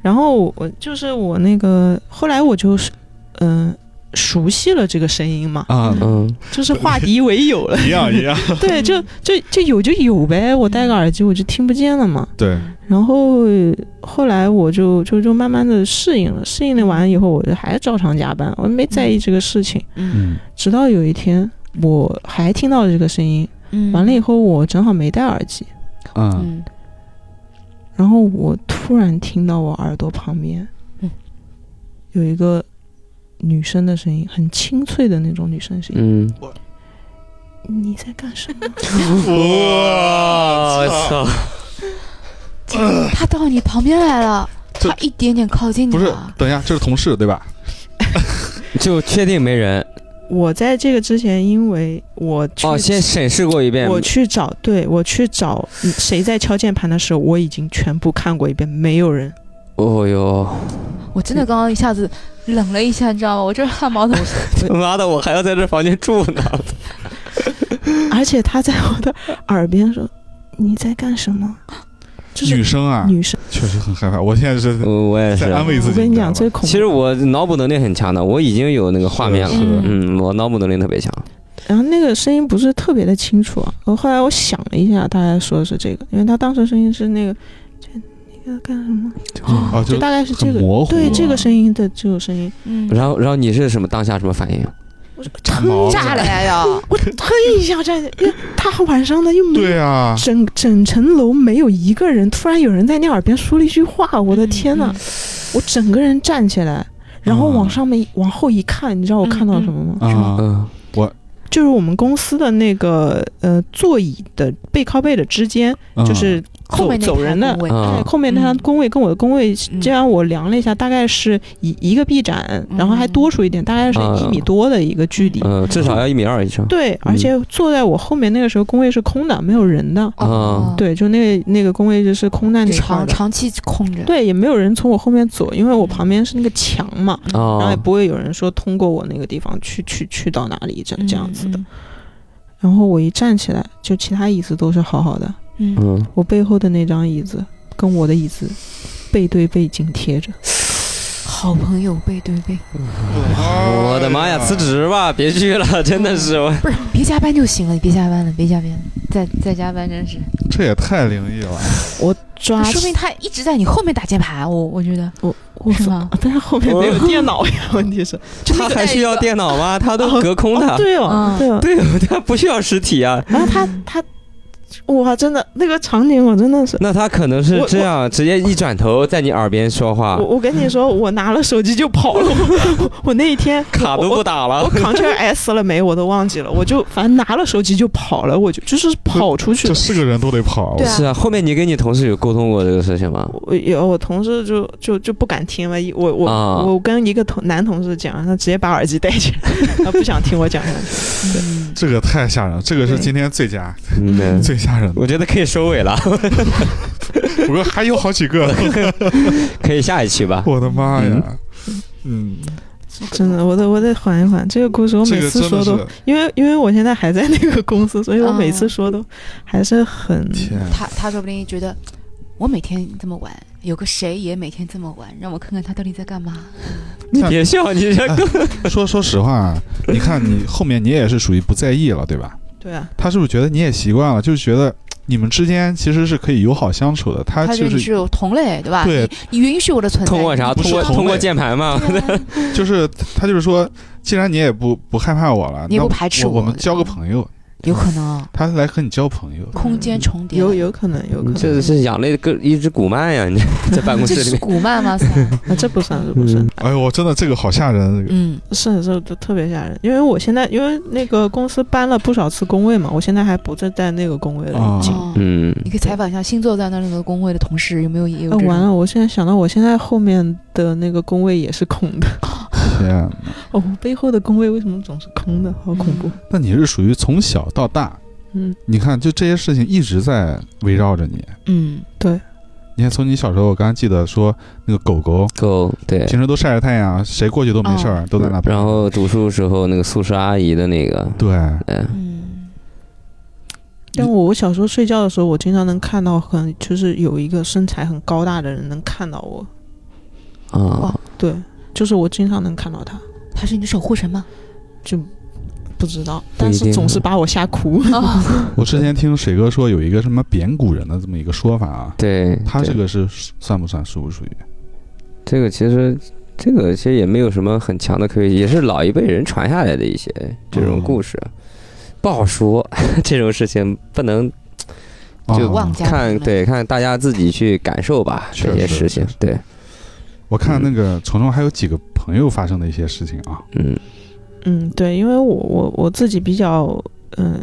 Speaker 5: 然后我就是我那个后来我就是嗯、熟悉了这个声音嘛，
Speaker 1: 啊，
Speaker 2: 嗯
Speaker 5: 就是化敌为友 了。
Speaker 1: 一样一样，
Speaker 5: 对，就就就有就有呗，我戴个耳机我就听不见了嘛。
Speaker 1: 对，
Speaker 5: 然后后来我就就就慢慢的适应了，适应了完以后，我就还照常加班，我没在意这个事情。
Speaker 4: 嗯
Speaker 1: 嗯
Speaker 5: 直到有一天，我还听到了这个声音，
Speaker 4: 嗯
Speaker 5: 完了以，后我正好没戴耳机，
Speaker 1: 嗯，
Speaker 4: 嗯，
Speaker 5: 然后我突然听到我耳朵旁边，
Speaker 4: 嗯
Speaker 5: 有一个女生的声音，很清脆的那种女生声音。
Speaker 2: 嗯，
Speaker 5: 你在干什么？
Speaker 2: 我操，
Speaker 4: 嗯他到你旁边来了，
Speaker 1: 这
Speaker 4: 他一点点靠近你
Speaker 1: 不是
Speaker 4: 了，。
Speaker 1: 等一下，这是同事对吧？
Speaker 2: 就确定没人
Speaker 5: 我在这个之前，因为我去
Speaker 2: 哦，先审视过一遍，
Speaker 1: 嗯
Speaker 5: 我去找，对我去找嗯谁在敲键盘的时候，我已经全部看过一遍，没有人。
Speaker 2: 哦哟，
Speaker 4: 我真的刚刚一下子冷了一下，你知道吗？我这 汗毛怎么？
Speaker 2: 他 妈的，我还要在这房间住呢，
Speaker 5: 而且他在我的耳边说：“你在干什么？”就是
Speaker 1: 女生啊，
Speaker 5: 女生，
Speaker 1: 确实很害怕。我现在是 啊
Speaker 2: 我也是
Speaker 1: 在。安慰自己。
Speaker 5: 我跟你讲，
Speaker 1: 知道
Speaker 5: 最
Speaker 1: 吗
Speaker 5: 恐怖。
Speaker 2: 其实我脑补能力很强的，我已经有那个画面
Speaker 1: 是嗯
Speaker 2: 了。
Speaker 1: 的
Speaker 4: 嗯
Speaker 2: 嗯，我脑补能力特别强。
Speaker 5: 然后那个声音不是特别的清楚啊。我后来我想了一下，大概说的是这个，因为他当时声音是那个，这你在干什么？
Speaker 1: 哦，就
Speaker 5: 就大概是这
Speaker 1: 很
Speaker 5: 个，
Speaker 1: 模糊
Speaker 5: 对
Speaker 1: 啊
Speaker 5: 这个声音的这个声音，
Speaker 4: 嗯，
Speaker 2: 然后，然后你是什么当下什么反应？
Speaker 1: 啊
Speaker 5: 我说
Speaker 1: 炸毛
Speaker 5: 腾
Speaker 1: 了
Speaker 4: 炸了呀要！
Speaker 5: 我腾一下站起来，因为大晚上的又没
Speaker 1: 对啊，
Speaker 5: 整整层楼没有一个人，突然有人在你耳边说了一句话， 我
Speaker 4: 嗯
Speaker 5: 的天呐！我整个人站起来，然后往上面一、往后一看，你知道我看到什么吗？
Speaker 1: 啊，
Speaker 2: 嗯
Speaker 5: 就是我们公司的那个呃座椅的背靠背的之间，
Speaker 1: 嗯
Speaker 5: 就是
Speaker 4: 后面那
Speaker 5: 走
Speaker 4: 排
Speaker 5: 人的
Speaker 4: 工位
Speaker 2: 啊
Speaker 5: 哎，后面它
Speaker 4: 嗯
Speaker 5: 工位跟我的工位，
Speaker 4: 嗯
Speaker 5: 这样我量了一下，大概是一一个臂展，然后还多出一点，大概是一米多的一个距离。
Speaker 2: 嗯，至少要一米二以上。
Speaker 5: 对，而且坐在我后面那个时候，工位是空的，没有人的。
Speaker 2: 啊
Speaker 1: 嗯
Speaker 4: 哦，
Speaker 5: 对，就那个那个工位就是空难
Speaker 4: 对，
Speaker 5: 那块儿
Speaker 4: 长
Speaker 5: 的。
Speaker 4: 长期空着，
Speaker 5: 对，也没有人从我后面走，因为我旁边是那个墙嘛，然后也
Speaker 2: 哦，
Speaker 5: 不会有人说通过我那个地方去去去到哪里这
Speaker 4: 嗯，
Speaker 5: 这样子的。
Speaker 4: 嗯，
Speaker 5: 然后我一站起来，就其他椅子都是好好的，
Speaker 4: 嗯，
Speaker 2: 嗯，
Speaker 5: 我背后的那张椅子跟我的椅子背对背紧贴着。
Speaker 4: 好朋友背对背，
Speaker 1: 我
Speaker 2: 我的妈呀，辞！职吧，别去了，真的是我。
Speaker 4: 不是别加班就行了，你别加班了，别加班了，再再加班真是，
Speaker 1: 这也太灵异了。
Speaker 5: 我抓
Speaker 4: 说明他一直在你后面打键盘，我我觉得
Speaker 5: 我我
Speaker 4: 是吗？
Speaker 5: 但是后面没有电脑呀，问题是
Speaker 2: 他还需要电脑吗？他都隔空的。
Speaker 5: 对哦
Speaker 4: 嗯
Speaker 5: 对哦。
Speaker 2: 对，他不需要实体啊。
Speaker 5: 然后他他，哇，真的那个场景我真的是，
Speaker 2: 那他可能是
Speaker 5: 我
Speaker 2: 这样，直接一转头在你耳边说话
Speaker 5: 我，我跟你说，我拿了手机就跑了， 我我那一天
Speaker 2: 卡都不打
Speaker 5: 我
Speaker 1: 啊
Speaker 2: 了。
Speaker 5: Ctrl S 了没，我都忘记了，我就反正拿了手机就跑了，我就就是跑出去
Speaker 1: 这。是个人都得跑。
Speaker 4: 对啊
Speaker 2: 是啊，后面你跟你同事有沟通过这个事情吗？
Speaker 5: 我有我同事就就就不敢听了，我我、
Speaker 2: 啊
Speaker 5: 我跟一个同男同事讲，他直接把耳机戴起来， 他不想听我讲下去。
Speaker 4: 嗯
Speaker 1: 这个太吓人了，这个是
Speaker 5: 对
Speaker 1: 今天最佳
Speaker 2: 嗯， 对
Speaker 1: 最吓人的。
Speaker 2: 我觉得可以收尾了，
Speaker 1: 不过还有好几 个，
Speaker 2: 可以下一期吧。
Speaker 1: 我的妈呀！嗯，
Speaker 5: 真的，我得我得缓一缓这个故事，我
Speaker 1: 这
Speaker 5: 每
Speaker 1: 个
Speaker 5: 次
Speaker 1: 真
Speaker 5: 说
Speaker 1: 的
Speaker 5: 都
Speaker 1: 是
Speaker 5: 因为因为我现在还在那个公司，所以我
Speaker 4: 啊
Speaker 5: 每次说都还是很
Speaker 1: 天，
Speaker 4: 他他说不定觉得我每天这么玩，有个谁也每天这么玩，让我看看他到底在干嘛。
Speaker 2: 你别笑，你这个
Speaker 5: 嗯
Speaker 1: 说说实话啊，你看你后面你也是属于不在意了，对吧？
Speaker 5: 对啊，
Speaker 1: 他是不是觉得你也习惯了？就是觉得你们之间其实是可以友好相处的。他
Speaker 4: 他
Speaker 1: 就
Speaker 4: 觉得你
Speaker 1: 是
Speaker 4: 是有同类，对吧？
Speaker 1: 对
Speaker 4: 你，你允许我的存在。
Speaker 2: 通过啥？
Speaker 1: 不
Speaker 2: 通
Speaker 1: 是
Speaker 2: 过
Speaker 1: 同类
Speaker 2: 通过键盘吗？
Speaker 4: 对啊
Speaker 1: 就是他就是说，既然你也不不害怕我了，
Speaker 4: 你也
Speaker 1: 那
Speaker 4: 不排斥
Speaker 1: 我，
Speaker 4: 我
Speaker 1: 们交个朋友。
Speaker 4: 有可能啊
Speaker 1: 他来和你交朋友，
Speaker 4: 空间重叠，
Speaker 5: 有有可能有可能，
Speaker 2: 这是养了一个一只古曼呀，你这在办公
Speaker 4: 这
Speaker 2: 室里
Speaker 4: 是
Speaker 2: 面。
Speaker 4: 古曼吗？算
Speaker 5: 啊这不算这不算，
Speaker 1: 哎呦，我真的这个好吓人，这个
Speaker 4: 嗯，
Speaker 5: 是是都特别吓人。因为我现在因为那个公司搬了不少次工位嘛，我现在还不是在那个工位了。
Speaker 1: 啊
Speaker 5: 已经
Speaker 4: 哦，
Speaker 2: 嗯，
Speaker 4: 你可以采访一下星座在那里的工会的同事有没有也有
Speaker 5: 啊
Speaker 4: 这
Speaker 5: 完了！
Speaker 4: 种？
Speaker 5: 我现在想到，我现在后面的那个工位也是空的。
Speaker 1: 天啊哪！
Speaker 5: 哦，我背后的工位为什么总是空的？好
Speaker 4: 嗯
Speaker 5: 恐怖！
Speaker 1: 那你是属于从小到大，
Speaker 5: 嗯，
Speaker 1: 你看就这些事情一直在围绕着你。
Speaker 4: 嗯，
Speaker 1: 你看从你小时候，我刚刚记得说那个狗狗
Speaker 2: 够对。
Speaker 1: 平时都晒晒太阳，谁过去都没事儿，都在那
Speaker 2: 然后读书时候那个宿舍阿姨的那个，
Speaker 1: 对，
Speaker 2: 嗯，
Speaker 4: 嗯，
Speaker 5: 但我我小时候睡觉的时候，我经常能看到很，就是有一个身材很高大的人能看到我。
Speaker 2: 啊，
Speaker 5: 对，就是我经常能看到他，
Speaker 4: 他是你的守护神吗？
Speaker 5: 就不知道，
Speaker 2: 不一定
Speaker 5: 但是总是把我吓 哭。
Speaker 4: 啊，
Speaker 1: 我之前听水哥说有一个什么扁骨人的这么一个说法啊，
Speaker 2: 对，
Speaker 1: 他
Speaker 2: 对
Speaker 1: 这个是算不算属不属于？
Speaker 2: 这个其实这个其实也没有什么很强的科学，也是老一辈人传下来的一些这种故事，不好说 这种事情不能
Speaker 5: 哦
Speaker 2: 就
Speaker 1: 啊
Speaker 4: 妄加
Speaker 2: 看
Speaker 4: 评论，
Speaker 2: 对看大家自己去感受吧，
Speaker 1: 是
Speaker 2: 这些
Speaker 1: 是
Speaker 2: 事情
Speaker 1: 是
Speaker 2: 对，
Speaker 1: 我看那个虫虫还有几个朋友发生的一些事情啊，
Speaker 2: 嗯
Speaker 5: 嗯，对，因为我我我自己比较，嗯、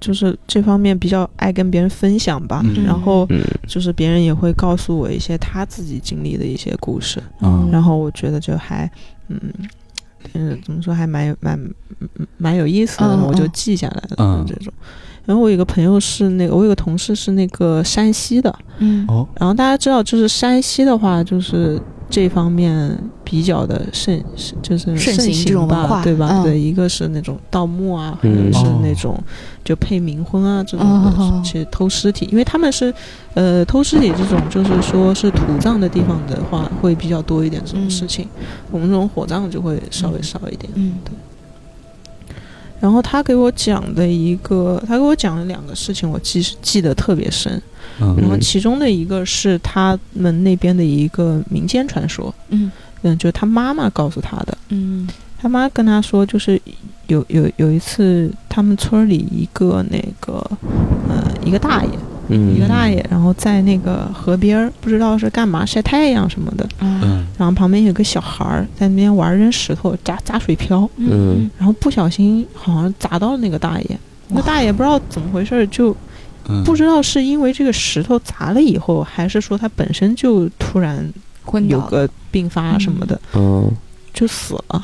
Speaker 5: 就是这方面比较爱跟别人分享吧。
Speaker 1: 嗯
Speaker 5: 然后
Speaker 2: 嗯
Speaker 5: 就是别人也会告诉我一些他自己经历的一些故事。
Speaker 1: 嗯
Speaker 5: 然后我觉得就还，嗯，嗯，怎么说还蛮有蛮嗯蛮有意思的，
Speaker 4: 嗯
Speaker 5: 我就
Speaker 4: 嗯
Speaker 5: 记下来了、
Speaker 1: 嗯
Speaker 5: 这种。然后我有个朋友是那个，我有个同事是那个山西的，
Speaker 4: 嗯，
Speaker 1: 哦，
Speaker 5: 然后大家知道，就是山西的话，就是这方面比较的盛，是就是
Speaker 4: 盛行
Speaker 5: 行
Speaker 4: 这种文
Speaker 5: 吧
Speaker 4: 化
Speaker 5: 对吧？
Speaker 4: 嗯
Speaker 5: 对，一个是那种盗墓啊，还
Speaker 2: 嗯
Speaker 5: 有是
Speaker 1: 哦
Speaker 5: 那种就配冥婚啊这种
Speaker 4: 哦
Speaker 5: 的，去偷尸体，因为他们是呃偷尸体这种，就是说是土葬的地方的话会比较多一点这种事情，我们这种火葬就会稍微
Speaker 4: 嗯
Speaker 5: 少一点。
Speaker 4: 嗯，
Speaker 5: 然后他给我讲的一个，他给我讲了两个事情，我记记得特别深。然
Speaker 1: 嗯
Speaker 5: 后其中的一个是他们那边的一个民间传说，
Speaker 4: 嗯
Speaker 5: 嗯，就是他妈妈告诉他的。
Speaker 4: 嗯
Speaker 5: 他妈跟他说，就是有有有一次，他们村儿里一个那个呃一个大爷，一个
Speaker 2: 嗯
Speaker 5: 大爷，然后在那个河边儿，不知道是干嘛晒太阳什么的，
Speaker 4: 啊
Speaker 1: 嗯
Speaker 5: 然后旁边有个小孩儿在那边玩扔石头砸砸水漂，
Speaker 2: 嗯
Speaker 5: 然后不小心好像砸到了那个大爷，那
Speaker 4: 哇
Speaker 5: 大爷不知道怎么回事儿就
Speaker 1: 嗯
Speaker 5: 不知道是因为这个石头砸了以后，还是说他本身就突然
Speaker 4: 昏
Speaker 5: 有
Speaker 4: 倒
Speaker 5: 个病发什么的，
Speaker 2: 嗯，
Speaker 5: 就死了。
Speaker 4: 啊？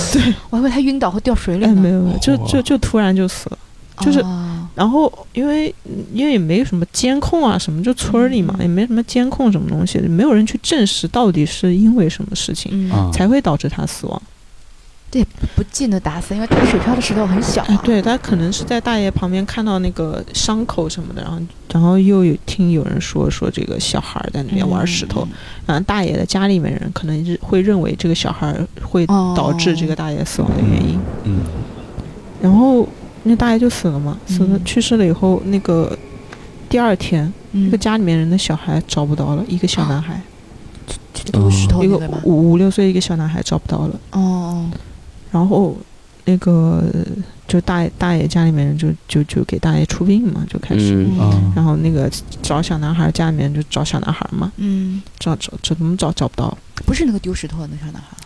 Speaker 4: 对，我还以为他晕倒或掉水里
Speaker 5: 哎，没
Speaker 4: 呢。
Speaker 5: 有，没有，就
Speaker 1: 哇
Speaker 5: 就就突然就死了。就是
Speaker 4: 哦
Speaker 5: 然后因为因为也没什么监控啊什么，就村儿里嘛，
Speaker 4: 嗯
Speaker 5: 也没什么监控什么东西，没有人去证实到底是因为什么事情
Speaker 4: 嗯，
Speaker 1: 啊，
Speaker 5: 才会导致他死亡。
Speaker 4: 不见得打死，因为打水漂的石头很小
Speaker 5: 哎
Speaker 4: 啊。，
Speaker 5: 对他可能是在大爷旁边看到那个伤口什么的，然后然后又有听有人说说这个小孩儿在那边
Speaker 4: 嗯
Speaker 5: 玩石头，然后大爷的家里面人可能是会认为这个小孩儿会
Speaker 4: 哦，
Speaker 5: 导致这个大爷死亡的原因，
Speaker 1: 嗯，
Speaker 5: 然后那大爷就死了嘛，死了
Speaker 4: 嗯
Speaker 5: 去世了以后，那个第二天
Speaker 4: 嗯
Speaker 5: 那个家里面人的小孩找不到了，一个小男孩，
Speaker 4: 就丢石头
Speaker 5: 一
Speaker 4: 那
Speaker 5: 个
Speaker 4: 个嘛。
Speaker 5: 五五六岁一个小男孩找不到了，
Speaker 4: 哦哦，
Speaker 5: 然后那个就大爷大爷家里面人就就就给大爷出殡嘛，就开始。
Speaker 2: 嗯
Speaker 1: 啊
Speaker 5: 然后那个找小男孩，家里面就找小男孩嘛，
Speaker 4: 嗯，
Speaker 5: 找找找怎么找找不到
Speaker 4: 不是那个丢石头的那个小男孩，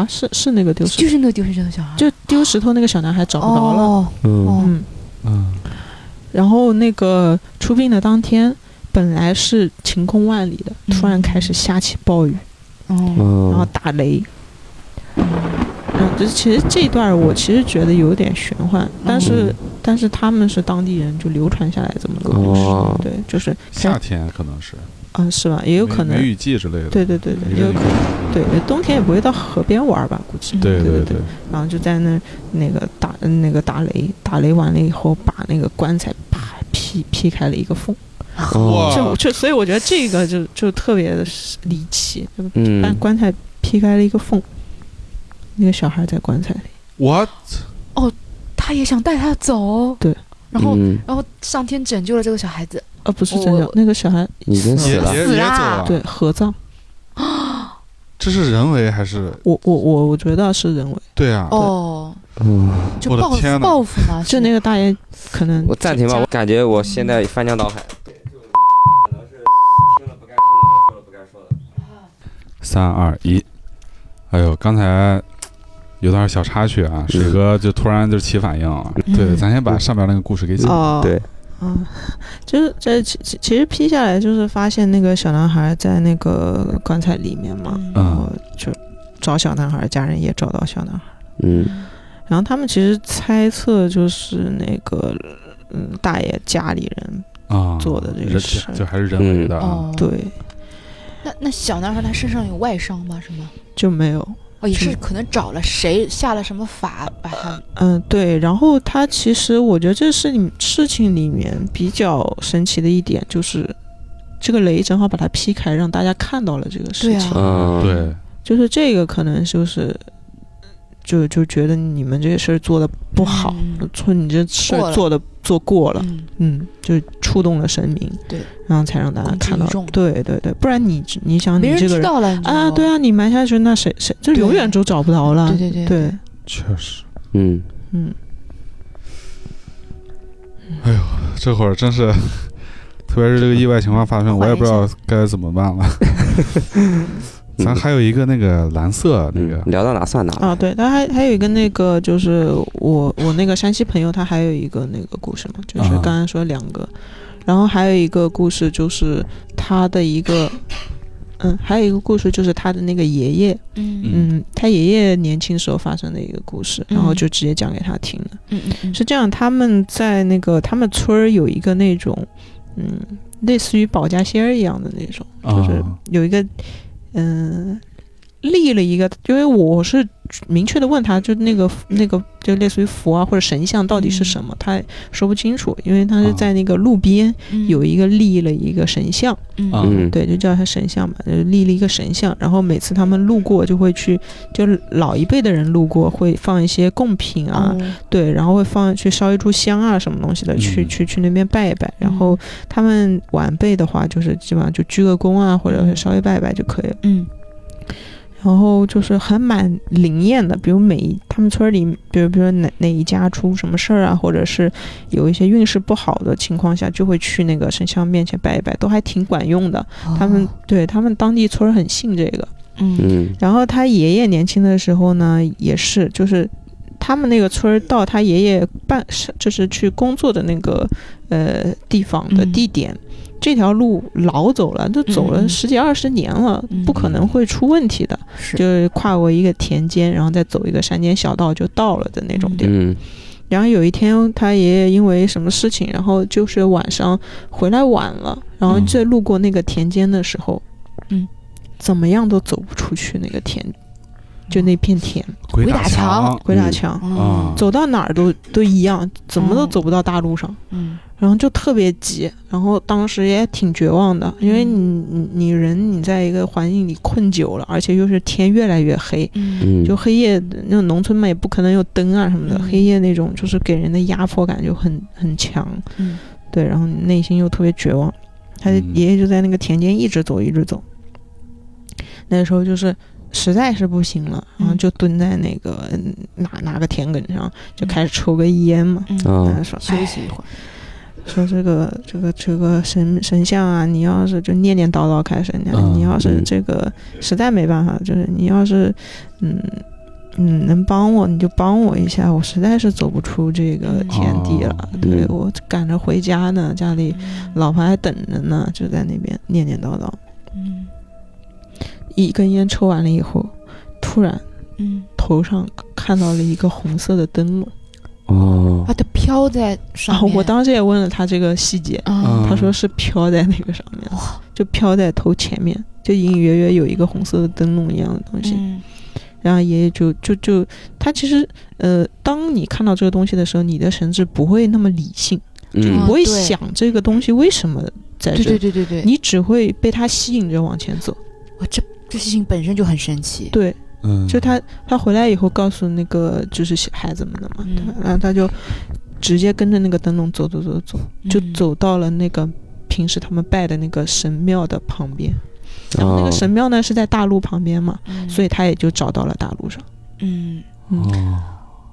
Speaker 5: 啊？是是那个丢石
Speaker 4: 就，是那个丢石头的小孩，
Speaker 5: 就丢石头那个小男孩找不到了。
Speaker 4: 哦
Speaker 2: 嗯，
Speaker 4: 哦
Speaker 5: 嗯，然后那个出殡的当天，本来是晴空万里的，
Speaker 4: 嗯
Speaker 5: 突然开始下起暴雨，
Speaker 4: 哦，
Speaker 2: 嗯，
Speaker 5: 然后打雷。嗯，这其实这一段儿我其实觉得有点玄幻，但是、
Speaker 2: 嗯
Speaker 5: 但是他们是当地人，就流传下来这么个故事。
Speaker 2: 哦
Speaker 5: 对，就是开
Speaker 1: 夏天可能是
Speaker 5: 啊、是吧？也有
Speaker 1: 梅
Speaker 5: 可能
Speaker 1: 梅。雨季之类的，
Speaker 5: 对对对对，
Speaker 1: 梅
Speaker 5: 也有
Speaker 1: 雨
Speaker 5: 可
Speaker 1: 季
Speaker 5: 对，冬天也不会到河边玩儿吧？估计。
Speaker 1: 对
Speaker 5: 对
Speaker 1: 对
Speaker 5: 对。然后就在那那个打那个打雷，打雷完了以后，把那个棺材啪劈劈开了一个缝。
Speaker 2: 嗯
Speaker 1: 哇
Speaker 5: 这
Speaker 2: 啊
Speaker 5: 这，所以 我觉得这个就就特别的离奇，就把
Speaker 2: 嗯，
Speaker 5: 棺材劈开了一个缝，那个小孩在棺材里，
Speaker 1: 我
Speaker 4: 他也想带他走，
Speaker 5: 对，
Speaker 4: 然后
Speaker 2: 嗯
Speaker 4: 然后上天拯救了这个小孩子，
Speaker 5: 呃，不是
Speaker 4: 我
Speaker 5: 真的，那个小孩
Speaker 2: 已经
Speaker 1: 也
Speaker 2: 死了，
Speaker 1: 也
Speaker 4: 死
Speaker 1: 也走
Speaker 4: 啦
Speaker 1: 了，
Speaker 5: 对，合葬，
Speaker 1: 这是人为还是
Speaker 5: 我我我我觉得是人为，
Speaker 1: 对啊？
Speaker 4: 哦，
Speaker 2: 嗯，
Speaker 4: 就
Speaker 1: 我的
Speaker 4: 报复
Speaker 1: 天呐
Speaker 4: 报复嘛，
Speaker 5: 就是那个大爷可能
Speaker 2: 我暂停吧，我感觉我现在翻江倒海。
Speaker 1: 三二一，哎呦，刚才有段小插曲啊，水哥就突然就起反应了。
Speaker 4: 嗯
Speaker 1: 对，咱先把上边那个故事给讲。
Speaker 5: 哦，
Speaker 2: 对，
Speaker 5: 嗯，就是这其其其实劈下来就是发现那个小男孩在那个棺材里面嘛，
Speaker 4: 嗯
Speaker 5: 然
Speaker 1: 嗯
Speaker 5: 后就找小男孩，家人也找到小男孩。
Speaker 2: 嗯
Speaker 5: 然后他们其实猜测就是那个嗯大爷家里人
Speaker 1: 啊，
Speaker 5: 做的这个
Speaker 1: 人
Speaker 5: 事儿
Speaker 1: 就还是人为
Speaker 5: 嗯
Speaker 1: 的啊。
Speaker 4: 哦，，
Speaker 5: 对
Speaker 4: 那那小男孩他身上有外伤吗？是吗？
Speaker 5: 就没有。
Speaker 4: 哦，也
Speaker 5: 是
Speaker 4: 是可能找了谁下了什么法把他，
Speaker 5: 嗯，对。然后他其实我觉得这事情事情里面比较神奇的一点就是，这个雷正好把它劈开，让大家看到了这个事
Speaker 4: 对啊
Speaker 5: 情。
Speaker 2: 嗯，
Speaker 1: 对，
Speaker 5: 就是这个可能就是，就就觉得你们这个事儿做的不好，
Speaker 4: 嗯
Speaker 5: 说你这事
Speaker 4: 过
Speaker 5: 儿
Speaker 4: 了
Speaker 5: 做的做过了，
Speaker 4: 嗯，
Speaker 5: 嗯，就触动了神明，
Speaker 4: 对，
Speaker 5: 然后才让大家
Speaker 4: 公之
Speaker 5: 看
Speaker 4: 于
Speaker 5: 到
Speaker 4: 众，
Speaker 5: 对对对，不然你你想
Speaker 4: 没
Speaker 5: 你嗯这
Speaker 4: 人
Speaker 5: 个
Speaker 4: 知
Speaker 5: 人
Speaker 4: 道了你知道
Speaker 5: 啊，
Speaker 4: 吗
Speaker 5: 对，啊，你埋下去那谁谁就
Speaker 4: 对
Speaker 5: 永远都找不着了，
Speaker 4: 对对对
Speaker 5: 对，
Speaker 1: 确实，
Speaker 2: 嗯，
Speaker 5: 嗯，
Speaker 1: 这会儿真是，特别是这个意外情况发生，我也不知道该怎么办了。咱还有一个那个蓝色那个
Speaker 2: 嗯，聊到哪算哪
Speaker 5: 啊，对，他还还有一个那个就是我我那个山西朋友，他还有一个那个故事嘛，就是
Speaker 1: 啊
Speaker 5: 刚才说两个，然后还有一个故事就是他的一个，嗯，还有一个故事就是他的那个爷爷，
Speaker 4: 嗯
Speaker 1: 嗯
Speaker 5: 嗯，他爷爷年轻时候发生的一个故事，然
Speaker 4: 嗯
Speaker 5: 后就直接讲给他听了。
Speaker 4: 嗯嗯，
Speaker 5: 是这样，他们在那个他们村儿有一个那种，嗯，类似于保家仙儿一样的那种，嗯就是
Speaker 1: 啊
Speaker 5: 有一个，嗯、立了一个，因为我是明确的问他，就那个那个就类似于佛啊或者神像到底是什么，他也说不清楚，因为他是在那个路边
Speaker 4: 嗯
Speaker 5: 有一个立了一个神像，
Speaker 4: 嗯
Speaker 1: 啊
Speaker 2: 嗯，
Speaker 5: 对，就叫他神像嘛，就立了一个神像，然后每次他们路过就会去，就老一辈的人路过会放一些贡品啊，
Speaker 4: 哦
Speaker 5: 对，然后会放去烧一炷香啊，什么东西的，去
Speaker 1: 嗯
Speaker 5: 去去那边拜一拜。然后他们晚辈的话，就是基本上就鞠个躬啊，或者是稍微拜一拜就可以了。
Speaker 4: 嗯
Speaker 5: 然后就是还蛮灵验的，比如每一他们村儿里，比如比如哪哪一家出什么事儿啊，或者是有一些运势不好的情况下，就会去那个神像面前拜一拜，都还挺管用的。啊他们、对他们当地村儿很信这个。
Speaker 4: 哦嗯
Speaker 2: 嗯
Speaker 5: 然后他爷爷年轻的时候呢，也是就是。他们那个村儿到他爷爷办是就是去工作的那个呃地方的
Speaker 4: 嗯
Speaker 5: 地点。这条路老走了，都走
Speaker 4: 嗯
Speaker 5: 了
Speaker 4: 嗯
Speaker 5: 十几二十年了，
Speaker 4: 嗯
Speaker 5: 不可能会出问题的。
Speaker 4: 是
Speaker 5: 就是跨过一个田间，然后再走一个山间小道就到了的那种地儿。
Speaker 2: 嗯
Speaker 5: 然后有一天，他爷爷因为什么事情，然后就是晚上回来晚了，然后在路过那个田间的时候，
Speaker 4: 嗯，
Speaker 5: 怎么样都走不出去那个田，就那片田
Speaker 1: 鬼
Speaker 4: 鬼打墙
Speaker 1: 墙
Speaker 5: 鬼打墙，
Speaker 1: 啊
Speaker 4: 嗯，
Speaker 5: 走到哪儿都都一样，怎么都
Speaker 4: 嗯
Speaker 5: 走不到大路上。
Speaker 4: 嗯
Speaker 5: 然后就特别急，然后当时也挺绝望的，因为
Speaker 4: 嗯
Speaker 5: 你你你人你在一个环境里困久了，而且又是天越来越黑，
Speaker 4: 嗯
Speaker 2: 嗯，
Speaker 5: 就黑夜那种农村嘛也不可能有灯啊什么的，
Speaker 4: 嗯
Speaker 5: 黑夜那种就是给人的压迫感就很很强，
Speaker 4: 嗯
Speaker 5: 对，然后内心又特别绝望，他
Speaker 1: 嗯
Speaker 5: 爷爷就在那个田间一直走一直走，那时候就是。实在是不行了，然后
Speaker 4: 嗯
Speaker 5: 就蹲在那个嗯哪哪个田埂上，就开始抽根烟嘛。
Speaker 4: 嗯，
Speaker 5: 然后
Speaker 2: 啊，
Speaker 5: 说
Speaker 4: 休
Speaker 5: 哎
Speaker 4: 息一会儿，
Speaker 5: 说这个这个这个神神像啊，你要是就念念叨叨开始念，
Speaker 1: 嗯
Speaker 5: 你要是
Speaker 2: 嗯
Speaker 5: 这个实在没办法，就是你要是嗯嗯能帮我，你就帮我一下，我实在是走不出这个
Speaker 4: 嗯
Speaker 5: 田地了，
Speaker 4: 哦
Speaker 5: 对
Speaker 2: 嗯
Speaker 5: 我赶着回家呢，家里老婆还等着呢，就在那边念念叨叨。
Speaker 4: 嗯
Speaker 5: 一根烟抽完了以后，突然
Speaker 4: 嗯，
Speaker 5: 头上看到了一个红色的灯笼，
Speaker 2: 哦
Speaker 4: 啊，，它飘在
Speaker 5: 然
Speaker 4: 上
Speaker 5: 后
Speaker 4: 面，
Speaker 5: 啊我当时也问了他这个细节，
Speaker 4: 啊
Speaker 1: 嗯
Speaker 5: 他说是飘在那个上面，
Speaker 4: 哇，
Speaker 5: 就飘在头前面，就隐隐约约有一个红色的灯笼一样的东西。
Speaker 4: 嗯
Speaker 5: 然后爷爷就就就他其实呃，当你看到这个东西的时候，你的神智不会那么理性，
Speaker 4: 嗯
Speaker 2: 嗯
Speaker 5: 不会
Speaker 4: 对
Speaker 5: 想这个东西为什么在这
Speaker 4: 对对
Speaker 5: 里，
Speaker 4: 对对对，
Speaker 5: 你只会被它吸引着往前走。
Speaker 4: 哇，这这事情本身就很神奇，
Speaker 5: 对，
Speaker 1: 嗯，
Speaker 5: 就他他回来以后告诉那个就是小孩子们的嘛，
Speaker 4: 嗯
Speaker 5: 对吧然后他就直接跟着那个灯笼走走走走，就
Speaker 4: 嗯
Speaker 5: 走到了那个平时他们拜的那个神庙的旁边。然后那个
Speaker 2: 哦
Speaker 5: 神庙呢是在大路旁边嘛，
Speaker 4: 嗯
Speaker 5: 所以他也就找到了大路上。
Speaker 4: 嗯，
Speaker 1: 哦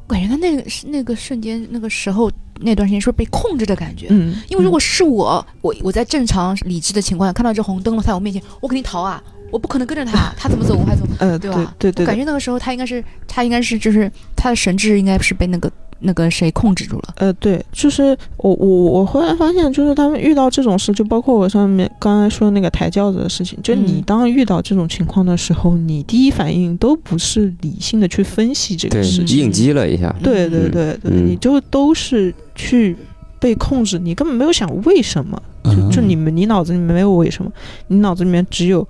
Speaker 4: 感觉他那个是那个瞬间那个时候那段时间是不是被控制的感觉？
Speaker 5: 嗯，
Speaker 4: 因为如果是我，我我在正常理智的情况下看到这红灯笼在我面前，我肯定逃啊，我不可能跟着 他，他怎么走我还走。
Speaker 5: 呃，
Speaker 4: 对
Speaker 5: 对
Speaker 4: 吧
Speaker 5: 对
Speaker 4: 我
Speaker 5: 对
Speaker 4: 感
Speaker 5: 对，
Speaker 4: 觉那个时候他应该是他应该是就是他的神智应该是被那个那个谁控制住了。
Speaker 5: 呃，对，就是我我我后来发现，就是他们遇到这种事，就包括我上面刚才说那个抬轿子的事情，就你
Speaker 4: 嗯
Speaker 5: 当遇到这种情况的时候，你第一反应都不是理性的去分析这
Speaker 2: 对
Speaker 5: 个事情，
Speaker 2: 应激了一下，
Speaker 5: 对对
Speaker 2: 嗯
Speaker 5: 对对，
Speaker 2: 嗯
Speaker 5: 你就都是去被控制，你根本没有想为什么，
Speaker 1: 嗯
Speaker 5: 就你们你脑子里面没有为什么，你脑子里面只有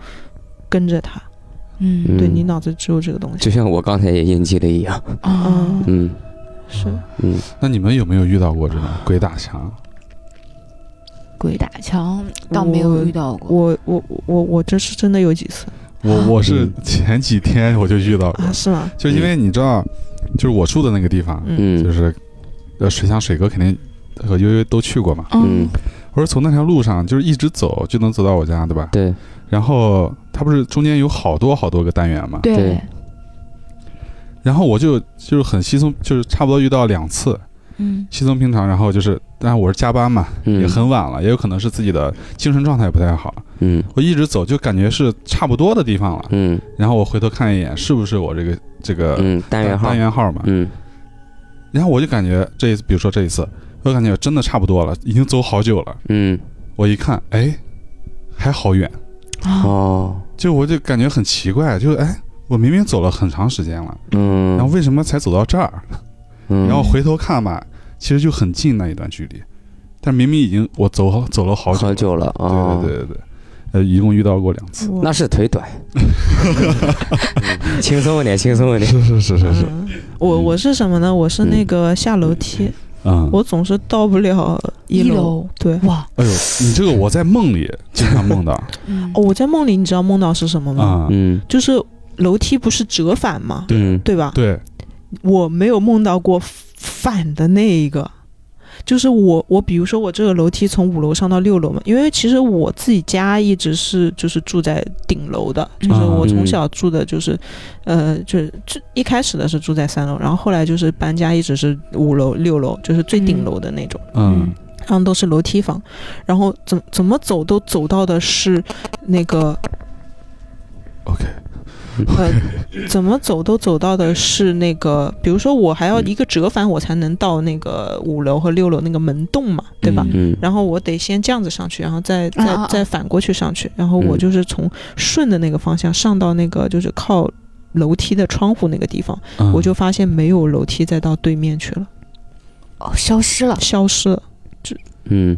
Speaker 5: 跟着他，
Speaker 4: 嗯
Speaker 5: 对
Speaker 2: 嗯
Speaker 5: 你脑子只有这个东西
Speaker 2: 就，像我刚才也应激了一样，
Speaker 4: 啊，
Speaker 2: 嗯
Speaker 5: 是
Speaker 2: 嗯，
Speaker 1: 那你们有没有遇到过这种鬼打墙？
Speaker 4: 鬼打墙倒没有遇到过。
Speaker 5: 我我我我这是真的有几次
Speaker 1: 我我是
Speaker 5: 嗯
Speaker 1: 前几天我就遇到过
Speaker 5: 啊，，是吗？
Speaker 1: 就因为你知道，就是我住的那个地方，
Speaker 5: 嗯
Speaker 2: 嗯
Speaker 1: 就是呃，水乡水哥肯定和悠悠都去过嘛。
Speaker 2: 嗯，
Speaker 1: 我说从那条路上就是一直走就能走到我家，对吧？
Speaker 2: 对，
Speaker 1: 然后它不是中间有好多好多个单元嘛？
Speaker 4: 对
Speaker 2: 对，
Speaker 1: 然后我就就是很稀松，就是差不多遇到两次
Speaker 4: 嗯
Speaker 1: 稀松平常。然后就是，但是我是加班嘛，也
Speaker 2: 嗯
Speaker 1: 很晚了，也有可能是自己的精神状态不太好。
Speaker 2: 嗯
Speaker 1: 我一直走就感觉是差不多的地方了。
Speaker 2: 嗯
Speaker 1: 然后我回头看一眼，是不是我这个这个
Speaker 2: 嗯，单元号
Speaker 1: 单，元号嘛？
Speaker 2: 嗯
Speaker 1: 然后我就感觉这一次，比如说这一次，我感觉真的差不多了，已经走好久了。
Speaker 2: 嗯
Speaker 1: 我一看，哎，还好远，
Speaker 4: 啊，
Speaker 2: 哦
Speaker 1: 就我就感觉很奇怪，就哎，我明明走了很长时间了，
Speaker 2: 嗯，
Speaker 1: 然后为什么才走到这儿？
Speaker 2: 嗯
Speaker 1: 然后回头看吧，其实就很近那一段距离，但明明已经我走好走了好久
Speaker 2: 好
Speaker 1: 了。
Speaker 2: 久了啊，
Speaker 1: 对对对对对，呃，一共遇到过 两次。
Speaker 2: 那是腿 短，嗯轻松一点，轻松一点，
Speaker 1: 是是是是，
Speaker 5: 嗯我我是什么呢？我是那个下楼梯，
Speaker 1: 嗯，
Speaker 5: 我总是到不了一
Speaker 4: 一
Speaker 5: 楼。
Speaker 4: 楼
Speaker 5: 对，
Speaker 4: 哇，
Speaker 1: 哎呦，你这个我在梦里经常梦到
Speaker 4: 嗯
Speaker 5: 哦，我在梦里，你知道梦到是什么吗？
Speaker 1: 啊，
Speaker 2: 嗯
Speaker 5: 就是楼梯不是折返吗？
Speaker 2: 嗯
Speaker 5: 对吧？
Speaker 1: 对，
Speaker 5: 我没有梦到过反的那一个。就是我，我比如说我这个楼梯从五楼上到六楼嘛，因为其实我自己家一直是就是住在顶楼的，就是我从小住的就是，呃，就是就一开始的是住在三楼，然后后来就是搬家一直是五楼六楼，就是最顶楼的那种。
Speaker 1: 嗯
Speaker 5: 然后都是楼梯房，然后怎怎么走都走到的是那个
Speaker 1: ，OK，
Speaker 5: 呃，怎么走都走到的是那个，比如说我还要一个折返，我才能到那个五楼和六楼那个门洞嘛，对吧？
Speaker 4: 嗯
Speaker 2: 嗯，
Speaker 5: 然后我得先这样子上去，然后再再
Speaker 4: 啊啊啊
Speaker 5: 再反过去上去，然后
Speaker 2: 嗯
Speaker 5: 我就是从顺的那个方向上到那个就是靠楼梯的窗户那个地方，
Speaker 1: 嗯
Speaker 5: 我就发现没有楼梯再到对面去了，
Speaker 4: 哦，消失了，
Speaker 5: 消失了，
Speaker 2: 嗯，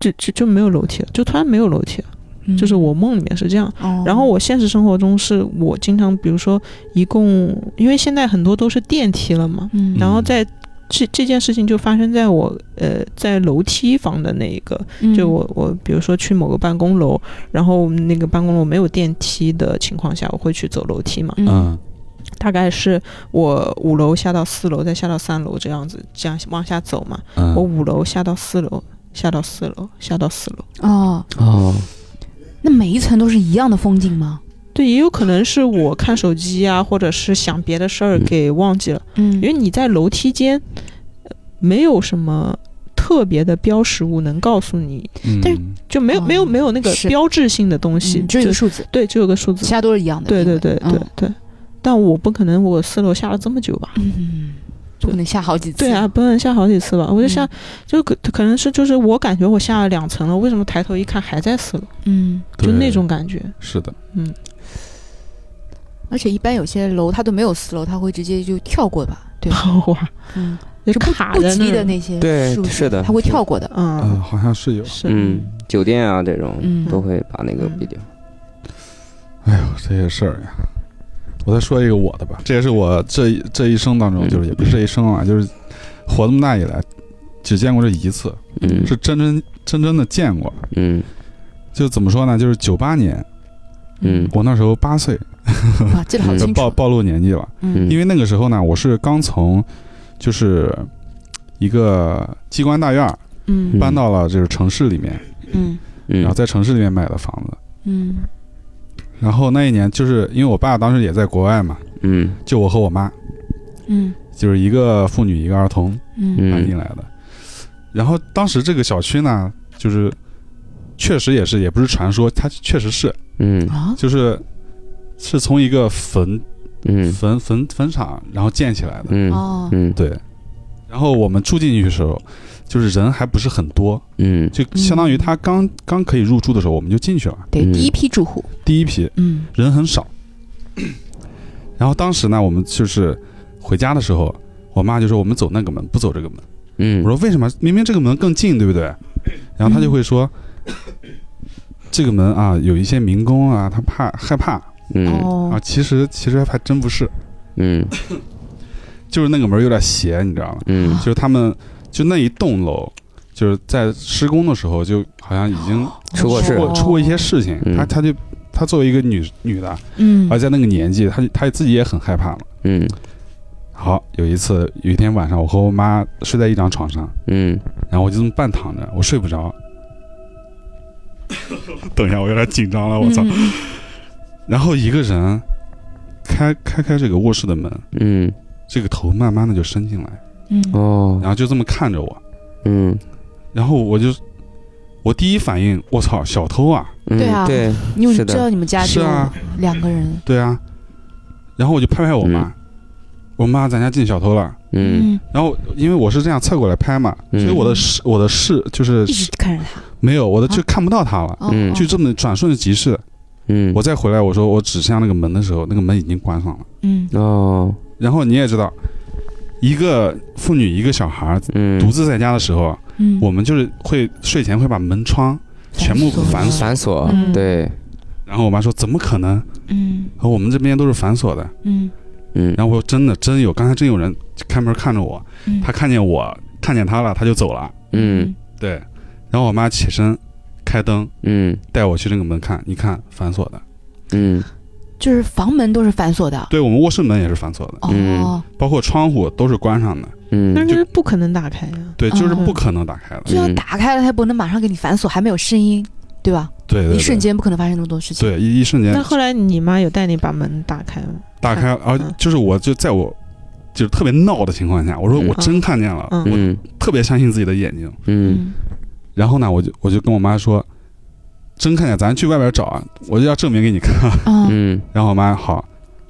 Speaker 5: 就就就没有楼梯了，就突然没有楼梯了，
Speaker 4: 嗯
Speaker 5: 就是我梦里面是这样。
Speaker 4: 哦
Speaker 5: 然后我现实生活中是我经常，比如说一共，因为现在很多都是电梯了嘛，
Speaker 4: 嗯，
Speaker 5: 然后在这这件事情就发生在我呃在楼梯房的那一个，
Speaker 4: 嗯
Speaker 5: 就我我比如说去某个办公楼，然后那个办公楼没有电梯的情况下，我会去走楼梯嘛，
Speaker 4: 嗯
Speaker 1: 嗯
Speaker 5: 大概是我五楼下到四楼，再下到三楼这样子，这样往下走嘛，
Speaker 1: 嗯
Speaker 5: 我五楼下到四楼。下到四楼，下到四楼。
Speaker 4: 哦，
Speaker 2: 哦，
Speaker 4: 那每一层都是一样的风景吗？
Speaker 5: 对，也有可能是我看手机啊，或者是想别的事儿
Speaker 2: 嗯
Speaker 5: 给忘记了。
Speaker 4: 嗯
Speaker 5: 因为你在楼梯间呃没有什么特别的标识物能告诉你，
Speaker 1: 嗯
Speaker 4: 但是
Speaker 5: 就没有、
Speaker 4: 哦
Speaker 5: 没有没有那个
Speaker 4: 是
Speaker 5: 标志性的东西，
Speaker 4: 嗯只有一个数字，
Speaker 5: 对，只有个数
Speaker 4: 其
Speaker 5: 字，
Speaker 4: 他都是一样的。
Speaker 5: 对
Speaker 4: 因
Speaker 5: 对
Speaker 4: 为
Speaker 5: 对对
Speaker 4: 嗯
Speaker 5: 对。但我不可能，我四楼下了这么久吧？
Speaker 4: 嗯，不可能下好几次。
Speaker 5: 对啊，，不能下好几次吧？我就下，
Speaker 4: 嗯
Speaker 5: 就可可能是就是我感觉我下了两层了，为什么抬头一看还在四楼？
Speaker 4: 嗯，
Speaker 5: 就
Speaker 1: 对
Speaker 5: 那种感觉。
Speaker 1: 是的，
Speaker 4: 而且一般有些楼它都没有四楼，它会直接就跳过吧？对吧？
Speaker 5: 哇，
Speaker 4: 嗯，
Speaker 5: 就
Speaker 4: 不
Speaker 5: 卡
Speaker 4: 不
Speaker 5: 在
Speaker 4: 吉利的
Speaker 5: 那儿，
Speaker 4: 那些
Speaker 2: 对
Speaker 4: 数字
Speaker 2: 是的
Speaker 4: 它会
Speaker 2: 是的
Speaker 4: 跳过的。
Speaker 1: 嗯，
Speaker 5: 嗯，
Speaker 1: 好像是有，
Speaker 5: 是，
Speaker 2: 嗯，酒店啊这种
Speaker 4: 嗯
Speaker 2: 都会把那个毙掉。
Speaker 1: 哎呦这些事儿呀。我再说一个我的吧，这也是我这一这一生当中，
Speaker 2: 嗯
Speaker 1: 就是也不是这一生啊，就是活这么大以来，只见过这一次，
Speaker 2: 嗯
Speaker 1: 是真真真真的见过。
Speaker 2: 嗯
Speaker 1: 就怎么说呢？就是九八年，
Speaker 2: 嗯
Speaker 1: 我那时候八岁，
Speaker 4: 啊，记得好
Speaker 2: 嗯
Speaker 4: 清
Speaker 1: 暴
Speaker 4: 楚。
Speaker 1: 暴露年纪了。
Speaker 4: 嗯
Speaker 1: 因为那个时候呢，我是刚从就是一个机关大院儿
Speaker 4: 嗯
Speaker 1: 搬到了就是城市里面，
Speaker 4: 嗯
Speaker 1: 然后
Speaker 2: 嗯
Speaker 1: 在城市里面买的房子。
Speaker 4: 嗯
Speaker 1: 然后那一年就是因为我爸当时也在国外嘛，
Speaker 2: 嗯
Speaker 1: 就我和我妈，
Speaker 4: 嗯
Speaker 1: 就是一个妇女一个儿童
Speaker 4: 嗯
Speaker 1: 搬进
Speaker 2: 嗯
Speaker 1: 来的。然后当时这个小区呢，就是确实也是，也不是传说，它确实是，
Speaker 2: 嗯
Speaker 4: 啊，
Speaker 1: 就是是从一个坟
Speaker 2: 嗯
Speaker 1: 坟坟坟场然后建起来的。
Speaker 2: 嗯
Speaker 4: 哦，
Speaker 2: 嗯
Speaker 1: 对。然后我们住进去的时候，就是人还不是很多，
Speaker 2: 嗯
Speaker 1: 就相当于他刚刚可以入住的时候，我们就进去了，
Speaker 4: 对，
Speaker 2: 嗯
Speaker 4: 第一批住户，
Speaker 1: 第一批
Speaker 4: 嗯
Speaker 1: 人很少。然后当时呢，我们就是回家的时候，我妈就说我们走那个门，不走这个门。
Speaker 2: 嗯，
Speaker 1: 我说为什么？明明这个门更近，对不对？然后她就会说，这个门啊，有一些民工啊，他怕害怕
Speaker 2: 嗯
Speaker 1: 啊。
Speaker 5: 哦，
Speaker 1: 其实其实还真不是，
Speaker 2: 嗯
Speaker 1: 就是那个门有点斜，你知道吗？
Speaker 2: 嗯
Speaker 1: 就是他们就那一栋楼，就是在施工的时候，就好像已经
Speaker 2: 哦出过
Speaker 4: 哦
Speaker 2: 事
Speaker 1: 出过出过一些事情。
Speaker 2: 嗯
Speaker 1: 她她就她作为一个女女的，啊
Speaker 4: 嗯
Speaker 1: 而在那个年纪，她她自己也很害怕了。
Speaker 2: 嗯
Speaker 1: 好，有一次有一天晚上，我和我妈睡在一张床上，
Speaker 2: 嗯
Speaker 1: 然后我就这么半躺着，我睡不着。等一下，我有点紧张了，我操！
Speaker 4: 嗯
Speaker 1: 然后一个人开开开这个卧室的门，
Speaker 2: 嗯
Speaker 1: 这个头慢慢的就伸进来，
Speaker 4: 嗯
Speaker 2: 哦
Speaker 1: 然后就这么看着我，
Speaker 2: 嗯
Speaker 1: 然后我就我第一反应，我操，小偷啊！
Speaker 2: 嗯对
Speaker 4: 因为
Speaker 2: 是
Speaker 4: 你
Speaker 2: 的
Speaker 4: 知道你们家
Speaker 1: 是
Speaker 4: 就
Speaker 1: 啊
Speaker 4: 两个人，
Speaker 1: 对啊，然后我就拍拍我妈，我妈咱家进小偷了。
Speaker 2: 嗯
Speaker 1: 然后因为我是这样侧过来拍嘛，
Speaker 2: 嗯
Speaker 1: 所以我的视我的视就是
Speaker 4: 一直看着他，
Speaker 1: 没有我的
Speaker 4: 啊
Speaker 1: 就看不到他了，
Speaker 4: 哦
Speaker 2: 嗯
Speaker 4: 哦
Speaker 1: 就这么转瞬即逝。
Speaker 2: 嗯
Speaker 1: 我再回来，我说我指向那个门的时候，那个门已经关上了。
Speaker 4: 嗯
Speaker 2: 哦
Speaker 1: 然后你也知道，一个妇女一个小孩儿
Speaker 2: 嗯
Speaker 1: 独自在家的时候，
Speaker 4: 嗯，
Speaker 1: 我们就是会睡前会把门窗全部反锁。
Speaker 2: 反锁对
Speaker 1: 然后我妈说怎么可能？
Speaker 4: 嗯
Speaker 1: 和我们这边都是反锁的。
Speaker 4: 嗯
Speaker 2: 嗯
Speaker 1: 然后我说真的真有，刚才真有人开门看着我，
Speaker 4: 嗯
Speaker 1: 他看见我看见他了，他就走了。
Speaker 2: 嗯
Speaker 1: 对，然后我妈起身开灯，
Speaker 2: 嗯
Speaker 1: 带我去那个门看，你看反锁的，
Speaker 2: 嗯
Speaker 4: 就是房门都是反锁的，
Speaker 1: 对我嗯们卧室门也是反锁的，
Speaker 4: 哦，
Speaker 1: 包括窗户都是关上的，
Speaker 5: 那
Speaker 2: 嗯
Speaker 5: 这是不可能打开呀。
Speaker 1: 对，
Speaker 4: 嗯
Speaker 1: 就是不可能打开的。
Speaker 4: 就要打开了，它不能马上给你反锁，还没有声音，对吧？
Speaker 1: 对对对，
Speaker 4: 一瞬，间不可能发生那么多事情。
Speaker 1: 对一一瞬间
Speaker 5: 那后来你妈有带你把门打开吗？
Speaker 1: 打开，而
Speaker 5: 嗯
Speaker 1: 就是我就在我。就是特别闹的情况下，我说
Speaker 2: 嗯
Speaker 1: 我真看见了，
Speaker 5: 嗯
Speaker 1: 我
Speaker 2: 嗯
Speaker 1: 特别相信自己的眼睛。
Speaker 2: 嗯
Speaker 4: 嗯
Speaker 1: 然后呢，我就我就跟我妈说，真看见，咱去外边找啊，我就要证明给你看。啊
Speaker 4: 嗯
Speaker 2: 嗯
Speaker 1: 然后我妈好，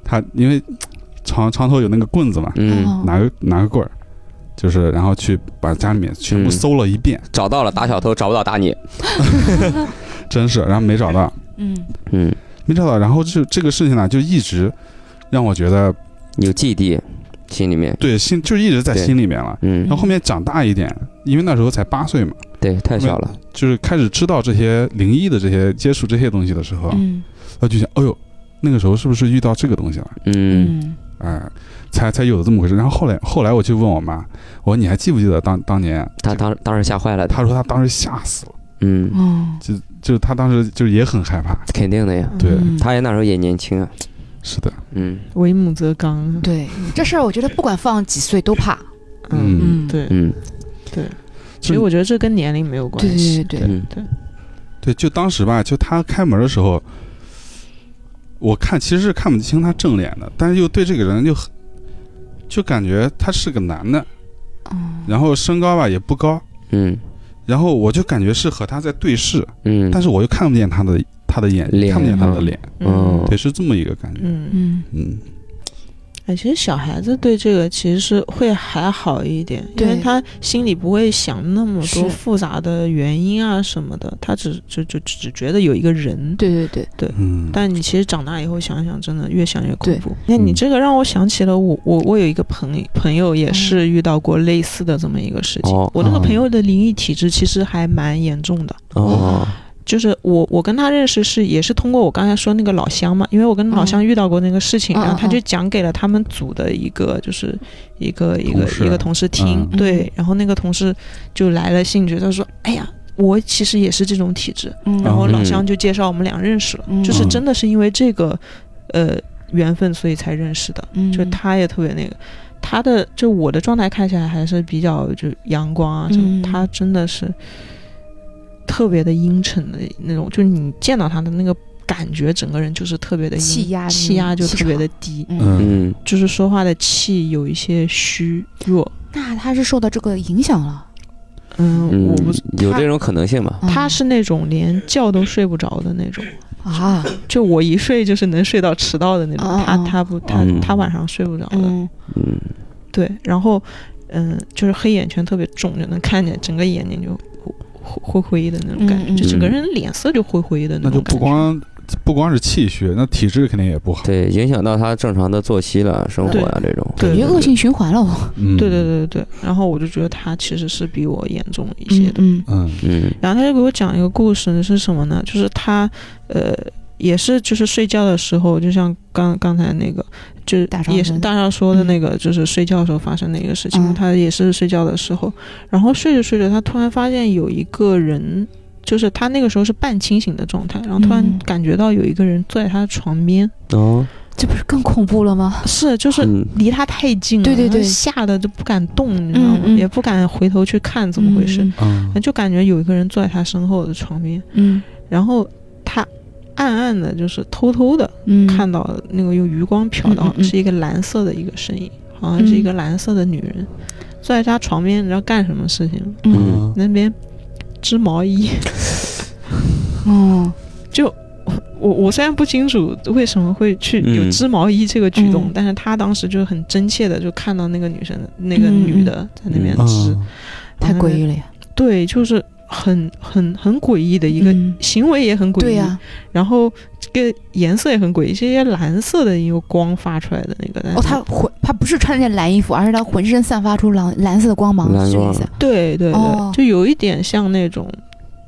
Speaker 1: 她因为床床头有那个棍子嘛，
Speaker 2: 嗯，
Speaker 1: 拿个拿个棍儿，就是然后去把家里面全
Speaker 2: 嗯
Speaker 1: 部搜了一遍，
Speaker 2: 找到了打小偷，找不到打你。
Speaker 1: 真是，然后没找到，
Speaker 4: 嗯
Speaker 2: 嗯，
Speaker 1: 没找到，然后就这个事情呢，就一直让我觉得
Speaker 2: 有芥蒂，心里面。
Speaker 1: 对心就一直在
Speaker 2: 对
Speaker 1: 心里面了。
Speaker 2: 嗯
Speaker 1: 然，后后面长大一点，因为那时候才八岁嘛，
Speaker 2: 对，太小了。
Speaker 1: 就是开始知道这些灵异的这些接触这些东西的时候，
Speaker 4: 嗯
Speaker 1: 我就想，哎呦，那个时候是不是遇到这个东西了？
Speaker 2: 嗯
Speaker 4: 嗯
Speaker 1: 哎、才才有这么回事。然后后来后来我就问我妈，我说你还记不记得当当年？
Speaker 2: 他当当时吓坏了。
Speaker 1: 她说她当时吓死了，
Speaker 2: 嗯，
Speaker 4: 哦，
Speaker 1: 就是她当时就是也很害怕。
Speaker 2: 肯定的呀。
Speaker 1: 对
Speaker 4: 嗯
Speaker 2: 他也那时候也年轻啊。
Speaker 1: 是的，
Speaker 2: 嗯
Speaker 5: 为母则刚。
Speaker 4: 对这事儿，我觉得不管放几岁都怕。
Speaker 5: 嗯，
Speaker 1: 嗯，
Speaker 5: 对
Speaker 2: 嗯
Speaker 5: 对。其
Speaker 1: 就
Speaker 5: 实我觉得这跟年龄没有关系。
Speaker 4: 对对对
Speaker 2: 嗯
Speaker 1: 对，就当时吧，就她开门的时候，我看其实是看不清她正脸的，但是又对这个人就很就感觉他是个男的，
Speaker 4: 嗯
Speaker 1: 然后身高吧也不高，
Speaker 2: 嗯
Speaker 1: 然后我就感觉是和他在对视，
Speaker 2: 嗯
Speaker 1: 但是我又看不见他的他的眼，
Speaker 2: 脸
Speaker 1: 看不见他的
Speaker 2: 啊
Speaker 1: 脸，
Speaker 2: 嗯
Speaker 1: 对，是这么一个感觉。
Speaker 5: 哦嗯，
Speaker 4: 嗯
Speaker 1: 嗯，
Speaker 5: 哎，其实小孩子对这个其实是会还好一点，因为
Speaker 4: 对
Speaker 5: 他心里不会想那么
Speaker 4: 是
Speaker 5: 多复杂的原因啊什么的，他只就就只觉得有一个人。
Speaker 4: 对对对，
Speaker 1: 嗯，
Speaker 5: 但你其实长大以后想想，真的越想越恐
Speaker 4: 对
Speaker 5: 怖。那你
Speaker 1: 嗯
Speaker 5: 这个让我想起了我我我有一个朋朋友也是遇到过类似的这么一个事情。
Speaker 2: 哦
Speaker 5: 我那个
Speaker 1: 哦
Speaker 5: 朋友的灵异体质其实还蛮严重的，
Speaker 2: 哦
Speaker 5: 就是我我跟他认识是也是通过我刚才说那个老乡嘛，因为我跟老乡遇到过那个事情，
Speaker 4: 嗯
Speaker 5: 然后他
Speaker 4: 嗯嗯
Speaker 5: 就讲给了他们组的一个就是一个一个
Speaker 1: 同事啊
Speaker 5: 一个同事听，
Speaker 1: 嗯
Speaker 5: 对，然后那个同事就来了兴趣，他说：“哎呀，我其实也是这种体质。”
Speaker 4: 嗯
Speaker 5: 然
Speaker 1: 哦
Speaker 5: 后
Speaker 2: 嗯
Speaker 5: 老乡就介绍我们俩认识了，
Speaker 4: 嗯
Speaker 5: 就是真的是因为这个呃缘分，所以才认识的。
Speaker 4: 嗯
Speaker 5: 就他也特别那个，他的就我的状态看起来还是比较就阳光啊，就
Speaker 4: 嗯
Speaker 5: 他真的是特别的阴沉的那种，就你见到他的那个感觉，整个人就是特别的阴
Speaker 4: 气压
Speaker 5: 气压就
Speaker 4: 气
Speaker 5: 特别的
Speaker 4: 场
Speaker 5: 低，
Speaker 4: 嗯，
Speaker 1: 嗯，
Speaker 2: 嗯
Speaker 5: 就是说话的气有一些虚弱。
Speaker 4: 那他是受到这个影响了。嗯
Speaker 5: 嗯，
Speaker 2: 嗯
Speaker 5: 我不是，
Speaker 2: 有
Speaker 5: 他
Speaker 2: 这种可能性吧？
Speaker 5: 他是那种连觉都睡不着的那种。
Speaker 4: 啊，
Speaker 5: 就我一睡就是能睡到迟到的那种，
Speaker 4: 哦
Speaker 5: 他
Speaker 4: 哦
Speaker 5: 他不他、
Speaker 2: 嗯
Speaker 5: 他晚上睡不着的，
Speaker 4: 嗯
Speaker 2: 嗯
Speaker 5: 对，然后嗯，就是黑眼圈特别重，就能看见整个眼睛就灰灰灰的那种感觉，
Speaker 4: 嗯嗯
Speaker 5: 就整个人脸色就灰灰的
Speaker 1: 那就
Speaker 5: 种感觉。
Speaker 1: 不光不光是气虚，那体质肯定也不好。
Speaker 2: 对，影响到他正常的作息了、生活啊呀这种。
Speaker 5: 对
Speaker 4: 感觉
Speaker 5: 对
Speaker 4: 恶性循环了，我
Speaker 1: 嗯，
Speaker 5: 对对，对对对，然后我就觉得他其实是比我严重一些
Speaker 4: 嗯
Speaker 5: 的。
Speaker 4: 嗯
Speaker 1: 嗯
Speaker 2: 嗯
Speaker 5: 然后他就给我讲一个故事是什么呢？就是他呃也是就是睡觉的时候，就像刚刚才那个，就是
Speaker 4: 大张
Speaker 5: 也是
Speaker 4: 文
Speaker 5: 大少说的那个，就是睡觉的时候发生的一个事情。
Speaker 4: 嗯
Speaker 5: 他也是睡觉的时候，然后睡着睡着，他突然发现有一个人。就是他那个时候是半清醒的状态，然后突然
Speaker 4: 嗯
Speaker 5: 感觉到有一个人坐在他的床边，
Speaker 2: 哦
Speaker 4: 这不是更恐怖了吗？
Speaker 5: 是就是
Speaker 2: 嗯
Speaker 5: 离他太近了，
Speaker 4: 对对对
Speaker 5: 然后吓得就不敢动，你知道吗？
Speaker 4: 嗯嗯
Speaker 5: 也不敢回头去看怎么回事，
Speaker 1: 嗯
Speaker 5: 就感觉有一个人坐在他身后的床边，
Speaker 4: 嗯？
Speaker 5: 然后他暗暗的，就是偷偷的
Speaker 4: 嗯嗯，
Speaker 5: 看到那个用余光瞟
Speaker 4: 嗯
Speaker 5: 到
Speaker 4: 嗯，嗯
Speaker 5: 是一个蓝色的一个身影，好像是一个蓝色的女人，坐在他床边，你知道干什么事情吗？
Speaker 4: 嗯
Speaker 1: 嗯
Speaker 5: 那边织毛衣，
Speaker 2: 嗯
Speaker 4: 哦，
Speaker 5: 就我我虽然不清楚为什么会去
Speaker 2: 嗯
Speaker 5: 有织毛衣这个举动，
Speaker 4: 嗯
Speaker 5: 但是他当时就很真切的就看到那个女生，那个
Speaker 4: 嗯嗯
Speaker 5: 女的在那边
Speaker 2: 嗯
Speaker 5: 织，
Speaker 4: 太
Speaker 5: 然后
Speaker 4: 诡
Speaker 5: 那
Speaker 4: 异了呀！
Speaker 5: 对，就是很很很诡异的一个。
Speaker 4: 嗯
Speaker 5: 行为也很诡异，
Speaker 4: 对呀，
Speaker 5: 然后这个颜色也很诡异，这些蓝色的一个光发出来的那个，但是
Speaker 4: 哦，他浑他不是穿着件蓝衣服，而是他浑身散发出蓝蓝色的光芒，
Speaker 2: 蓝
Speaker 4: 是这个意
Speaker 2: 光啊
Speaker 4: 思？
Speaker 5: 对对对，
Speaker 4: 哦
Speaker 5: 就有一点像那种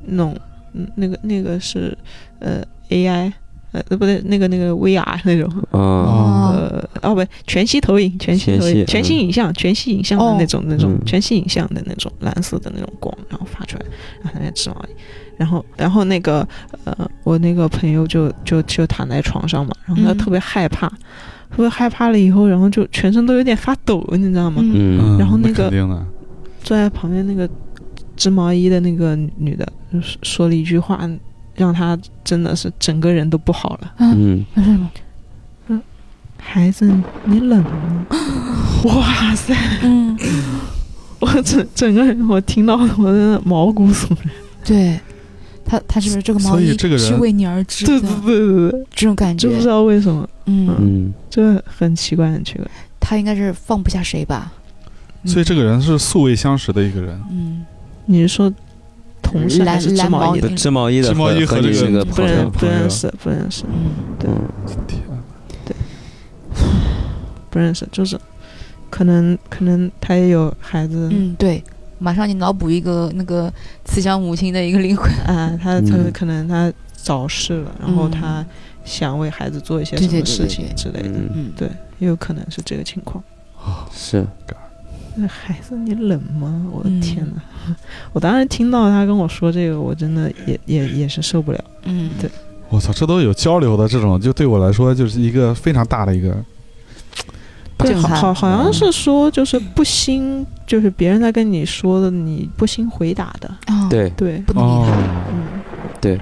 Speaker 5: 那种嗯那个那个是呃 AI 呃不对那个那个 VR 那种。
Speaker 2: 啊
Speaker 4: 哦，
Speaker 5: 呃，哦不，全息投影，全息投
Speaker 2: 全息
Speaker 5: 影，
Speaker 2: 嗯
Speaker 5: 全息影像，全息影像
Speaker 4: 哦
Speaker 5: 的那种，那种
Speaker 2: 嗯
Speaker 5: 全息影像的那种蓝色的那种光，然后发出来，然后在那织毛衣，然后然后那个呃，我那个朋友就就就躺在床上嘛，然后他
Speaker 4: 嗯
Speaker 5: 特别害怕，特别害怕了以后，然后就全身都有点发抖，你知道吗？
Speaker 4: 嗯
Speaker 2: 嗯
Speaker 5: 然后那
Speaker 1: 那
Speaker 5: 个
Speaker 1: 肯定的，
Speaker 5: 坐在旁边那个织毛衣的那个女的就说说了一句话，让她真的是整个人都不好了。
Speaker 2: 嗯
Speaker 4: 那啊是什么？
Speaker 5: 孩子，你冷吗？ 哇塞！
Speaker 4: 嗯，
Speaker 5: 我整整个人，我听到我真的毛骨悚然。
Speaker 4: 对，他他是不是这个毛
Speaker 1: 所以
Speaker 4: 衣
Speaker 1: 这个人
Speaker 4: 是为你而织
Speaker 5: 对
Speaker 4: 的
Speaker 5: 对对对对，
Speaker 4: 这种感觉
Speaker 5: 就不？知道为什么，
Speaker 4: 嗯，
Speaker 2: 嗯，
Speaker 5: 这很奇怪，很奇怪。
Speaker 4: 他应该是放不下谁吧？嗯
Speaker 1: 所以这个人是素未相识的一个人，
Speaker 4: 嗯，
Speaker 5: 你是说同事还
Speaker 4: 蓝
Speaker 5: 是织
Speaker 4: 蓝毛
Speaker 5: 毛衣
Speaker 4: 衣
Speaker 5: 的？
Speaker 2: 织毛衣的
Speaker 1: 织毛衣
Speaker 2: 和
Speaker 1: 和
Speaker 2: 你
Speaker 1: 这
Speaker 2: 那
Speaker 1: 个
Speaker 2: 个
Speaker 5: 不
Speaker 2: 朋
Speaker 5: 认
Speaker 2: 友，
Speaker 5: 不认识，不认识，
Speaker 4: 嗯
Speaker 5: 对
Speaker 2: 嗯
Speaker 1: 天啊，
Speaker 5: 不认识，就是可能可能他也有孩子，
Speaker 4: 嗯，对，马上你脑补一个那个慈祥母亲的一个灵魂，
Speaker 5: 啊，他他
Speaker 2: 嗯
Speaker 5: 可能他早逝了，然后他想为孩子做一些什
Speaker 4: 对对
Speaker 5: 么
Speaker 4: 对
Speaker 5: 事
Speaker 4: 对
Speaker 5: 情
Speaker 4: 对
Speaker 5: 之类的，
Speaker 2: 嗯，
Speaker 4: 嗯，
Speaker 5: 对，也有可能是这个情况。
Speaker 2: 是，
Speaker 5: 那孩子，你冷吗？我的
Speaker 4: 嗯
Speaker 5: 天哪！我当时听到他跟我说这个，我真的也也也是受不了。
Speaker 4: 嗯，
Speaker 5: 对
Speaker 1: 我操，这都有交流的这种，就对我来说就是一个非常大的一个，
Speaker 5: 对，
Speaker 4: 震
Speaker 5: 好
Speaker 4: 撼
Speaker 5: 好好像
Speaker 4: 嗯
Speaker 5: 是说就是不兴，就是别人在跟你说的，你不兴回答的。
Speaker 4: 啊，
Speaker 2: 对，
Speaker 5: 对，
Speaker 4: 不能理他，
Speaker 1: 哦，
Speaker 5: 嗯，
Speaker 2: 对，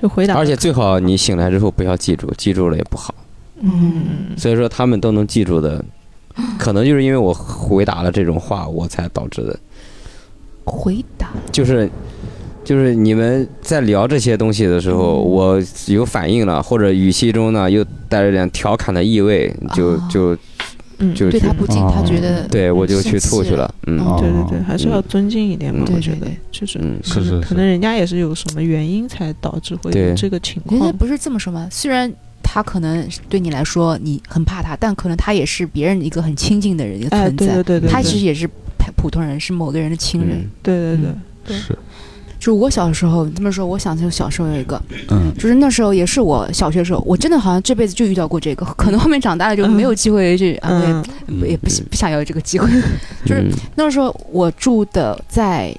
Speaker 5: 就回答。
Speaker 4: 嗯
Speaker 2: 而且，最好你醒来之后不要记住，记住了也不好。
Speaker 5: 嗯，
Speaker 2: 所以说他们都能记住的，可能就是因为我回答了这种话，我才导致的。
Speaker 4: 回答，
Speaker 2: 就是就是你们在聊这些东西的时候，
Speaker 4: 嗯
Speaker 2: 我有反应了，或者语气中呢又带着点调侃的意味，就
Speaker 4: 啊
Speaker 2: 就
Speaker 5: 嗯，
Speaker 2: 就
Speaker 4: 对
Speaker 2: 去
Speaker 4: 他不敬，他
Speaker 1: 哦
Speaker 4: 觉得
Speaker 2: 对我就去
Speaker 4: 生气
Speaker 2: 吐去
Speaker 4: 了
Speaker 2: 了，嗯
Speaker 4: 哦
Speaker 5: 对对对，还是要尊敬一点嘛
Speaker 2: 嗯，
Speaker 5: 我觉
Speaker 4: 对
Speaker 5: 得
Speaker 4: 对对
Speaker 5: 就是
Speaker 2: 嗯，
Speaker 1: 是是
Speaker 5: 可
Speaker 1: 是
Speaker 5: 能人家也是有什么原因才导致会
Speaker 2: 对
Speaker 5: 有这个情
Speaker 4: 人家
Speaker 5: 况。
Speaker 4: 不是这么说吗？虽然他可能对你来说你很怕他，但可能他也是别人一个很亲近的人一个
Speaker 5: 哎，
Speaker 4: 存
Speaker 5: 对
Speaker 4: 在，
Speaker 5: 对对对，
Speaker 4: 他
Speaker 5: 对
Speaker 4: 其实也是普普通人，是某个人的亲人。
Speaker 2: 嗯
Speaker 5: 对对对
Speaker 4: 嗯，
Speaker 5: 对
Speaker 1: 是，
Speaker 4: 就我小时候，你这么说，我想起我小时候有一个，
Speaker 1: 嗯，
Speaker 4: 就是那时候也是我小学时候，我真的好像这辈子就遇到过这个， 可能后面长大了就没有机会去安慰，
Speaker 5: 嗯
Speaker 4: 也不
Speaker 2: 嗯
Speaker 4: 不想要有这个机会。就是
Speaker 2: 嗯
Speaker 4: 那时候我住的在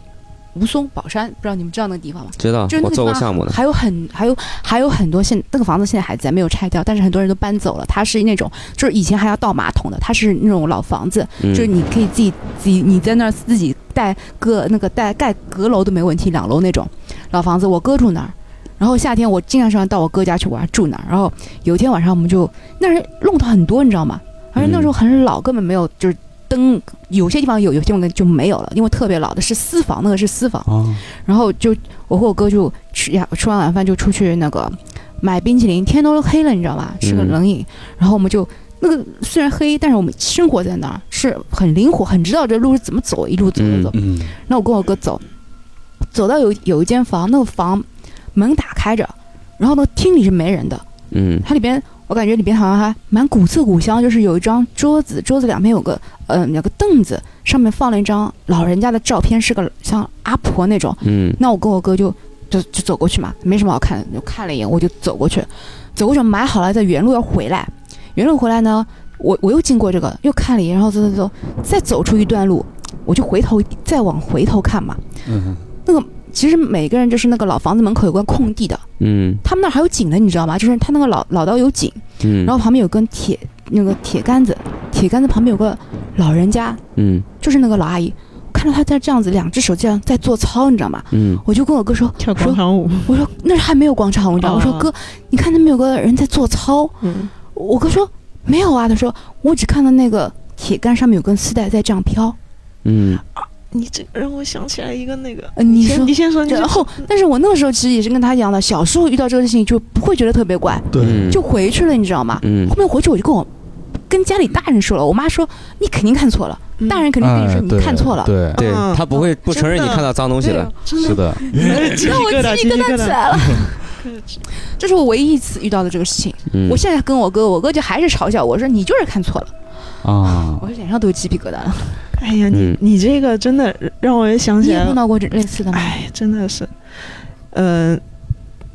Speaker 4: 吴淞宝山，不知道你们知道那个地方吗？
Speaker 2: 知道
Speaker 4: 就那
Speaker 2: 啊我
Speaker 4: 个
Speaker 2: 做过
Speaker 4: 地方
Speaker 2: 项目的，
Speaker 4: 还有很还有还有很多现那个房子现在还在没有拆掉，但是很多人都搬走了。它是那种就是以前还要倒马桶的，它是那种老房子，
Speaker 2: 嗯
Speaker 4: 就是你可以自己自己你在那儿自己盖阁那个盖盖阁楼都没问题，两楼那种老房子，我哥住那儿。然后夏天我经常喜欢到我哥家去玩，住那儿。然后有一天晚上我们就那人弄到很多，你知道吗？而且那时
Speaker 2: 嗯
Speaker 4: 候很老，根本没有就是灯，有些地方有，有些地方就没有了，因为特别老的是私房，那个是私房。
Speaker 1: 啊，
Speaker 4: 然后就我和我哥就吃呀，吃完晚饭就出去那个买冰淇淋，天都黑了，你知道吧？吃个
Speaker 2: 嗯
Speaker 4: 冷饮，然后我们就那个虽然黑，但是我们生活在那儿是很灵活，很知道这路是怎么走，一路走走走。
Speaker 1: 嗯，
Speaker 4: 那我跟我哥走，走到有有一间房，那个房门打开着，然后呢厅里是没人的，
Speaker 2: 嗯
Speaker 4: 它里边我感觉里边好像还蛮古色古香，就是有一张桌子，桌子两边有个嗯、有个凳子，上面放了一张老人家的照片，是个像阿婆那种。
Speaker 2: 嗯
Speaker 4: 那我跟我哥就就就走过去嘛，没什么好看的，就看了一眼，我就走过去，走过去买好了，在原路要回来，原路回来呢，我我又经过这个，又看了一眼，然后走走走，再走出一段路，我就回头再往回头看嘛。
Speaker 1: 嗯，
Speaker 4: 其实每个人就是那个老房子门口有个空地的，
Speaker 2: 嗯
Speaker 4: 他们那儿还有井的，你知道吗？就是他那个老老道有井，
Speaker 2: 嗯，
Speaker 4: 然后旁边有根铁那个铁杆子，铁杆子旁边有个老人家，
Speaker 2: 嗯
Speaker 4: 就是那个老阿姨，我看到她在这样子，两只手这样在做操，你知道吗？
Speaker 2: 嗯
Speaker 4: 我就跟我哥说，
Speaker 5: 跳
Speaker 4: 说
Speaker 5: 广场舞，
Speaker 4: 我说那还没有广场舞，你知道吗？我说
Speaker 5: 哦
Speaker 4: 哥，你看那边有个人在做操。
Speaker 5: 嗯，
Speaker 4: 我哥说没有啊，他说我只看到那个铁杆上面有根丝带在这样飘。
Speaker 2: 嗯
Speaker 5: 你这个让我想起来一个那个，
Speaker 4: 呃你
Speaker 5: 先
Speaker 4: 说
Speaker 5: 你先说，你 先
Speaker 4: 然
Speaker 5: 说
Speaker 4: 后，但是我那个时候其实也是跟他一样的，小时候遇到这个事情就不会觉得特别怪，
Speaker 1: 对，
Speaker 2: 嗯
Speaker 4: 就回去了，你知道吗？
Speaker 2: 嗯
Speaker 4: 后面回去我就跟我跟家里大人说了，我妈说你肯定看错了，
Speaker 5: 嗯
Speaker 4: 大人肯定跟你说
Speaker 1: 哎
Speaker 4: 你
Speaker 1: 对
Speaker 4: 看错了。
Speaker 1: 对，
Speaker 2: 对
Speaker 5: 啊
Speaker 2: 他不会不承认你
Speaker 5: 真的
Speaker 2: 看到脏东西
Speaker 5: 对
Speaker 2: 了
Speaker 5: 哦，，真
Speaker 1: 是
Speaker 5: 的，
Speaker 1: 的，
Speaker 5: 鸡皮
Speaker 4: 让我
Speaker 5: 疙瘩，
Speaker 4: 鸡
Speaker 5: 鸡
Speaker 4: 皮
Speaker 5: 皮
Speaker 4: 疙瘩
Speaker 5: 疙
Speaker 4: 起
Speaker 5: 瘩，
Speaker 4: 来了， 这是我唯一一次遇到的这个事情。
Speaker 2: 嗯
Speaker 4: 我现在跟我哥，我哥就还是嘲笑我说你就是看错了，
Speaker 1: 啊
Speaker 4: 我，脸上都有鸡皮疙瘩了。
Speaker 5: 哎呀，你
Speaker 2: 嗯
Speaker 5: 你这个真的让我也想
Speaker 4: 你
Speaker 5: 起
Speaker 4: 也
Speaker 5: 来
Speaker 4: 碰，到过这类似的吗？
Speaker 5: 哎，真的是，嗯，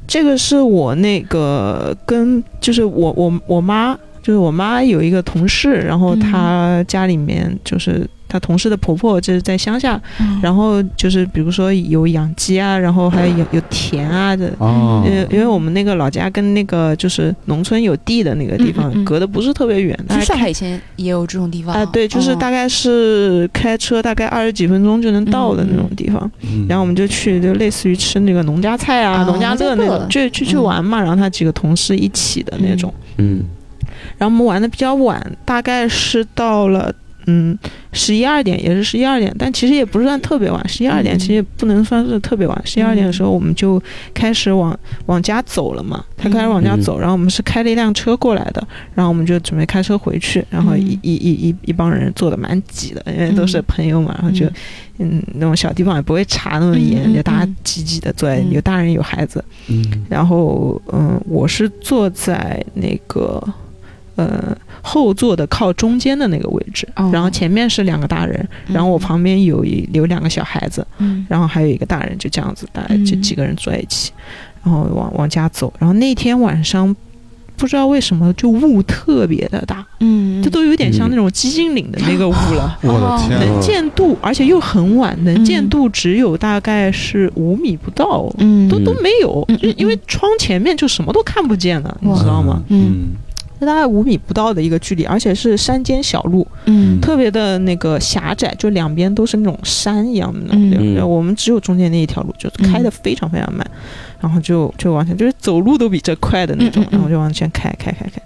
Speaker 5: 这个是我那个跟就是我我我妈，就是我妈有一个同事，然后
Speaker 4: 嗯
Speaker 5: 她家里面就是她同事的婆婆，就是在乡下，
Speaker 4: 嗯
Speaker 5: 然后就是比如说有养鸡啊，然后还有有田啊的。
Speaker 1: 啊，
Speaker 5: 因为因为我们那个老家跟那个就是农村有地的那个地方
Speaker 4: 嗯嗯嗯
Speaker 5: 隔得不是特别远，大
Speaker 4: 就
Speaker 5: 概
Speaker 4: 上
Speaker 5: 开
Speaker 4: 海以前也有哦这种地方
Speaker 5: 啊、哎对，就是大概是开车大概二十几分钟就能到的那种地方。
Speaker 1: 嗯
Speaker 5: 然后我们就去，就类似于吃那个农家菜啊、
Speaker 4: 啊
Speaker 5: 农家乐那
Speaker 4: 农家乐
Speaker 5: 种，就去去
Speaker 4: 嗯
Speaker 5: 玩嘛。然后他几个同事一起的那种，
Speaker 2: 嗯
Speaker 5: 然后我们玩的比较晚，大概是到了嗯十一二点，也是十一二点，但其实也不是算特别晚，十一二点
Speaker 4: 嗯
Speaker 5: 其实也不能算是特别晚。十一二点的时候，我们就开始往往家走了嘛，他开始往家
Speaker 4: 嗯
Speaker 5: 走，然后我们是开了一辆车过来的，然后我们就准备开车回去，然后一
Speaker 4: 嗯
Speaker 5: 一一一一帮人坐的蛮挤的，因为都是
Speaker 4: 嗯
Speaker 5: 朋友嘛，然后就嗯那种小地方也不会查那么
Speaker 4: 嗯
Speaker 5: 严，
Speaker 4: 嗯
Speaker 5: 就大家挤挤的坐在，有大人有孩子，
Speaker 1: 嗯
Speaker 5: 然后嗯，我是坐在那个呃后座的靠中间的那个位置，
Speaker 4: 哦
Speaker 5: 然后前面是两个大人，然后我旁边有一有两个小孩子，
Speaker 4: 嗯
Speaker 5: 然后还有一个大人，就这样子，大概就
Speaker 4: 嗯
Speaker 5: 几个人坐在一起，然后往往家走。然后那天晚上。不知道为什么就雾特别的大，
Speaker 4: 嗯
Speaker 5: 这都有点像
Speaker 2: 嗯
Speaker 5: 那种寂静岭的那个雾
Speaker 1: ，
Speaker 5: 了
Speaker 1: 我的天
Speaker 5: 能
Speaker 1: 啊，
Speaker 5: 见度，而且又很晚，能见
Speaker 4: 嗯
Speaker 5: 度只有大概是五米不到，
Speaker 4: 嗯
Speaker 5: 都都
Speaker 2: 嗯
Speaker 5: 没有，
Speaker 4: 嗯
Speaker 5: 就
Speaker 4: 嗯
Speaker 5: 因为窗前面就什么都看不见了，你
Speaker 4: 哇
Speaker 5: 知道吗？
Speaker 1: 嗯
Speaker 5: 就大概五米不到的一个距离，而且是山间小路，
Speaker 4: 嗯
Speaker 5: 特别的那个狭窄，就两边都是那种山一样的那种地方。
Speaker 2: 嗯
Speaker 5: 然后我们只有中间那一条路，就是开的非常非常
Speaker 4: 嗯
Speaker 5: 慢，然后就就往前，就是走路都比这快的那种
Speaker 4: 嗯嗯，嗯
Speaker 5: 然后就往前开开开开，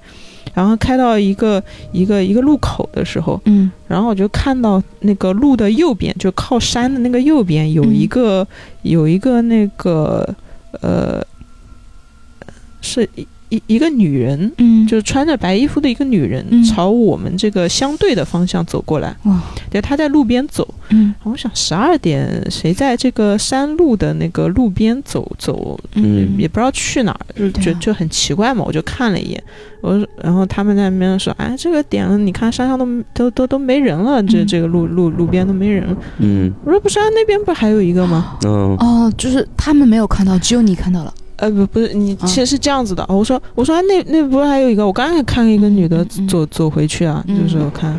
Speaker 5: 然后开到一个一个一个路口的时候，
Speaker 4: 嗯
Speaker 5: 然后我就看到那个路的右边，就靠山的那个右边有一个、
Speaker 4: 嗯
Speaker 5: 有一个那个呃，是一一一个女人，
Speaker 4: 嗯
Speaker 5: 就是穿着白衣服的一个女人，
Speaker 4: 嗯
Speaker 5: 朝我们这个相对的方向走过来。
Speaker 4: 哇
Speaker 5: 对，她在路边走。
Speaker 4: 嗯
Speaker 5: 然后我想十二点谁在这个山路的那个路边走走，
Speaker 2: 嗯
Speaker 5: 也不知道去哪儿，就
Speaker 4: 对啊
Speaker 5: 就就很奇怪嘛。我就看了一眼，我说然后他们在那边说，哎，这个点了，你看山上都都都都没人了，这
Speaker 4: 嗯
Speaker 5: 这个路路路边都没人了。
Speaker 2: 嗯
Speaker 5: 我说不是啊，那边不还有一个吗？
Speaker 2: 嗯
Speaker 4: 哦，就是他们没有看到，只有你看到了。
Speaker 5: 呃，不不是，你
Speaker 4: 嗯
Speaker 5: 其实是这样子的。我说我说、啊、那那不是还有一个？我刚才看一个女的
Speaker 4: 嗯嗯嗯
Speaker 5: 走走回去啊，
Speaker 4: 嗯
Speaker 5: 就是我看，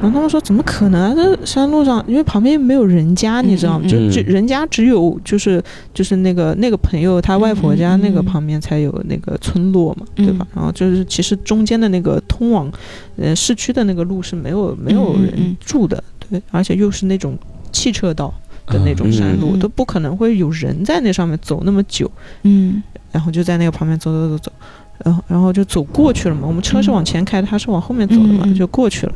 Speaker 5: 然后他们说怎么可能啊？这山路上因为旁边没有人家，
Speaker 4: 嗯
Speaker 5: 你知道吗？
Speaker 4: 嗯
Speaker 5: 就
Speaker 2: 嗯
Speaker 5: 就人家只有就是就是那个那个朋友他外婆
Speaker 4: 嗯
Speaker 5: 家
Speaker 4: 嗯嗯
Speaker 5: 那个
Speaker 4: 嗯
Speaker 5: 旁边才有那个村落嘛，
Speaker 4: 嗯
Speaker 5: 对吧？然后就是其实中间的那个通往呃市区的那个路是没有没有
Speaker 4: 嗯嗯
Speaker 5: 人
Speaker 4: 嗯
Speaker 5: 住的，对，而且又是那种汽车道。的那种山路、
Speaker 4: 嗯
Speaker 5: 都不可能会有人在那上面走那么久，
Speaker 4: 嗯
Speaker 5: 然后就在那个旁边走走走走，然后然后就走过去了嘛。我们车是往前开的，他是往后面走的嘛
Speaker 4: 嗯嗯，嗯
Speaker 5: 就过去了。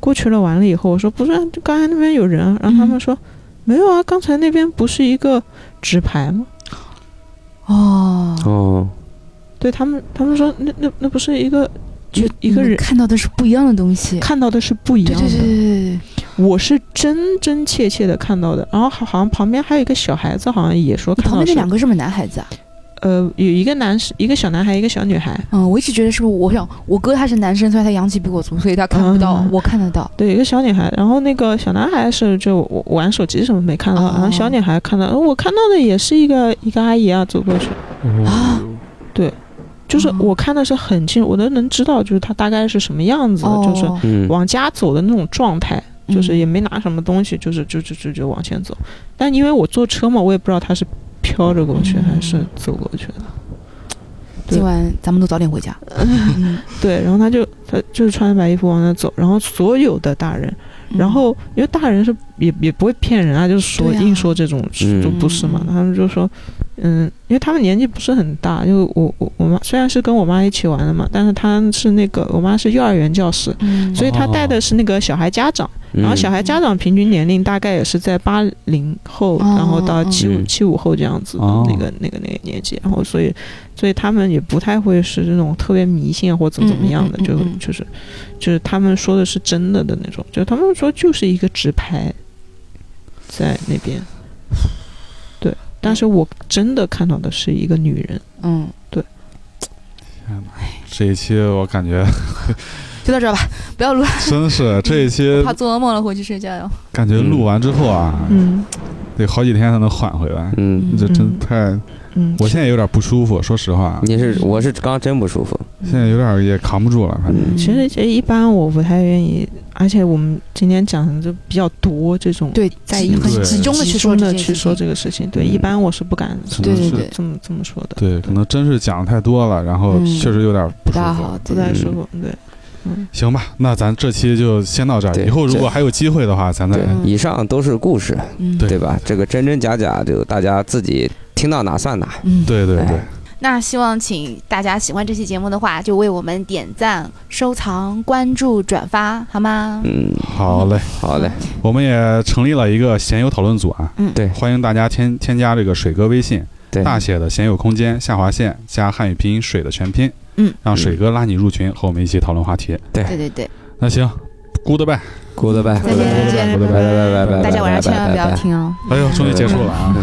Speaker 5: 过去了完了以后，我说不是啊，就刚才那边有人啊，
Speaker 4: 嗯
Speaker 5: 然后他们说、没有啊，刚才那边不是一个纸牌吗？
Speaker 4: 哦，
Speaker 2: 哦，
Speaker 5: 对他们，他们说那那那不是一个就
Speaker 4: 你
Speaker 5: 一个
Speaker 4: 们
Speaker 5: 人
Speaker 4: 看到的是不一样的东西。
Speaker 5: 看到的是不一
Speaker 4: 嗯对
Speaker 5: 样的。
Speaker 4: 对对对
Speaker 5: 我是真真切切的看到的，然后好好像旁边还有一个小孩子，好像也说
Speaker 4: 对，
Speaker 5: 看
Speaker 4: 旁
Speaker 5: 到
Speaker 4: 边
Speaker 5: 是
Speaker 4: 那两个是不是男孩子啊？
Speaker 5: 呃有一个男生，一个小男孩，一个小女孩。
Speaker 4: 嗯，我一直觉得是不是我想我哥他是男生，所以他阳气比我足，所以他看不到，
Speaker 5: 嗯
Speaker 4: 我看得到。
Speaker 5: 对，一个小女孩，然后那个小男孩是就我玩手机什么没看到，
Speaker 4: 哦
Speaker 5: 然后小女孩看到，呃我看到的也是一个一个阿姨啊走过去，
Speaker 1: 嗯
Speaker 4: 啊
Speaker 5: 就是
Speaker 4: 哦
Speaker 5: 我看的是很清，我都能知道就是她大概是什么样子的，
Speaker 4: 哦，
Speaker 5: 就是
Speaker 2: 嗯
Speaker 5: 往家走的那种状态，
Speaker 4: 嗯
Speaker 5: 就是也没拿什么东西，就是就就就就往前走，但因为我坐车嘛，我也不知道她是飘着过去
Speaker 4: 嗯
Speaker 5: 还是走过去的，对
Speaker 4: 今晚咱们都早点回家。嗯
Speaker 5: 对，然后她就她就是穿白衣服往那走，然后所有的大人。
Speaker 4: 嗯
Speaker 5: 然后因为大人是也也不会骗人啊，就是说、
Speaker 4: 对啊
Speaker 5: 硬说这种
Speaker 2: 嗯
Speaker 5: 就不是嘛，
Speaker 4: 嗯
Speaker 5: 他们就说，嗯，因为他们年纪不是很大，就我我我妈虽然是跟我妈一起玩的嘛，但是她是那个我妈是幼儿园教师。
Speaker 4: 嗯，
Speaker 5: 所以她
Speaker 1: 哦
Speaker 5: 带的是那个小孩家长，
Speaker 2: 嗯
Speaker 5: 然后小孩家长平均年龄大概也是在八零后，
Speaker 4: 哦
Speaker 5: 然后到七五
Speaker 2: 嗯
Speaker 5: 七五后这样子的
Speaker 1: 哦
Speaker 5: 那个那个那个年纪，然后所以所以他们也不太会是这种特别迷信啊或怎么怎么样的，
Speaker 4: 嗯嗯嗯
Speaker 5: 就
Speaker 4: 嗯嗯
Speaker 5: 就是就是他们说的是真的的那种，就他们说就是一个纸牌在那边，对，但是我真的看到的是一个女人，
Speaker 4: 嗯，
Speaker 1: 这一期我感觉
Speaker 4: 就到这儿 吧，不要录了，
Speaker 1: 真是这一期
Speaker 4: 怕做噩梦了，回去睡觉哟。
Speaker 1: 感觉录完之后啊，
Speaker 5: 嗯
Speaker 1: 得好几天才能缓回来，
Speaker 2: 嗯，嗯
Speaker 1: 这真
Speaker 5: 嗯
Speaker 1: 太……
Speaker 5: 嗯，
Speaker 1: 我现在有点不舒服，说实话，啊
Speaker 2: 你是我是刚刚真不舒服，
Speaker 1: 现在有点也扛不住了，反正
Speaker 2: 嗯
Speaker 5: 其实这一般我不太愿意，而且我们今天讲的就比较多这种
Speaker 4: 对，
Speaker 5: 在
Speaker 4: 集
Speaker 5: 一
Speaker 4: 很
Speaker 1: 对
Speaker 4: 集中的去说
Speaker 5: 的
Speaker 4: 这件
Speaker 5: 去
Speaker 4: 事
Speaker 5: 说
Speaker 4: 情
Speaker 5: 这个事情，对，
Speaker 2: 嗯
Speaker 5: 一般我是不敢
Speaker 1: 可
Speaker 4: 对
Speaker 1: 能
Speaker 4: 对
Speaker 1: 是
Speaker 4: 对，
Speaker 5: 这么这么说的，
Speaker 1: 对，可能真是讲的太多了，然后
Speaker 4: 嗯
Speaker 1: 确实有点
Speaker 4: 不
Speaker 1: 不舒
Speaker 4: 大
Speaker 1: 服。
Speaker 4: 好，
Speaker 5: 不
Speaker 4: 对
Speaker 5: 太舒服，对，
Speaker 1: 行吧，那咱这期就先到这儿，
Speaker 2: 对
Speaker 1: 以后如果还有机会的话，咱再
Speaker 2: 对，以上都是故事，
Speaker 4: 嗯
Speaker 1: 对
Speaker 2: 对吧？这个真真假假，就大家自己听到哪算哪。
Speaker 4: 嗯，
Speaker 1: 对对对
Speaker 2: 哎，
Speaker 3: 那希望请大家喜欢这期节目的话，就为我们点赞、收藏、关注、转发，好
Speaker 4: 啊
Speaker 3: 吗？
Speaker 2: 嗯，
Speaker 1: 好嘞，
Speaker 2: 好嘞，
Speaker 1: 我们也成立了一个闲游讨论组啊，
Speaker 3: 嗯
Speaker 2: 对
Speaker 1: 欢迎大家添添加这个水哥微信，
Speaker 2: 对，
Speaker 1: 大写的闲有空间下划线加汉语拼音水的全拼，
Speaker 3: 嗯，
Speaker 1: 让水哥拉你入群，和我们一起讨论话题。
Speaker 3: 对对对，
Speaker 1: 那行，goodbye。
Speaker 2: ，goodbye，
Speaker 3: 再见再见
Speaker 2: 拜拜拜拜拜拜，
Speaker 3: 大家晚上千万不要听哦。
Speaker 1: 哎呦，终于结束了啊！